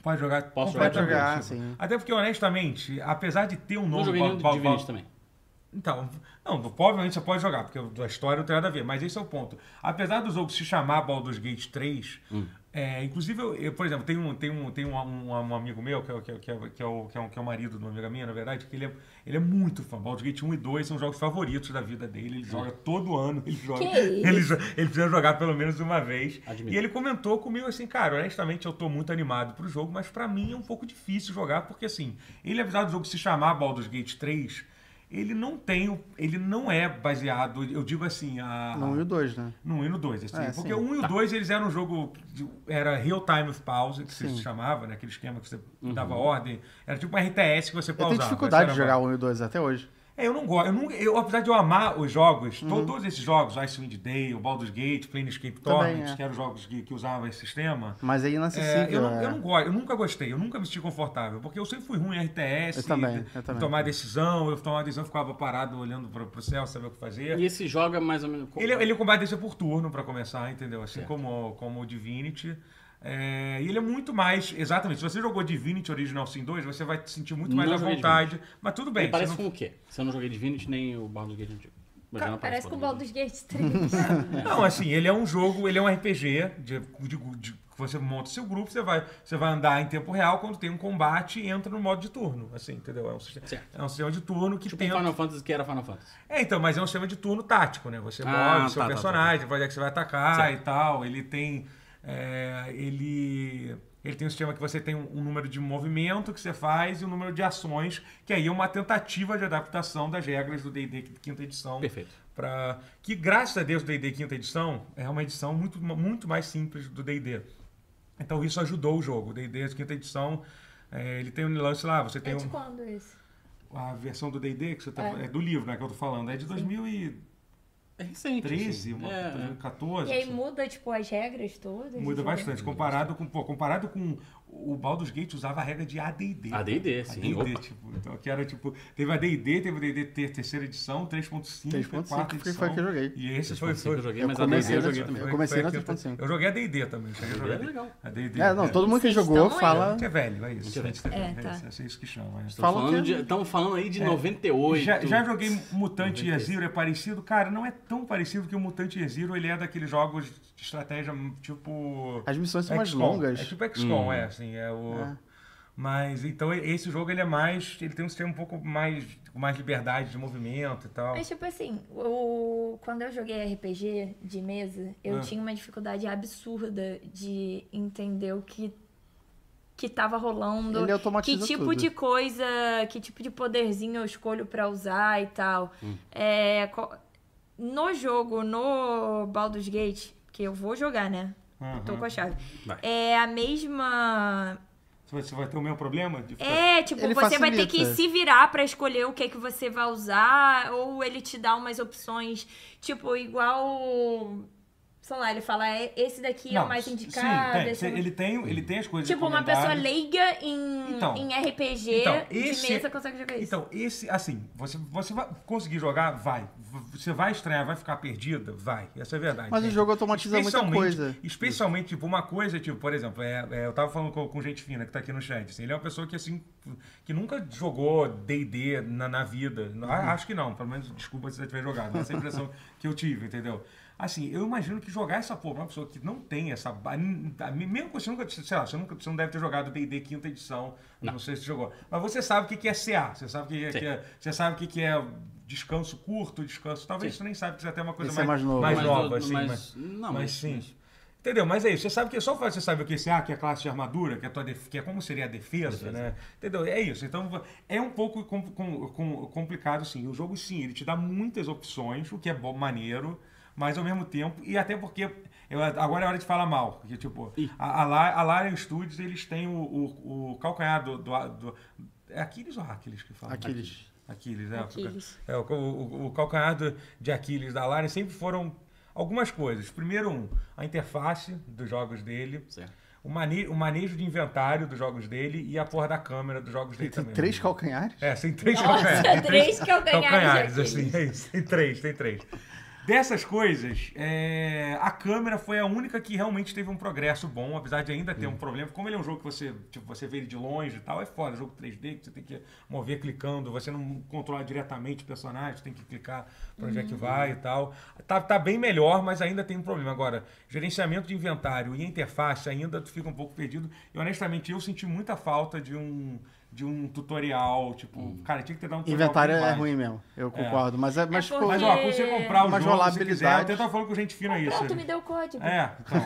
Speaker 1: Pode jogar
Speaker 4: Posso
Speaker 1: completamente,
Speaker 3: jogar,
Speaker 1: tipo.
Speaker 3: sim.
Speaker 1: Até porque, honestamente, apesar de ter um
Speaker 4: Não,
Speaker 1: nome...
Speaker 4: joguei
Speaker 1: Bal-
Speaker 4: nenhum
Speaker 1: Bal-
Speaker 4: de Divinity também.
Speaker 1: Então, não, provavelmente você pode jogar, porque da história não tem nada a ver, mas esse é o ponto. Apesar do jogo se chamar Baldur's Gate 3,
Speaker 4: Hum.
Speaker 1: é, inclusive, eu, eu, por exemplo, tem um, tem um, tem um, um- um amigo meu, que é, o- que, é, o- que, é, o- que, é o, que, é o, que é o marido de uma amiga minha, na verdade, que ele é, ele é muito fã. Baldur's Gate 1 e 2 são os jogos favoritos da vida dele,
Speaker 4: Hum.
Speaker 1: ele joga todo ano, ele joga.
Speaker 2: Que isso?
Speaker 1: Ele, jo- ele precisa jogar pelo menos uma vez.
Speaker 4: Admito.
Speaker 1: E ele comentou comigo assim, cara, honestamente eu tô muito animado pro jogo, mas pra mim é um pouco difícil jogar, porque assim, ele apesar do jogo se chamar Baldur's Gate 3, ele não tem, o- ele não é baseado, eu digo assim, a...
Speaker 3: Não, e o dois, né?
Speaker 1: No 1 e no 2, assim.
Speaker 3: É,
Speaker 1: porque
Speaker 3: sim.
Speaker 1: o 1 e o 2, eles eram um jogo. de- Era real time of pause, que se chamava, né? Aquele esquema que você dava ordem. Era tipo um RTS que você
Speaker 3: Uhum. Eu
Speaker 1: pausava.
Speaker 3: tenho dificuldade de
Speaker 1: essa era a-
Speaker 3: jogar um e o dois até hoje.
Speaker 1: é, eu não gosto. Eu não, eu, apesar de eu amar os jogos, to- todos esses jogos, Icewind Day, o Baldur's Gate, Planescape
Speaker 3: Uhum. Também,
Speaker 1: Torment,
Speaker 3: é.
Speaker 1: que eram os jogos que, que usavam esse sistema.
Speaker 3: Mas é
Speaker 1: é, eu,
Speaker 3: inacessível.
Speaker 1: não,
Speaker 3: é.
Speaker 1: eu não gosto, eu nunca gostei, eu nunca me senti confortável, porque eu sempre fui ruim em RTS,
Speaker 3: Eu também,
Speaker 1: em-
Speaker 3: eu
Speaker 1: em
Speaker 3: também.
Speaker 1: tomar decisão, eu tomava decisão, ficava parado olhando pro, pro céu, saber o que fazer.
Speaker 4: E esse joga mais ou menos...
Speaker 1: É. Ele, é, ele combate isso por turno, pra começar, entendeu? Assim como, como o Divinity. É, e ele é muito mais. Exatamente. Se você jogou Divinity Original Sin 2, você vai se sentir muito mais
Speaker 4: Não
Speaker 1: à
Speaker 4: joguei
Speaker 1: vontade. Mas tudo bem.
Speaker 4: Ele parece
Speaker 1: você não-
Speaker 4: com o quê? Se eu não joguei Divinity nem o Baldur's Gate antigo. Mas ele não
Speaker 2: Parece com o
Speaker 4: Baldur's
Speaker 2: Baldur's Gate 3.
Speaker 1: Não, assim, ele é um jogo, ele é um RPG de, de- de- que você monta o seu grupo, você vai, você vai andar em tempo real, quando tem um combate, entra no modo de turno, assim, entendeu? É um sistema,
Speaker 4: Certo.
Speaker 1: é um sistema de turno que
Speaker 4: Gate. Tipo
Speaker 1: tem...
Speaker 4: um Final Fantasy que era Final Fantasy.
Speaker 1: É, então, mas é um sistema de turno tático, né? Você
Speaker 4: Ah,
Speaker 1: move o seu
Speaker 4: tá, tá,
Speaker 1: personagem, onde é que você vai atacar
Speaker 4: Certo.
Speaker 1: e tal. Ele tem. é, ele. Ele tem um sistema que você tem um, um número de movimento que você faz e um número de ações, que aí é uma tentativa de adaptação das regras do D&D quinta edição.
Speaker 4: Perfeito.
Speaker 1: Pra, que graças a Deus o D&D quinta edição é uma edição muito, muito mais simples do D&D. Então isso ajudou o jogo. O D&D quinta edição, é, ele tem um lance lá, você tem
Speaker 2: é
Speaker 1: um...
Speaker 2: de quando esse?
Speaker 1: A versão do D&D que você tá
Speaker 2: É.
Speaker 1: é do livro, né, que eu tô falando, é de 2013,
Speaker 4: É recente. assim.
Speaker 1: uma-
Speaker 4: É, é.
Speaker 1: 2014.
Speaker 2: E aí
Speaker 1: assim.
Speaker 2: muda, tipo, as regras todas?
Speaker 1: Muda
Speaker 2: Tipo,
Speaker 1: bastante comparado com, pô, comparado com o Baldur's Gate usava a regra de AD&D.
Speaker 4: AD&D, sim,
Speaker 1: AD&D,
Speaker 4: opa.
Speaker 1: tipo, então que era tipo, teve AD&D, teve AD&D ter- terceira edição, 3.5,
Speaker 3: 3.5
Speaker 1: quarta
Speaker 3: que foi
Speaker 1: edição.
Speaker 3: que eu joguei.
Speaker 1: E esse foi,
Speaker 4: Foi assim que eu
Speaker 1: foi
Speaker 4: joguei,
Speaker 3: Eu
Speaker 4: mas a
Speaker 3: comecei
Speaker 4: D&D eu
Speaker 3: nessa-
Speaker 4: joguei também.
Speaker 3: eu comecei na
Speaker 1: foi-
Speaker 3: 3.5
Speaker 1: Eu joguei AD&D também, cheguei a jogar
Speaker 4: AD&D é legal.
Speaker 1: AD&D.
Speaker 3: É, não, todo mundo que
Speaker 2: Vocês
Speaker 3: jogou
Speaker 2: estão
Speaker 1: A
Speaker 3: fala.
Speaker 1: gente né? é velho, é isso.
Speaker 4: É,
Speaker 1: A gente é, velho,
Speaker 2: tá.
Speaker 1: é isso, é isso que chama. é.
Speaker 4: Estão
Speaker 3: Fala
Speaker 4: falando,
Speaker 3: que-
Speaker 4: de, tão falando aí de 98.
Speaker 1: Já, já joguei Mutante e Zero, é parecido? Cara, não é tão parecido que o Mutante e Zero, ele é daqueles jogos de estratégia tipo.
Speaker 3: As missões são mais
Speaker 1: XCOM.
Speaker 3: longas.
Speaker 1: É tipo XCOM, é, assim, é o.
Speaker 3: É.
Speaker 1: Mas então e- esse jogo ele é mais. Ele tem um sistema um pouco mais. com mais liberdade de movimento e tal.
Speaker 2: Mas, tipo assim, o... quando eu joguei RPG de mesa, eu
Speaker 1: Ah.
Speaker 2: tinha uma dificuldade absurda de entender o que, que tava rolando.
Speaker 3: Ele é automatiza
Speaker 2: que tipo
Speaker 3: tudo.
Speaker 2: de coisa, que tipo de poderzinho eu escolho pra usar e tal. É, co- no jogo, no Baldur's Gate, que eu vou jogar, né? Tô
Speaker 1: Aham.
Speaker 2: com a chave.
Speaker 4: Vai.
Speaker 2: É a mesma.
Speaker 1: Você vai- Você vai ter o mesmo problema? de ficar-
Speaker 2: É, tipo,
Speaker 3: Ele
Speaker 2: você vai ter que
Speaker 3: facilita.
Speaker 2: se virar pra escolher o que é que você vai usar, ou ele te dá umas opções, tipo, igual. Sei lá, ele fala, "É, esse daqui é
Speaker 1: Não,
Speaker 2: o mais
Speaker 1: sim,
Speaker 2: indicado.
Speaker 1: tem.
Speaker 2: esse
Speaker 1: Você-
Speaker 2: é o-
Speaker 1: Ele, tem, ele tem as coisas
Speaker 2: Tipo, uma pessoa
Speaker 1: recomendadas.
Speaker 2: leiga em,
Speaker 1: Então,
Speaker 2: em RPG
Speaker 1: então,
Speaker 2: de
Speaker 1: esse-
Speaker 2: mesa consegue jogar isso.
Speaker 1: Então, esse, assim, você, você vai conseguir jogar? Vai. V- Você vai estranhar, vai ficar perdida? Vai. Essa é a verdade.
Speaker 3: Mas o
Speaker 1: entende?
Speaker 3: jogo automatiza muita
Speaker 1: Especialmente-
Speaker 3: coisa.
Speaker 1: Especialmente, tipo, uma coisa, tipo, por exemplo, é, é, eu tava falando com, com gente fina que tá aqui no chat. assim, ele é uma pessoa que, assim, que nunca jogou D&D na, na vida.
Speaker 3: Uhum.
Speaker 1: A- Acho que não, pelo menos, desculpa se você tiver jogado. mas Essa é a impressão que eu tive, entendeu? Assim, eu imagino que jogar essa porra pra uma pessoa que não tem essa... ba- a- Mesmo que você nunca, sei lá, você, nunca, você não deve ter jogado D&D quinta edição, não. sei se você jogou. Mas você sabe o que que é CA, você sabe o que, que é... Você sabe o que que é descanso curto, descanso... Talvez você nem sabe, que você até uma coisa
Speaker 3: Esse é mais novo.
Speaker 1: mais
Speaker 4: Mas
Speaker 1: nova,
Speaker 4: eu-
Speaker 1: assim,
Speaker 4: mas-
Speaker 1: mas...
Speaker 4: não,
Speaker 1: mas
Speaker 4: mas-
Speaker 1: sim.
Speaker 4: mas-
Speaker 1: Entendeu? Mas é isso. Você sabe que só faz- você sabe o que é esse A, que é a classe de armadura, que é, a tua def- que é como seria a defesa, né? Entendeu? É isso. Então é um pouco com- com- com- complicado, sim. O jogo, sim, ele te dá muitas opções, o que é bom, maneiro, mas ao mesmo tempo, e até porque. eu- agora é hora de falar mal. Porque, tipo, a, a, La- a Larian Studios, eles têm o, o- o calcanhar do, do, do- É Aquiles ou Aquiles que fala?
Speaker 3: Aquiles.
Speaker 1: Aquiles, é.
Speaker 2: Aquiles.
Speaker 1: É, o, o- o calcanhar do- de Aquiles da Larian sempre foram algumas coisas. Primeiro, um, a interface dos jogos dele.
Speaker 4: Certo.
Speaker 1: O, mane- o manejo de inventário dos jogos dele e a porra da câmera dos jogos dele
Speaker 3: Tem
Speaker 1: também.
Speaker 3: três calcanhares?
Speaker 1: É, tem três
Speaker 2: Nossa,
Speaker 1: calcanhares. Tem
Speaker 2: três calcanhares de
Speaker 1: assim,
Speaker 2: Aquiles.
Speaker 1: é isso. Tem três, tem três. Dessas coisas, é, a câmera foi a única que realmente teve um progresso bom, apesar de ainda ter um problema. Como ele é um jogo que você, tipo, você vê ele de longe e tal, é foda. Jogo 3D, que você tem que mover clicando, você não controla diretamente o personagem, tem que clicar pra onde é que
Speaker 3: Uhum.
Speaker 1: vai e tal. Tá, tá bem melhor, mas ainda tem um problema. Agora, gerenciamento de inventário e interface ainda tu fica um pouco perdido. E honestamente, eu senti muita falta de um, de um tutorial, tipo, cara, tinha que ter dado um tutorial
Speaker 3: Uhum. Inventário
Speaker 1: bem
Speaker 3: é
Speaker 1: básico.
Speaker 3: ruim mesmo. Eu concordo. Mas é. Mas,
Speaker 2: porque-
Speaker 3: pô,
Speaker 1: Mas ó, quando você comprar o
Speaker 3: Uma
Speaker 1: jogo, se quiser, eu
Speaker 3: jogabilidade.
Speaker 1: até tava falando com gente fina isso.
Speaker 2: Pronto, me deu o código.
Speaker 1: É, então.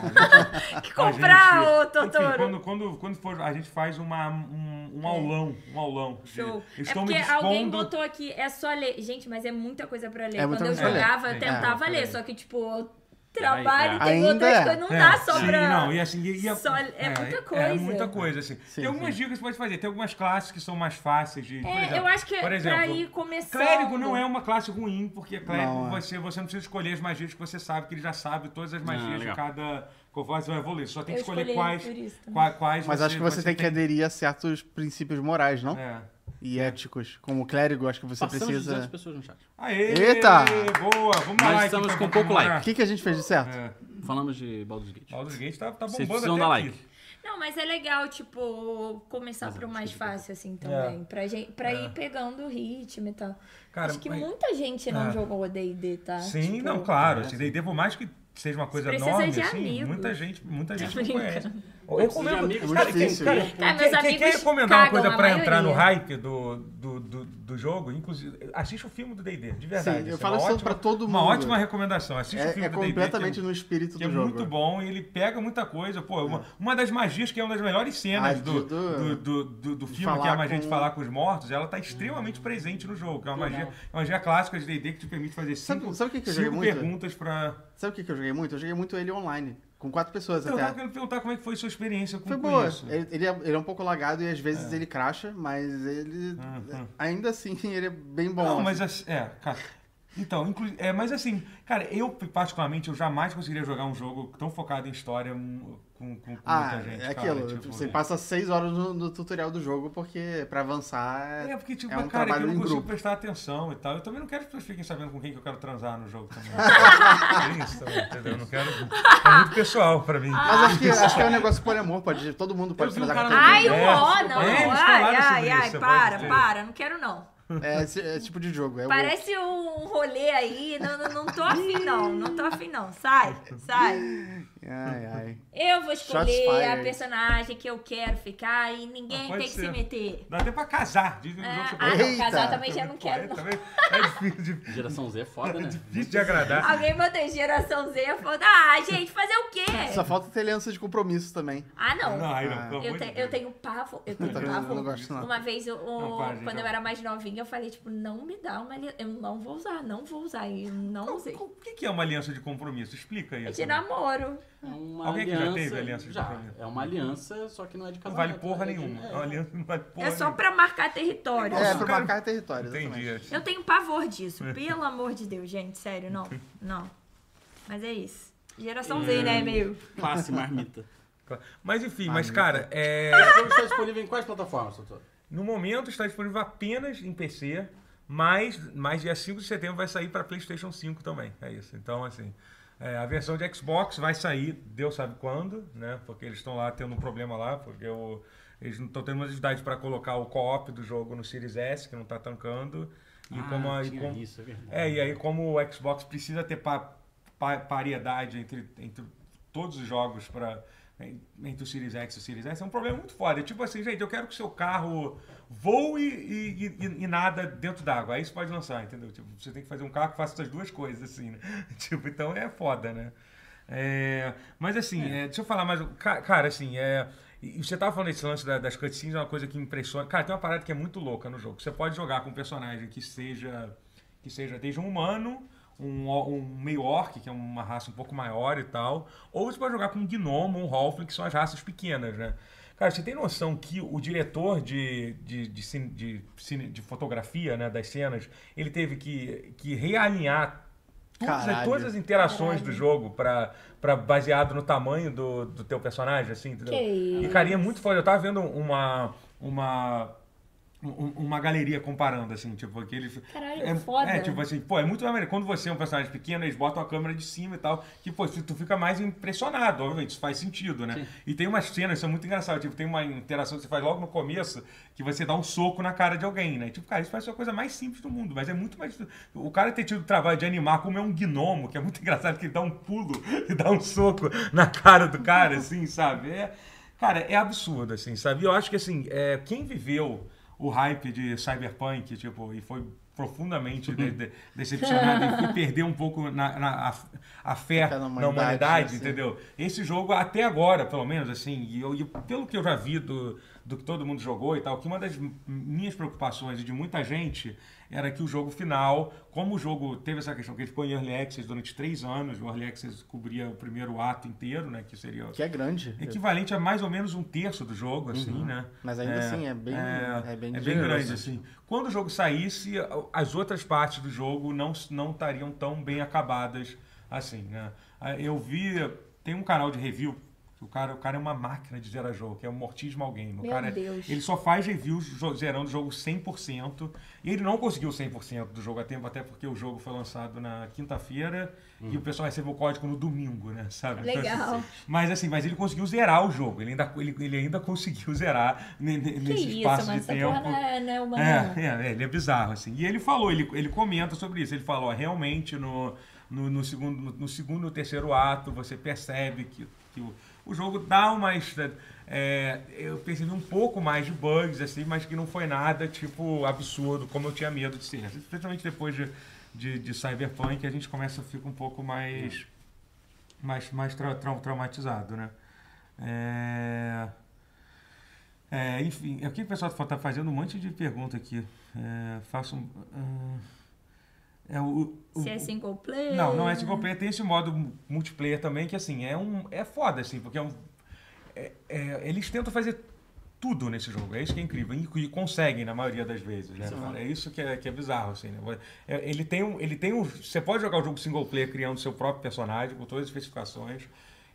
Speaker 1: a
Speaker 2: que
Speaker 1: gente-
Speaker 2: comprar,
Speaker 1: a
Speaker 2: ô
Speaker 1: gente- Enfim,
Speaker 2: Totoro. É.
Speaker 1: quando, quando, quando for, a gente faz uma, um, um aulão, um aulão. de-
Speaker 2: Show.
Speaker 1: eu
Speaker 2: É
Speaker 1: estou
Speaker 2: porque
Speaker 1: me
Speaker 2: alguém
Speaker 1: dispondo-
Speaker 2: botou aqui, é só ler. Gente, mas é muita coisa pra ler.
Speaker 3: É
Speaker 2: Quando
Speaker 3: muita
Speaker 2: eu
Speaker 3: coisa pra ler.
Speaker 2: jogava, eu
Speaker 1: É,
Speaker 2: tentava
Speaker 1: é,
Speaker 2: ler,
Speaker 1: é.
Speaker 2: só que, tipo, eu trabalho,
Speaker 4: Aí,
Speaker 3: é.
Speaker 2: tem
Speaker 3: Ainda
Speaker 2: outras
Speaker 3: é.
Speaker 2: coisas, não
Speaker 1: É,
Speaker 2: dá só
Speaker 1: sim,
Speaker 2: pra...
Speaker 1: Não, e assim, e, e a-
Speaker 2: só- é muita
Speaker 1: É
Speaker 2: coisa.
Speaker 1: muita coisa, assim.
Speaker 3: Sim,
Speaker 1: tem algumas dicas que você pode fazer. Tem algumas classes que são mais fáceis de. por
Speaker 2: É,
Speaker 1: exemplo,
Speaker 2: eu acho que é
Speaker 1: por
Speaker 2: pra
Speaker 1: exemplo,
Speaker 2: ir começando.
Speaker 1: Clérigo não é uma classe ruim, porque clérigo
Speaker 3: Não, é.
Speaker 1: você, você não precisa escolher as magias que você sabe, que ele já sabe todas as magias de
Speaker 4: Ah, legal.
Speaker 1: cada. Conforme você vai evoluir. Você só tem
Speaker 2: Eu
Speaker 1: que escolher
Speaker 2: escolhi
Speaker 1: quais.
Speaker 2: por isso também.
Speaker 1: qua- quais
Speaker 3: mas acho que você, tem que aderir a certos princípios morais, não?
Speaker 1: É.
Speaker 3: E éticos. Como clérigo, acho que você
Speaker 4: Passamos de
Speaker 3: precisa.
Speaker 4: 200 pessoas no chat.
Speaker 1: Aê!
Speaker 3: Eita!
Speaker 1: Boa! Vamos
Speaker 4: Nós
Speaker 1: lá, like,
Speaker 4: estamos
Speaker 1: pra
Speaker 4: com pouco
Speaker 1: comemorar.
Speaker 3: O que, que a gente fez de certo?
Speaker 1: É.
Speaker 4: Falamos de Baldur's Gate.
Speaker 1: Baldur's Gate tá, tá
Speaker 4: Vocês
Speaker 1: bombando até
Speaker 4: precisam dar
Speaker 1: aqui.
Speaker 4: like.
Speaker 2: Não, mas é legal, tipo, começar pro mais fácil, assim, também. Pra, gente, pra ir pegando o ritmo e tal.
Speaker 1: É. Cara,
Speaker 2: Acho que
Speaker 1: mas-
Speaker 2: muita gente não
Speaker 1: É.
Speaker 2: jogou D&D, tá?
Speaker 1: Sim,
Speaker 2: Tipo,
Speaker 1: não, claro. Assim, D&D, por mais que seja uma coisa
Speaker 2: precisa
Speaker 1: enorme,
Speaker 2: de
Speaker 1: assim,
Speaker 2: amigos. Tá
Speaker 1: muita gente, muita gente não
Speaker 2: brincando.
Speaker 1: conhece. Eu
Speaker 4: de amigos,
Speaker 1: cara,
Speaker 3: muito
Speaker 1: quem,
Speaker 3: difícil.
Speaker 1: cara,
Speaker 2: Tá,
Speaker 1: quem,
Speaker 2: meus
Speaker 1: quem quer
Speaker 2: amigos
Speaker 1: recomendar uma
Speaker 2: cagam,
Speaker 1: coisa
Speaker 2: a
Speaker 1: pra entrar no
Speaker 2: maioria.
Speaker 1: hype do, do, do, do jogo, inclusive, assiste o filme do D&D, de
Speaker 3: Sim,
Speaker 1: verdade.
Speaker 3: eu
Speaker 1: assim,
Speaker 3: falo
Speaker 1: uma
Speaker 3: isso
Speaker 1: ótima-
Speaker 3: pra todo
Speaker 1: Uma
Speaker 3: mundo.
Speaker 1: ótima recomendação, assiste o
Speaker 3: É,
Speaker 1: filme
Speaker 3: é
Speaker 1: do D&D. que é
Speaker 3: completamente no espírito
Speaker 1: que é
Speaker 3: do jogo. né?
Speaker 1: muito bom e ele pega muita coisa. Pô, uma, uma das magias, que é uma das melhores cenas
Speaker 3: Ah,
Speaker 1: do, do,
Speaker 3: de- do-
Speaker 1: do, do- do
Speaker 3: de
Speaker 1: filme, que é a
Speaker 3: falar
Speaker 1: magia de
Speaker 3: com- Hum.
Speaker 1: falar com os mortos, ela tá extremamente presente no jogo. que É uma magia, uma magia clássica de D&D que te permite fazer
Speaker 3: Sabe-
Speaker 1: cinco,
Speaker 3: sabe o que que eu
Speaker 1: cinco
Speaker 3: joguei muito?
Speaker 1: perguntas pra...
Speaker 3: Sabe o que, que eu joguei muito? Eu joguei muito ele online. Com quatro pessoas
Speaker 1: Então, eu tava
Speaker 3: até.
Speaker 1: querendo perguntar como é que foi sua experiência com,
Speaker 3: Foi
Speaker 1: com
Speaker 3: boa.
Speaker 1: isso. É.
Speaker 3: Ele, ele é, ele é um pouco lagado e às vezes ele cracha, mas ele.
Speaker 1: Uhum.
Speaker 3: Ainda assim, ele é bem bom.
Speaker 1: Não,
Speaker 3: assim.
Speaker 1: mas assim, é, cara. Então, inclu... é, mas assim, cara, eu particularmente eu jamais conseguiria jogar um jogo tão focado em história hum, com, com, com
Speaker 3: Ah,
Speaker 1: muita gente.
Speaker 3: é
Speaker 1: cara,
Speaker 3: aquilo.
Speaker 1: tipo,
Speaker 3: você
Speaker 1: é.
Speaker 3: passa seis horas no, no tutorial do jogo, porque pra avançar
Speaker 1: É, porque, tipo,
Speaker 3: é
Speaker 1: cara, é
Speaker 3: um
Speaker 1: que eu
Speaker 3: trabalho
Speaker 1: não
Speaker 3: em
Speaker 1: consigo
Speaker 3: grupo.
Speaker 1: prestar atenção e tal. Eu também não quero que as pessoas fiquem sabendo com quem que eu quero transar no jogo também. é isso também, entendeu? Eu não quero. É muito pessoal pra mim.
Speaker 3: Mas acho que, acho que é um negócio poliamor, pode, todo mundo pode
Speaker 4: vi um
Speaker 3: transar
Speaker 4: cara
Speaker 3: com todo
Speaker 2: Ai,
Speaker 3: mundo.
Speaker 2: o
Speaker 1: É,
Speaker 2: ó,
Speaker 1: eles
Speaker 2: não.
Speaker 1: falaram
Speaker 2: Ai,
Speaker 1: sobre
Speaker 2: ai, ai,
Speaker 1: isso,
Speaker 2: para,
Speaker 1: pode ser.
Speaker 2: para. Não quero, não.
Speaker 3: É esse, é esse tipo de jogo. É o-
Speaker 2: Parece um rolê aí. Não, não, não tô afim, não. Não tô afim, não. Sai, sai.
Speaker 3: Ai, ai.
Speaker 2: Eu vou
Speaker 3: Shots
Speaker 2: escolher
Speaker 3: fired.
Speaker 2: a personagem que eu quero ficar e ninguém
Speaker 1: Ah,
Speaker 2: tem
Speaker 1: pode
Speaker 2: que se
Speaker 1: ser.
Speaker 2: meter.
Speaker 1: Dá até pra casar. Dizem que o jogo
Speaker 2: Ah,
Speaker 1: você
Speaker 2: ah,
Speaker 1: pode-
Speaker 2: não, casar
Speaker 3: Eita.
Speaker 2: também já não quero, não.
Speaker 1: Também é difícil de,
Speaker 4: Geração Z é foda,
Speaker 1: é
Speaker 4: né?
Speaker 1: difícil de agradar.
Speaker 2: Alguém mandou em geração Z, eu falo, ah, gente, fazer o quê?
Speaker 3: Só falta ter aliança de compromisso também.
Speaker 2: Ah, não.
Speaker 1: Não, aí não, Tá pelo amor
Speaker 2: Eu,
Speaker 1: de
Speaker 2: te- eu
Speaker 1: Deus.
Speaker 2: tenho pavor, eu
Speaker 1: É.
Speaker 2: tenho
Speaker 3: também não
Speaker 2: pavor.
Speaker 3: gosto, não.
Speaker 2: Uma vez, eu, o-
Speaker 1: Não, para, gente,
Speaker 2: quando
Speaker 1: não.
Speaker 2: eu era mais novinha, eu falei, tipo, não me dá uma... li- Eu não vou usar, não vou usar. E eu não usei.
Speaker 1: O que que é uma aliança de compromisso? Explica
Speaker 2: É
Speaker 1: isso. né?
Speaker 2: de namoro.
Speaker 4: É uma
Speaker 1: Alguém que já teve aliança de
Speaker 4: já,
Speaker 1: compromisso?
Speaker 4: É uma aliança, só que não é de
Speaker 1: Não
Speaker 4: casamento.
Speaker 1: vale porra
Speaker 4: é de-
Speaker 1: nenhuma.
Speaker 4: é.
Speaker 1: Uma aliança não vale porra
Speaker 2: né? É só
Speaker 1: nenhuma.
Speaker 2: pra marcar território.
Speaker 1: Nossa,
Speaker 3: é,
Speaker 2: assim.
Speaker 3: pra
Speaker 1: cara.
Speaker 3: marcar território.
Speaker 1: Entendi.
Speaker 3: exatamente.
Speaker 2: Eu tenho pavor disso, pelo amor de Deus, gente, sério, não, não. Mas é isso.
Speaker 1: É.
Speaker 2: Geração Z, né, meio...
Speaker 4: Classe marmita.
Speaker 1: Mas enfim,
Speaker 3: Ah,
Speaker 1: mas
Speaker 3: meu
Speaker 1: cara, é...
Speaker 4: O jogo está disponível em quais plataformas, doutor?
Speaker 1: no momento está disponível apenas em PC, mas, mas dia 5 de setembro vai sair para PlayStation 5 também. É isso. Então, assim, é, a versão de Xbox vai sair, Deus sabe quando, né? Porque eles estão lá tendo um problema lá, porque o- eles não estão tendo uma dificuldade para colocar o co-op do jogo no Series S, que não está tancando. E Ah, como, a- e
Speaker 4: Ah, tinha
Speaker 1: como-
Speaker 4: isso, é verdade.
Speaker 1: É, e aí como o Xbox precisa ter pa- pa- pariedade entre, entre todos os jogos para entre o Series X e o Series S, é um problema muito foda. É tipo assim, gente, eu quero que o seu carro voe e, e- e- e nada dentro d'água. Aí você pode lançar, entendeu? Tipo, você tem que fazer um carro que faça essas duas coisas, assim, né? Tipo, então é foda, né? É, mas assim, é, deixa eu falar mais. um- ca- Cara, assim, é, e você tava falando desse lance da- das cutscenes, é uma coisa que impressiona. Cara, tem uma parada que é muito louca no jogo. Você pode jogar com um personagem que seja que seja desde um humano, um, o- um meio orc, que é uma raça um pouco maior e tal, ou você pode jogar com um gnomo, um halfling, que são as raças pequenas, né? Cara, você tem noção que o diretor de, de, de, cine- de, cine- de fotografia né, das cenas, ele teve que, que realinhar todas, as-
Speaker 3: Caralho.
Speaker 1: todas as interações do jogo pra, pra, baseado no tamanho do, do teu personagem, assim, entendeu?
Speaker 2: Que
Speaker 1: E, cara, e é muito foda. Eu tava vendo uma... uma um- uma galeria comparando, assim, tipo, aquele...
Speaker 2: Caralho,
Speaker 1: é,
Speaker 2: foda. né?
Speaker 1: É, tipo assim, pô, é muito maneiro. Quando você é um personagem pequeno, eles botam a câmera de cima e tal, que, pô, tu tu fica mais impressionado, obviamente, isso faz sentido, né? E tem umas cenas, isso é muito engraçado, tipo, tem uma interação que você faz logo no começo, que você dá um soco na cara de alguém, né? Tipo, cara, isso parece a coisa mais simples do mundo, mas é muito mais... O cara ter tido o trabalho de animar como é um gnomo, que é muito engraçado, que ele dá um pulo e dá um soco na cara do cara, assim, sabe? É... Cara, é absurdo, assim, sabe? E eu acho que, assim, é, quem viveu o hype de Cyberpunk, tipo, e foi profundamente de- de- decepcionado e, e perdeu um pouco na, na- a, a fé
Speaker 3: Fé
Speaker 1: na
Speaker 3: na
Speaker 1: humanidade,
Speaker 3: humanidade, assim.
Speaker 1: entendeu? Esse jogo, até agora, pelo menos, assim, e, eu- e pelo que eu já vi do, do que todo mundo jogou e tal, que uma das m- minhas preocupações e de muita gente era que o jogo final, como o jogo teve essa questão que ele ficou em Early Access durante três anos, o Early Access cobria o primeiro ato inteiro, né, que seria...
Speaker 3: Que é grande.
Speaker 1: Equivalente a mais ou menos um terço do jogo, assim, né?
Speaker 3: Mas ainda assim, é bem- é bem generoso.
Speaker 1: grande, assim. Quando o jogo saísse, as outras partes do jogo não não estariam tão bem acabadas assim, né? Ah, Eu vi, tem um canal de review, que o cara, o cara é uma máquina de zerar jogo, que é o Mortismal Game. O
Speaker 2: Meu
Speaker 1: cara, é,
Speaker 2: Deus.
Speaker 1: Ele só faz reviews jo- zerando o jogo 100%, e ele não conseguiu 100% do jogo a tempo, até porque o jogo foi lançado na quinta-feira, e o pessoal recebeu o código no domingo, né? Sabe? Então,
Speaker 2: Legal.
Speaker 1: assim, mas assim, mas ele conseguiu zerar o jogo. Ele ainda, ele, ele ainda conseguiu zerar ne- ne-
Speaker 2: Que
Speaker 1: nesse
Speaker 2: isso,
Speaker 1: espaço
Speaker 2: mas
Speaker 1: de
Speaker 2: essa
Speaker 1: tempo.
Speaker 2: porra não é, não é humana, não.
Speaker 1: É, é, é, ele é bizarro, assim. E ele falou, ele, ele comenta sobre isso. Ele falou, ó, realmente no, no, no segundo no, no segundo e terceiro ato você percebe que, que o, o jogo dá uma... estra- é, eu percebi um pouco mais de bugs, assim, mas que não foi nada, tipo, absurdo, como eu tinha medo de ser. Especialmente depois de, de, de Cyberpunk, a gente começa a ficar um pouco mais mais, mais trau- trau- traumatizado, né? É... É, enfim, aqui o pessoal tá fazendo um monte de pergunta aqui. É, faço um. ah, é o, o-
Speaker 2: Se é né? single player...
Speaker 1: não, não é single player. Tem esse modo mu- multiplayer também, que assim, é um. É foda, assim, porque é um. é- é- eles tentam fazer tudo nesse jogo. É isso que é incrível. E, e conseguem, na maioria das vezes, né? cara? É isso que é, que é bizarro, assim, né? É, Ele tem um. Ele tem um. Você pode jogar o jogo single player criando seu próprio personagem, com todas as especificações.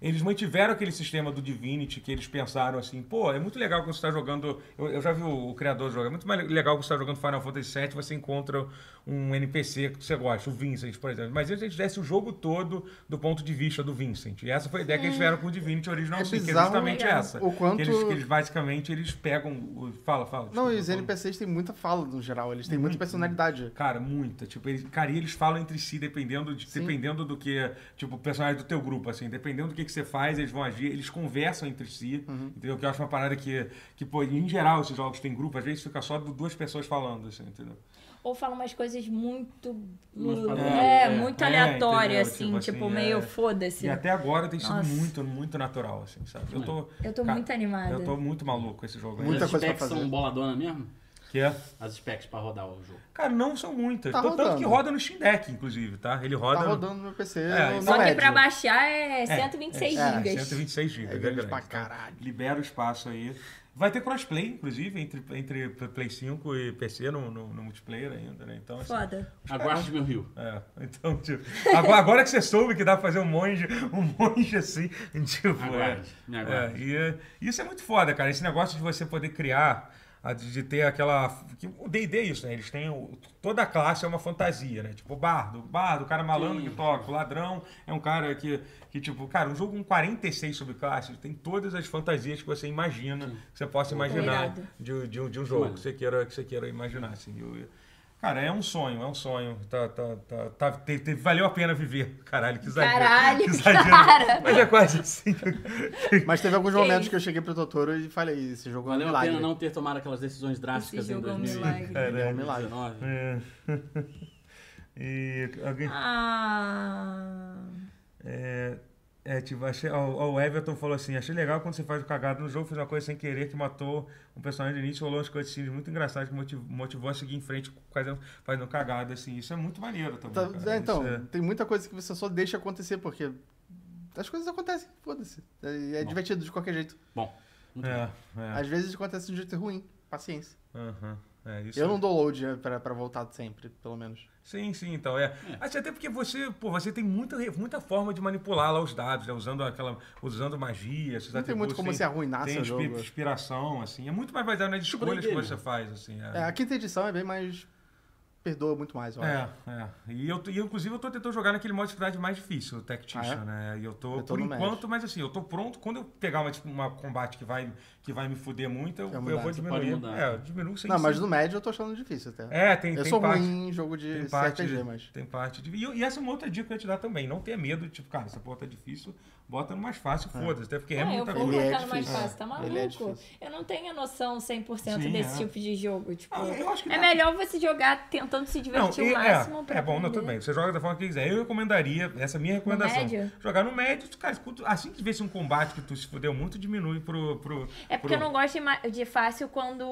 Speaker 1: Eles mantiveram aquele sistema do Divinity que eles pensaram assim, pô, é muito legal quando você está jogando. Eu, eu já vi o, o criador jogar, é muito mais legal quando você está jogando Final Fantasy VII, você encontra um NPC que você gosta, o Vincent, por exemplo. Mas eles dessem o jogo todo do ponto de vista do Vincent. E essa foi a ideia que eles tiveram com o Divinity Original
Speaker 3: É
Speaker 1: Sin, que é
Speaker 3: bizarro
Speaker 1: justamente
Speaker 2: o
Speaker 1: essa. Que
Speaker 3: quanto-
Speaker 1: eles, que eles basicamente eles pegam. o- Fala, fala.
Speaker 3: Não,
Speaker 1: desculpa,
Speaker 3: e os
Speaker 1: eu tô-
Speaker 3: NPCs têm muita fala no geral, eles
Speaker 1: Uhum.
Speaker 3: têm muita personalidade. Tá
Speaker 1: Cara, muita. Tipo, eles, cara, e eles falam entre si dependendo, de-
Speaker 3: Sim.
Speaker 1: dependendo do que. Tipo, o personagem do teu grupo, assim. Dependendo do que, que você faz, eles vão agir, eles conversam entre si,
Speaker 3: Uhum.
Speaker 1: entendeu? Que eu acho uma parada que, que, pô, em geral, esses jogos têm grupo, às vezes fica só du- duas pessoas falando, assim, entendeu?
Speaker 2: Ou fala umas coisas muito.
Speaker 4: Umas paradas,
Speaker 2: é,
Speaker 4: é.
Speaker 2: muito
Speaker 1: É,
Speaker 2: aleatório,
Speaker 1: entendeu?
Speaker 2: assim, tipo,
Speaker 1: Tipo assim, é.
Speaker 2: meio foda-se.
Speaker 1: E até agora tem sido
Speaker 2: Nossa.
Speaker 1: muito, muito natural, assim, sabe? Eu tô,
Speaker 2: Eu tô
Speaker 1: Cara,
Speaker 2: muito animada.
Speaker 1: eu tô muito maluco com esse jogo. aí.
Speaker 3: Muita
Speaker 4: As
Speaker 3: coisa pra
Speaker 4: specs
Speaker 3: fazer.
Speaker 4: são boladona mesmo?
Speaker 1: Que é...
Speaker 4: As specs pra rodar o jogo.
Speaker 1: Cara, não são muitas.
Speaker 3: Tá
Speaker 1: Tanto- Tanto
Speaker 3: rodando.
Speaker 1: que roda no Steam Deck, inclusive, tá? Ele roda...
Speaker 3: Tá
Speaker 1: no-
Speaker 3: rodando no meu PC.
Speaker 1: É,
Speaker 3: não
Speaker 1: só
Speaker 2: Só que
Speaker 3: médio.
Speaker 2: pra baixar é
Speaker 1: É,
Speaker 2: 126
Speaker 1: é,
Speaker 2: gigas.
Speaker 1: 126 GB.
Speaker 3: É grande pra
Speaker 1: então
Speaker 3: caralho.
Speaker 1: Libera o espaço aí. Vai ter crossplay, inclusive, entre, entre Play 5 e PC no, no, no multiplayer ainda, né? Então, assim,
Speaker 2: Foda.
Speaker 4: Aguarde meu rio.
Speaker 1: é, então, tipo, agora, agora que você soube que dá pra fazer um monge, um monge assim, tipo,
Speaker 4: Aguarde,
Speaker 1: é,
Speaker 4: me aguarde.
Speaker 1: é, e é, isso é muito foda, cara. Esse negócio de você poder criar, a- de de ter aquela. que O DD é isso, né? Eles têm. o- toda classe é uma fantasia, né? Tipo, o bardo, o bardo, o cara malandro
Speaker 4: Sim.
Speaker 1: que toca, o ladrão é um cara que, que, tipo, cara, um jogo com 46 subclasses tem todas as fantasias que você imagina, que você possa imaginar
Speaker 2: Irado.
Speaker 1: de, de, um- de um jogo
Speaker 4: Olha.
Speaker 1: que você queira, que você queira imaginar, assim. Eu- Cara, é um sonho, é um sonho. Tá, tá, tá, tá- te- te- valeu a pena viver. Caralho, que exagero.
Speaker 2: Caralho,
Speaker 1: que exagero.
Speaker 2: cara.
Speaker 1: Mas é quase assim.
Speaker 3: Mas teve alguns
Speaker 2: Que
Speaker 3: momentos
Speaker 2: isso?
Speaker 3: que eu cheguei pro Totoro e falei, esse jogo é um
Speaker 4: Valeu a
Speaker 3: milagre.
Speaker 4: pena não ter tomado aquelas decisões drásticas
Speaker 2: Esse
Speaker 4: em
Speaker 2: jogo é um
Speaker 4: 2019.
Speaker 2: milagre.
Speaker 3: É um milagre.
Speaker 1: É. E alguém.
Speaker 2: Ah.
Speaker 1: É, é, tipo, achei, ó, ó, o Everton falou assim: achei legal quando você faz o cagado no jogo, fez uma coisa sem querer que matou um personagem do início, rolou umas cutscenes muito engraçadas que motiv- motivou, a seguir em frente fazendo, fazendo cagada, assim. Isso é muito maneiro também.
Speaker 3: Tá-
Speaker 1: cara.
Speaker 3: é,
Speaker 1: Isso
Speaker 3: então,
Speaker 1: é-
Speaker 3: tem muita coisa que você só deixa acontecer, porque as coisas acontecem, foda-se. E é
Speaker 4: Bom.
Speaker 3: divertido de qualquer jeito.
Speaker 4: Bom, muito bem.
Speaker 1: É, é,
Speaker 3: Às vezes acontece de um jeito ruim, paciência.
Speaker 1: aham, é, isso
Speaker 3: Eu
Speaker 1: é.
Speaker 3: não dou load né, pra, pra voltar sempre, pelo menos.
Speaker 1: Sim, sim, então é. Assim, até porque você, pô, você tem muita, re- muita forma de manipular lá os dados, né? Usando aquela, usando magia, esses
Speaker 3: Não tem muito
Speaker 1: atributos,
Speaker 3: como se arruinar
Speaker 1: tem
Speaker 3: seu
Speaker 1: inspi-
Speaker 3: jogo.
Speaker 1: inspiração, assim. É muito mais baseado nas
Speaker 4: Tipo
Speaker 1: escolhas que
Speaker 4: Blade
Speaker 1: você faz, assim.
Speaker 3: É, a quinta edição é bem mais. perdoa muito mais, eu acho.
Speaker 1: É, é. E eu, tô- e, inclusive, eu tô tentando jogar naquele modo de dificuldade mais difícil, o Tactician,
Speaker 3: Ah, é?
Speaker 1: né? E eu tô,
Speaker 3: Eu tô
Speaker 1: por
Speaker 3: no
Speaker 1: enquanto,
Speaker 3: médio.
Speaker 1: mas assim, eu tô pronto. Quando eu pegar uma, tipo, uma combate que vai, que vai me fuder muito, eu,
Speaker 3: Vai
Speaker 1: eu
Speaker 3: mudar,
Speaker 1: vou
Speaker 3: você
Speaker 1: diminuir.
Speaker 4: pode mudar.
Speaker 1: É, eu diminuo sem
Speaker 3: não, mas
Speaker 1: sem-
Speaker 3: no médio eu tô achando difícil até.
Speaker 1: É, tem,
Speaker 3: eu
Speaker 1: tem
Speaker 3: sou
Speaker 1: parte.
Speaker 3: ruim em jogo de
Speaker 1: Tem parte,
Speaker 3: RPG, mas.
Speaker 1: tem parte de. E, eu- e essa é uma outra dica que eu ia te dar também. Não tenha medo, tipo, cara, essa porra tá difícil, bota no mais fácil, foda-se. Até porque é,
Speaker 2: Ah, eu
Speaker 1: muita
Speaker 2: vou
Speaker 1: coisa.
Speaker 3: Ele é
Speaker 2: botar no mais
Speaker 3: difícil.
Speaker 2: fácil, tá maluco?
Speaker 3: Ele é difícil.
Speaker 2: eu não tenho a noção 100%
Speaker 1: Sim,
Speaker 2: desse
Speaker 1: é.
Speaker 2: tipo de jogo. Tipo,
Speaker 1: Ah, eu acho que
Speaker 2: é
Speaker 1: dá-
Speaker 2: melhor você jogar tentando se divertir
Speaker 1: e-
Speaker 2: o máximo
Speaker 1: é,
Speaker 2: pra
Speaker 1: É bom, não,
Speaker 2: aprender.
Speaker 1: tudo bem. Você joga da forma que quiser. Eu recomendaria, essa é a minha recomendação.
Speaker 2: médio?
Speaker 1: Jogar no médio, tu, cara, quando- assim que vê se um combate que tu se fudeu muito, diminui pro. pro
Speaker 2: É porque eu
Speaker 1: pro-
Speaker 2: não gosto de, ma- de fácil quando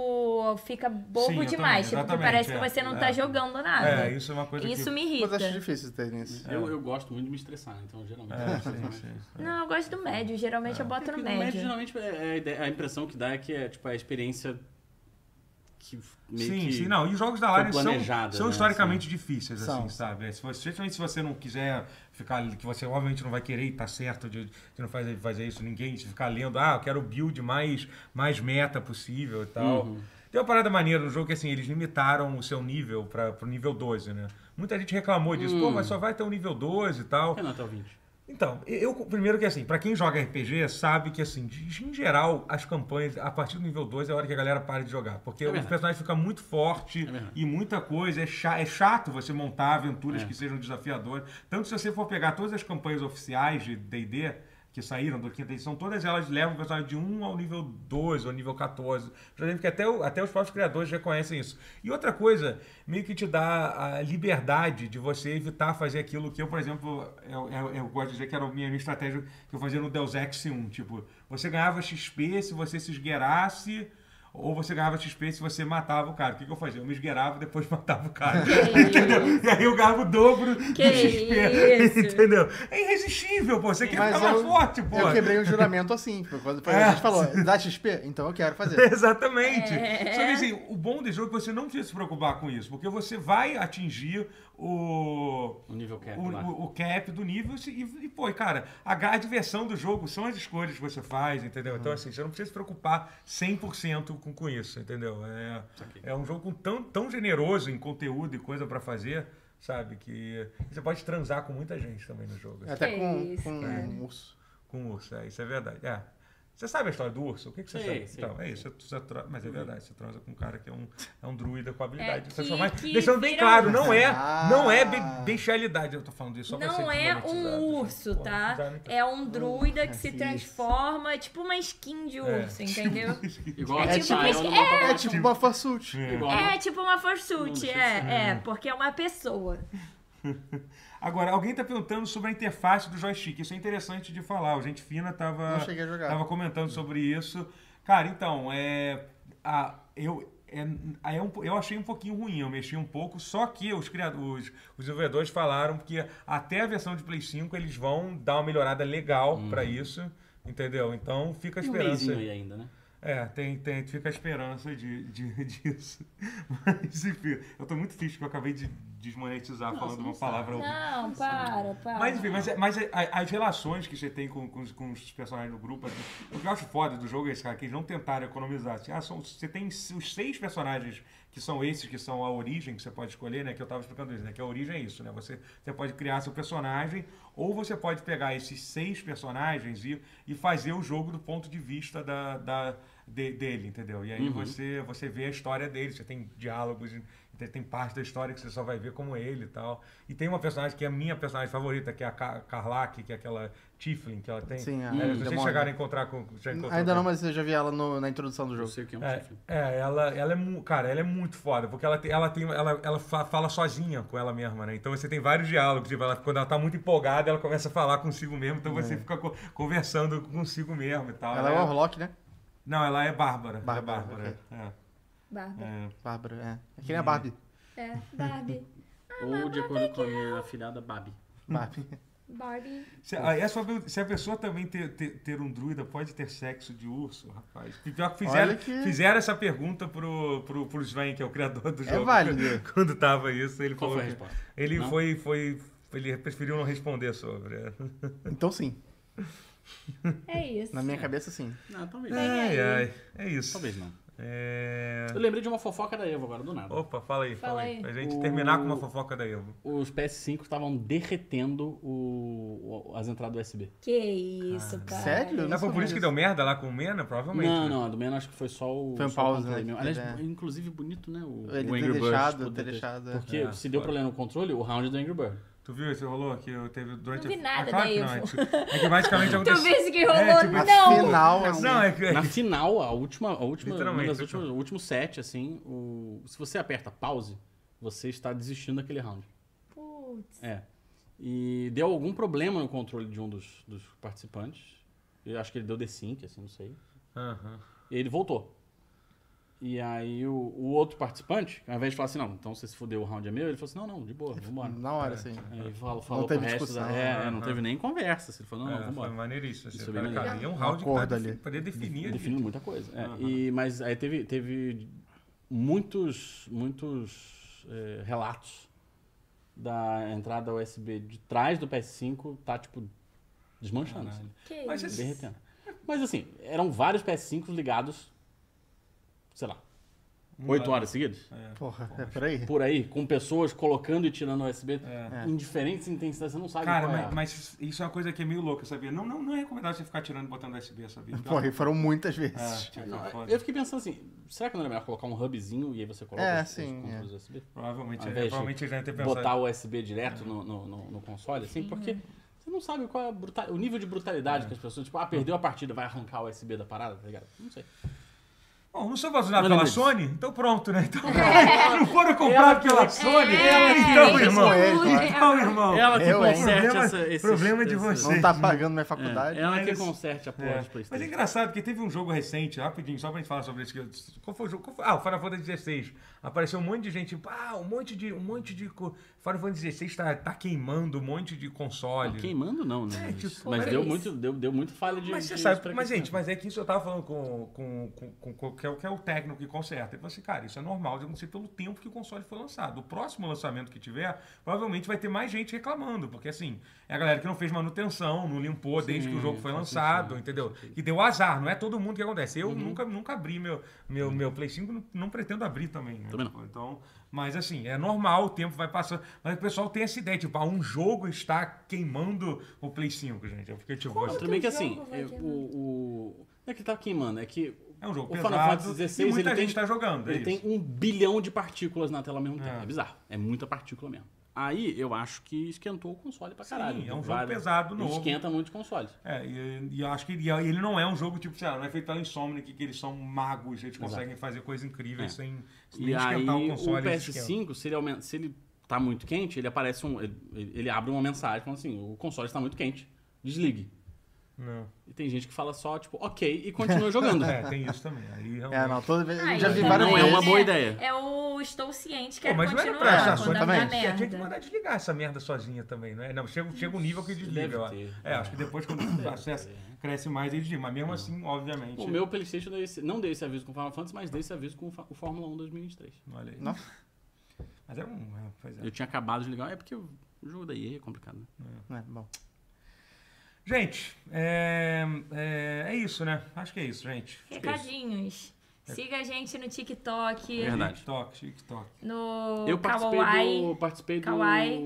Speaker 2: fica bobo
Speaker 1: um. Sim, eu
Speaker 2: demais.
Speaker 1: também,
Speaker 2: tipo, que
Speaker 1: exatamente,
Speaker 2: parece
Speaker 1: é,
Speaker 2: que você não
Speaker 1: é.
Speaker 2: tá jogando nada.
Speaker 1: É, isso é uma coisa
Speaker 2: Isso
Speaker 1: que.
Speaker 2: me
Speaker 3: Mas
Speaker 2: irrita.
Speaker 3: acho difícil ter nisso.
Speaker 4: Eu, eu gosto muito de me estressar, então geralmente.
Speaker 1: É, sim, sim.
Speaker 2: Não, eu gosto do médio. Geralmente
Speaker 1: Ah.
Speaker 2: eu boto no
Speaker 4: Porque É médio,
Speaker 2: médio.
Speaker 4: geralmente é- é a, ideia- a impressão que dá é que é tipo a experiência que meio
Speaker 1: Sim,
Speaker 4: que
Speaker 1: sim, não. E os jogos da Larian
Speaker 4: foi
Speaker 1: são,
Speaker 4: planejada,
Speaker 1: são
Speaker 4: né,
Speaker 1: historicamente difíceis, assim,
Speaker 3: São.
Speaker 1: sabe? É, Se você, especialmente se você não quiser ficar. Que você obviamente não vai querer e tá certo de, de não fazer, fazer isso ninguém, se ficar lendo, ah, eu quero o build mais, mais meta possível e tal.
Speaker 4: Uhum.
Speaker 1: Tem uma parada maneira no jogo que assim, eles limitaram o seu nível para pro nível 12, né? Muita gente reclamou disso,
Speaker 4: Hum.
Speaker 1: pô, mas só vai ter o nível 12 e tal.
Speaker 4: Renato é ouvinte.
Speaker 1: Então, eu primeiro que assim, pra quem joga RPG, sabe que assim, de- em geral, as campanhas a partir do nível 2 é a hora que a galera para de jogar, porque o
Speaker 4: É verdade.
Speaker 1: personagem fica muito forte
Speaker 4: verdade.
Speaker 1: e muita coisa, é, cha- é chato você montar aventuras
Speaker 4: É.
Speaker 1: que sejam desafiadoras. Tanto se você for pegar todas as campanhas oficiais de D&D que saíram do quinta edição, todas elas levam o personagem de 1 ao nível 12 ou nível 14. Já lembro que até, o- até os próprios criadores reconhecem isso. E outra coisa, meio que te dá a liberdade de você evitar fazer aquilo que eu, por exemplo, eu, eu- eu gosto de dizer que era a minha minha estratégia que eu fazia no Deus Ex 1. Tipo, você ganhava XP se você se esgueirasse ou você ganhava XP se você matava o cara. O que, que eu fazia? Eu me esgueirava e depois matava o cara. e aí eu ganhava o dobro
Speaker 2: Que
Speaker 1: do XP.
Speaker 2: isso?
Speaker 1: Entendeu? É irresistível, pô. Você quer
Speaker 3: Mas
Speaker 1: ficar
Speaker 3: eu,
Speaker 1: mais forte, pô.
Speaker 3: eu quebrei um juramento assim. foi Quando foi,
Speaker 1: É.
Speaker 3: a gente falou, dá XP? Então eu quero fazer.
Speaker 1: Exatamente.
Speaker 2: É.
Speaker 1: Só que assim, o bom desse jogo é que você não precisa se preocupar com isso, porque você vai atingir o.
Speaker 4: O nível cap
Speaker 1: o,
Speaker 4: lá.
Speaker 1: o- o cap do nível e, e pô, e, cara, a, ga- a diversão do jogo são as escolhas que você faz, entendeu? Então,
Speaker 4: Uhum.
Speaker 1: assim, você não precisa se preocupar 100% com, com isso, entendeu? É, é um jogo tão, tão generoso em conteúdo e coisa pra fazer, sabe? Que você pode transar com muita gente também no jogo. assim,
Speaker 3: Até
Speaker 2: Que
Speaker 3: com,
Speaker 2: isso,
Speaker 3: com
Speaker 2: cara.
Speaker 3: um urso.
Speaker 1: Com o urso, é, isso é verdade. É. Você sabe a história do urso? O que, que você
Speaker 4: Sei,
Speaker 1: sabe?
Speaker 4: sei,
Speaker 1: então, é
Speaker 4: sei.
Speaker 1: isso. Você, você tra- Mas é verdade, você transa com um cara que é um, é um druida com habilidade.
Speaker 2: É,
Speaker 1: Você só
Speaker 2: que-
Speaker 1: vai-
Speaker 2: que
Speaker 1: deixando bem
Speaker 2: vira
Speaker 1: claro,
Speaker 2: um-
Speaker 1: não é, não é be-
Speaker 3: Ah.
Speaker 1: bestialidade. Eu tô falando isso só pra
Speaker 2: Não
Speaker 1: ser
Speaker 2: é
Speaker 1: desmonetizado,
Speaker 2: um urso,
Speaker 1: sabe? Pô,
Speaker 2: tá?
Speaker 1: já não tem-
Speaker 2: É um druida que se
Speaker 3: isso.
Speaker 2: transforma, é tipo uma skin de
Speaker 1: É,
Speaker 2: urso, entendeu?
Speaker 4: Igual
Speaker 2: É
Speaker 4: a
Speaker 2: tipo
Speaker 4: Tatiana
Speaker 2: isso-
Speaker 4: no
Speaker 3: É
Speaker 4: Mortal
Speaker 3: tipo Buffa Suit.
Speaker 1: É.
Speaker 4: um Igual
Speaker 2: É tipo uma fursuit,
Speaker 4: deixa de
Speaker 2: é, é, porque é uma pessoa.
Speaker 1: Agora, alguém tá perguntando sobre a interface do joystick. Isso é interessante de falar. O Gente Fina tava,
Speaker 3: Não cheguei a jogar.
Speaker 1: tava comentando sobre isso. Cara, então, é, a, eu, é, a- é um po- eu achei um pouquinho ruim. Eu mexi um pouco, só que os, criadores, os desenvolvedores falaram que até a versão de Play 5 eles vão dar uma melhorada legal
Speaker 4: Hum.
Speaker 1: pra isso. Entendeu? Então fica a
Speaker 4: Tem um
Speaker 1: esperança.
Speaker 4: meizinho aí ainda, né?
Speaker 1: É, tem, tem, fica a esperança de, de- disso. Mas, enfim, eu tô muito triste que eu acabei de desmonetizar
Speaker 4: Nossa,
Speaker 1: falando
Speaker 4: não
Speaker 1: uma
Speaker 4: sabe.
Speaker 1: palavra horrível.
Speaker 2: Não, para, para.
Speaker 1: Mas enfim, mas, é- mas é- a- as relações que você tem com, com os, com os personagens do grupo, assim, o que eu acho foda do jogo é esse cara, que eles não tentaram economizar. Assim, ah, são- você tem os seis personagens que são esses, que são a origem que você pode escolher, né? Que eu tava explicando isso, né? Que a origem é isso, né? Você, você pode criar seu personagem, ou você pode pegar esses seis personagens e, e fazer o jogo do ponto de vista da, da- de- dele, entendeu? E aí você, você vê a história dele, você tem diálogos tem, tem parte da história que você só vai ver como ele e tal. E tem uma personagem que é a minha personagem favorita, que é a Car Carlac, que é aquela Tiflin que ela tem.
Speaker 3: Sim, a
Speaker 1: é, vocês
Speaker 3: demônio.
Speaker 1: chegaram a encontrar com. Já encontrou
Speaker 3: Ainda
Speaker 1: com-
Speaker 3: não, mas eu já vi ela no- na introdução do
Speaker 4: Eu
Speaker 3: jogo.
Speaker 4: sei o que é um
Speaker 1: É,
Speaker 4: chifre.
Speaker 1: é, ela, ela é, mu- cara, ela é muito foda, porque ela tem, ela tem, ela, ela fa- fala sozinha com ela mesma, né? Então você tem vários diálogos, tipo, ela, quando ela tá muito empolgada, ela começa a falar consigo mesmo, então você fica co- conversando consigo mesmo e tal.
Speaker 3: É. Ela é Warlock, né?
Speaker 1: Não, ela é Bárbara. Ela é
Speaker 3: Bárbara,
Speaker 1: Bárbara.
Speaker 2: Bárbara.
Speaker 1: É, é.
Speaker 3: Bárbara, é. É que nem a Barbie.
Speaker 1: Hum.
Speaker 2: É, Barbie.
Speaker 4: Ou de acordo com a minha afilhada, Babi.
Speaker 3: Barbie.
Speaker 2: Barbie.
Speaker 1: Se a, é só ver- se a pessoa também ter, ter, ter um druida, pode ter sexo de urso, rapaz. E Pior que fizeram,
Speaker 3: Olha que-
Speaker 1: fizeram essa pergunta pro, pro, pro Sven, que é o criador do jogo.
Speaker 3: válido.
Speaker 1: Quando tava isso, ele
Speaker 4: Qual
Speaker 1: falou.
Speaker 4: foi a
Speaker 1: que-
Speaker 4: resposta?
Speaker 1: Ele
Speaker 4: Não?
Speaker 1: foi, foi. Ele preferiu não responder sobre. é.
Speaker 3: Então sim.
Speaker 2: É isso.
Speaker 3: Na minha cabeça, sim.
Speaker 4: Não, talvez.
Speaker 1: Ai, ai. É isso.
Speaker 4: Talvez não.
Speaker 1: É...
Speaker 4: Eu lembrei de uma fofoca da Evo agora, do nada.
Speaker 1: Opa, fala aí, fala,
Speaker 2: Fala
Speaker 1: aí.
Speaker 2: aí.
Speaker 1: Pra gente
Speaker 4: O-
Speaker 1: terminar com uma fofoca da Evo.
Speaker 4: Os PS5 estavam derretendo o, o- as entradas USB.
Speaker 2: Que isso, cara.
Speaker 3: Sério? Eu não
Speaker 1: Ah, foi por
Speaker 3: sabia
Speaker 1: isso que
Speaker 3: disso.
Speaker 1: deu merda lá com o Mena? Provavelmente.
Speaker 4: não,
Speaker 1: né?
Speaker 4: não, a do menos acho que foi só o.
Speaker 3: Foi um
Speaker 4: só o
Speaker 3: pause,
Speaker 4: controle
Speaker 3: né,
Speaker 4: mesmo.
Speaker 3: que
Speaker 4: Aliás,
Speaker 3: teve, é.
Speaker 4: inclusive bonito, né? O,
Speaker 3: Ele tá
Speaker 4: o
Speaker 3: ter
Speaker 4: Angry Birds
Speaker 3: deixado,
Speaker 4: poder
Speaker 3: ter deixado, é.
Speaker 4: Porque
Speaker 1: É,
Speaker 4: se deu
Speaker 1: foi.
Speaker 4: problema no controle, o round do Angry Bird.
Speaker 1: Tu viu isso que rolou? Que eu teve durante
Speaker 2: Não vi
Speaker 1: a-
Speaker 2: nada
Speaker 1: ah, claro
Speaker 2: da
Speaker 1: que não,
Speaker 2: Evo.
Speaker 1: é que- É que basicamente
Speaker 2: Tu
Speaker 1: aconteceu.
Speaker 2: vês que rolou?
Speaker 1: É, tipo,
Speaker 2: não!
Speaker 3: Afinal, assim.
Speaker 1: Não, é que. é
Speaker 4: Na
Speaker 1: que-
Speaker 4: final, a última, a última, uma
Speaker 1: Literalmente, né,
Speaker 4: das últimas, o último set, assim, o, se você aperta pause, você está desistindo daquele round.
Speaker 2: Putz.
Speaker 4: É. E deu algum problema no controle de um dos, dos participantes. Eu acho que ele deu D5, assim, não sei.
Speaker 1: Aham.
Speaker 4: E ele voltou. E aí o, o outro participante, ao invés de falar assim, não, então você se fudeu, o round é meu, ele falou assim, não, não, de boa, vambora.
Speaker 3: Na
Speaker 1: É.
Speaker 3: hora, assim.
Speaker 4: Aí falou, falou
Speaker 3: teve
Speaker 4: pro resto
Speaker 3: discussão,
Speaker 4: da- é,
Speaker 1: né?
Speaker 4: é, não teve nem conversa. assim, Ele falou, não,
Speaker 1: É,
Speaker 4: não,
Speaker 1: foi
Speaker 4: vambora.
Speaker 1: maneiríssimo. assim,
Speaker 4: Isso é
Speaker 1: cara,
Speaker 4: bem
Speaker 1: cara,
Speaker 4: legal.
Speaker 1: e é um round que
Speaker 3: Acordo
Speaker 1: tá
Speaker 3: ali.
Speaker 1: defin- poder definir. ali.
Speaker 4: Definindo muita coisa. é. E, mas aí teve, teve muitos, muitos é, relatos da entrada USB de trás do PS5 tá, tipo, desmanchando. Assim,
Speaker 2: Que
Speaker 1: Mas
Speaker 2: isso.
Speaker 1: esse-
Speaker 4: derretendo. Mas assim, eram vários PS5 ligados, sei lá,
Speaker 1: Um
Speaker 4: oito horas seguidas.
Speaker 3: Porra, é por aí.
Speaker 4: Por aí, com pessoas colocando e tirando USB
Speaker 1: É.
Speaker 4: em diferentes intensidades, você não sabe
Speaker 1: Cara,
Speaker 4: qual é a-
Speaker 1: mas, mas isso é uma coisa que é meio louca, sabia? Não, não, não é recomendável você ficar tirando e botando USB, sabia?
Speaker 3: Porra, e foram muitas
Speaker 1: É,
Speaker 3: vezes.
Speaker 1: tipo,
Speaker 4: Não,
Speaker 1: foda.
Speaker 4: eu fiquei pensando assim, será que não era melhor colocar um hubzinho e aí você coloca
Speaker 3: É,
Speaker 4: os, os
Speaker 3: sim,
Speaker 4: controles USB?
Speaker 1: Provavelmente,
Speaker 4: Ao
Speaker 1: é,
Speaker 4: invés de
Speaker 1: provavelmente eles devem ter pensado.
Speaker 4: Ah, botar o USB direto no, no- no- no console, assim, porque você não sabe qual é a bruta- o nível de brutalidade
Speaker 1: É.
Speaker 4: que as pessoas, tipo, ah, perdeu a partida, vai arrancar o USB da parada, tá ligado? Não sei.
Speaker 1: Bom, não sou patrocinado
Speaker 4: Não
Speaker 1: pela
Speaker 4: lembro disso.
Speaker 1: Sony? Então pronto, né? Então, não foram comprados pela Sony? então,
Speaker 2: é,
Speaker 1: irmão.
Speaker 2: é, é,
Speaker 1: Então,
Speaker 2: é.
Speaker 1: irmão.
Speaker 4: Ela
Speaker 3: que
Speaker 4: que
Speaker 3: eu, hein? conserte
Speaker 4: conserte
Speaker 1: Problema-
Speaker 4: essa, esses,
Speaker 1: problema de
Speaker 4: esses-
Speaker 1: você.
Speaker 3: Não tá pagando minha faculdade.
Speaker 4: É, ela que
Speaker 1: Mas-
Speaker 4: conserte a porra
Speaker 1: É.
Speaker 4: dos
Speaker 1: Mas é
Speaker 4: Playstation.
Speaker 1: engraçado, porque teve um jogo recente, rapidinho, só pra gente falar sobre isso. que eu- Qual foi o jogo? Qual foi? Ah, o Final Fantasy XVI. Apareceu um monte de gente, tipo, ah, um monte de. Um monte de. co- Final Fantasy XVI tá, tá queimando um monte de console.
Speaker 4: Queimando não, né?
Speaker 1: É,
Speaker 4: Mas-
Speaker 1: tipo,
Speaker 4: mas
Speaker 1: mas-
Speaker 4: deu muito, deu, deu muito falha de.
Speaker 1: Mas você
Speaker 4: de
Speaker 1: sabe, mas
Speaker 4: pré-aquecimento.
Speaker 1: gente, mas é que isso eu tava falando com, com, com, com, com, que é o, que é o técnico que conserta. Ele falou assim, cara, isso é normal de acontecer pelo tempo que o console foi lançado. O próximo lançamento que tiver, provavelmente vai ter mais gente reclamando, porque assim, é a galera que não fez manutenção, não limpou desde que o jogo foi
Speaker 4: faz
Speaker 1: lançado,
Speaker 4: sentido,
Speaker 1: entendeu? E deu azar, não é todo mundo que acontece.
Speaker 4: Uhum.
Speaker 1: Eu nunca, nunca abri meu, meu, meu Play 5, não, não pretendo abrir também. Né?
Speaker 4: Também não.
Speaker 1: Tipo, Então, mas assim, é normal, o tempo vai passando. Mas o pessoal tem essa ideia, tipo, ah, um jogo está queimando o Play 5, gente. Eu fiquei tipo,
Speaker 4: Mas
Speaker 1: assim,
Speaker 4: tudo bem que
Speaker 2: que
Speaker 4: assim,
Speaker 2: jogo vai
Speaker 4: é,
Speaker 2: queimar?
Speaker 4: o, o- não é que tá queimando, é que
Speaker 1: é um jogo
Speaker 4: o
Speaker 1: pesado
Speaker 4: Final Fantasy XVI,
Speaker 1: e muita
Speaker 4: ele
Speaker 1: gente
Speaker 4: tem-
Speaker 1: está jogando. é
Speaker 4: Ele tem
Speaker 1: isso.
Speaker 4: um bilhão de partículas na tela ao mesmo tempo.
Speaker 1: É.
Speaker 4: É bizarro. É muita partícula mesmo. Aí eu acho que esquentou o console pra caralho.
Speaker 1: Sim, é um jogo
Speaker 4: Várias-
Speaker 1: pesado,
Speaker 4: ele
Speaker 1: novo.
Speaker 4: Esquenta muito os consoles.
Speaker 1: É, e, e eu acho que ele, ele não é um jogo tipo, sei lá, não é feito pela Insomniac, que eles são magos, eles
Speaker 4: Exato.
Speaker 1: conseguem fazer coisas incríveis
Speaker 4: É.
Speaker 1: sem, sem
Speaker 4: E aí
Speaker 1: esquentar o
Speaker 4: o,
Speaker 1: console. eles esquentam.
Speaker 4: PS5, se ele, aumenta, se ele tá muito quente, ele aparece um. Ele, ele abre uma mensagem falando assim: o console está muito quente, desligue.
Speaker 1: Não.
Speaker 4: E tem gente que fala só, tipo, ok, e continua jogando.
Speaker 1: É, tem isso também. Aí,
Speaker 3: É, não, toda vez.
Speaker 2: Ah,
Speaker 3: já
Speaker 2: e
Speaker 3: vi
Speaker 2: também
Speaker 3: várias
Speaker 4: Não é
Speaker 3: vezes.
Speaker 4: uma boa
Speaker 2: é-
Speaker 4: ideia.
Speaker 2: É o estou ciente,
Speaker 1: Pô,
Speaker 2: quero
Speaker 1: mas não era pra
Speaker 2: continuar
Speaker 3: achar
Speaker 2: quando
Speaker 3: Sony
Speaker 2: dá
Speaker 3: também?
Speaker 1: Tinha, tinha que
Speaker 2: merda.
Speaker 1: mandar desligar essa merda sozinha também, não é? Não, chega, chega um nível que desliga.
Speaker 4: Deve
Speaker 1: eu
Speaker 4: ter. É.
Speaker 1: acho. É, acho que depois quando acessa, cresce mais, ele desliga. Mas mesmo assim, obviamente.
Speaker 4: O meu PlayStation deu esse- não deu esse aviso com o Final Fantasy, mas deu esse aviso com o Fa- o Fórmula 1 2023.
Speaker 1: Olha aí.
Speaker 3: Não.
Speaker 1: Mas era um. é, pois é.
Speaker 4: Eu tinha acabado de ligar, é porque o jogo da EA é complicado, né?
Speaker 3: É, bom.
Speaker 1: Gente, é, é, é isso, né? Acho que é isso, gente.
Speaker 2: Recadinhos. Siga a gente no TikTok,
Speaker 4: É. Verdade.
Speaker 1: TikTok, TikTok.
Speaker 2: no
Speaker 4: Eu participei
Speaker 2: Kawaii.
Speaker 4: do, participei do
Speaker 2: Kawaii.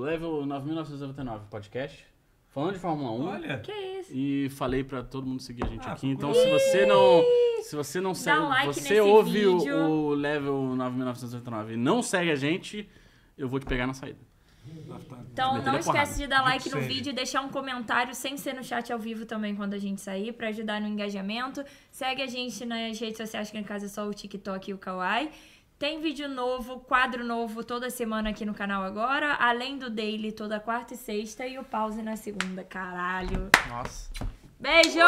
Speaker 4: Level 9999 podcast, falando de Fórmula 1.
Speaker 1: Olha.
Speaker 2: Que isso?
Speaker 4: E falei pra todo mundo seguir a gente
Speaker 1: Ah,
Speaker 4: aqui.
Speaker 1: ficou
Speaker 4: Então, se você não. Se você não segue.
Speaker 2: um like
Speaker 4: você
Speaker 2: nesse
Speaker 4: ouve o-
Speaker 2: vídeo.
Speaker 4: o level 9989 e não segue a gente, eu vou te pegar na saída.
Speaker 1: Tá,
Speaker 2: Então
Speaker 4: Meter a
Speaker 2: não esquece
Speaker 4: é porrada.
Speaker 2: de dar like
Speaker 1: Dito
Speaker 2: no
Speaker 1: seja.
Speaker 2: vídeo e deixar um comentário sem ser no chat ao vivo também quando a gente sair pra ajudar no engajamento. Segue a gente nas redes sociais que no caso é só o TikTok e o Kawaii. Tem vídeo novo, quadro novo toda semana aqui no canal agora, além do daily toda quarta e sexta e o pause na segunda. Caralho.
Speaker 3: Nossa.
Speaker 2: Beijo!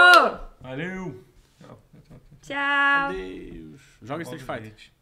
Speaker 1: Valeu!
Speaker 2: Tchau.
Speaker 4: Deus. Joga Street Fighter.
Speaker 1: Obviamente.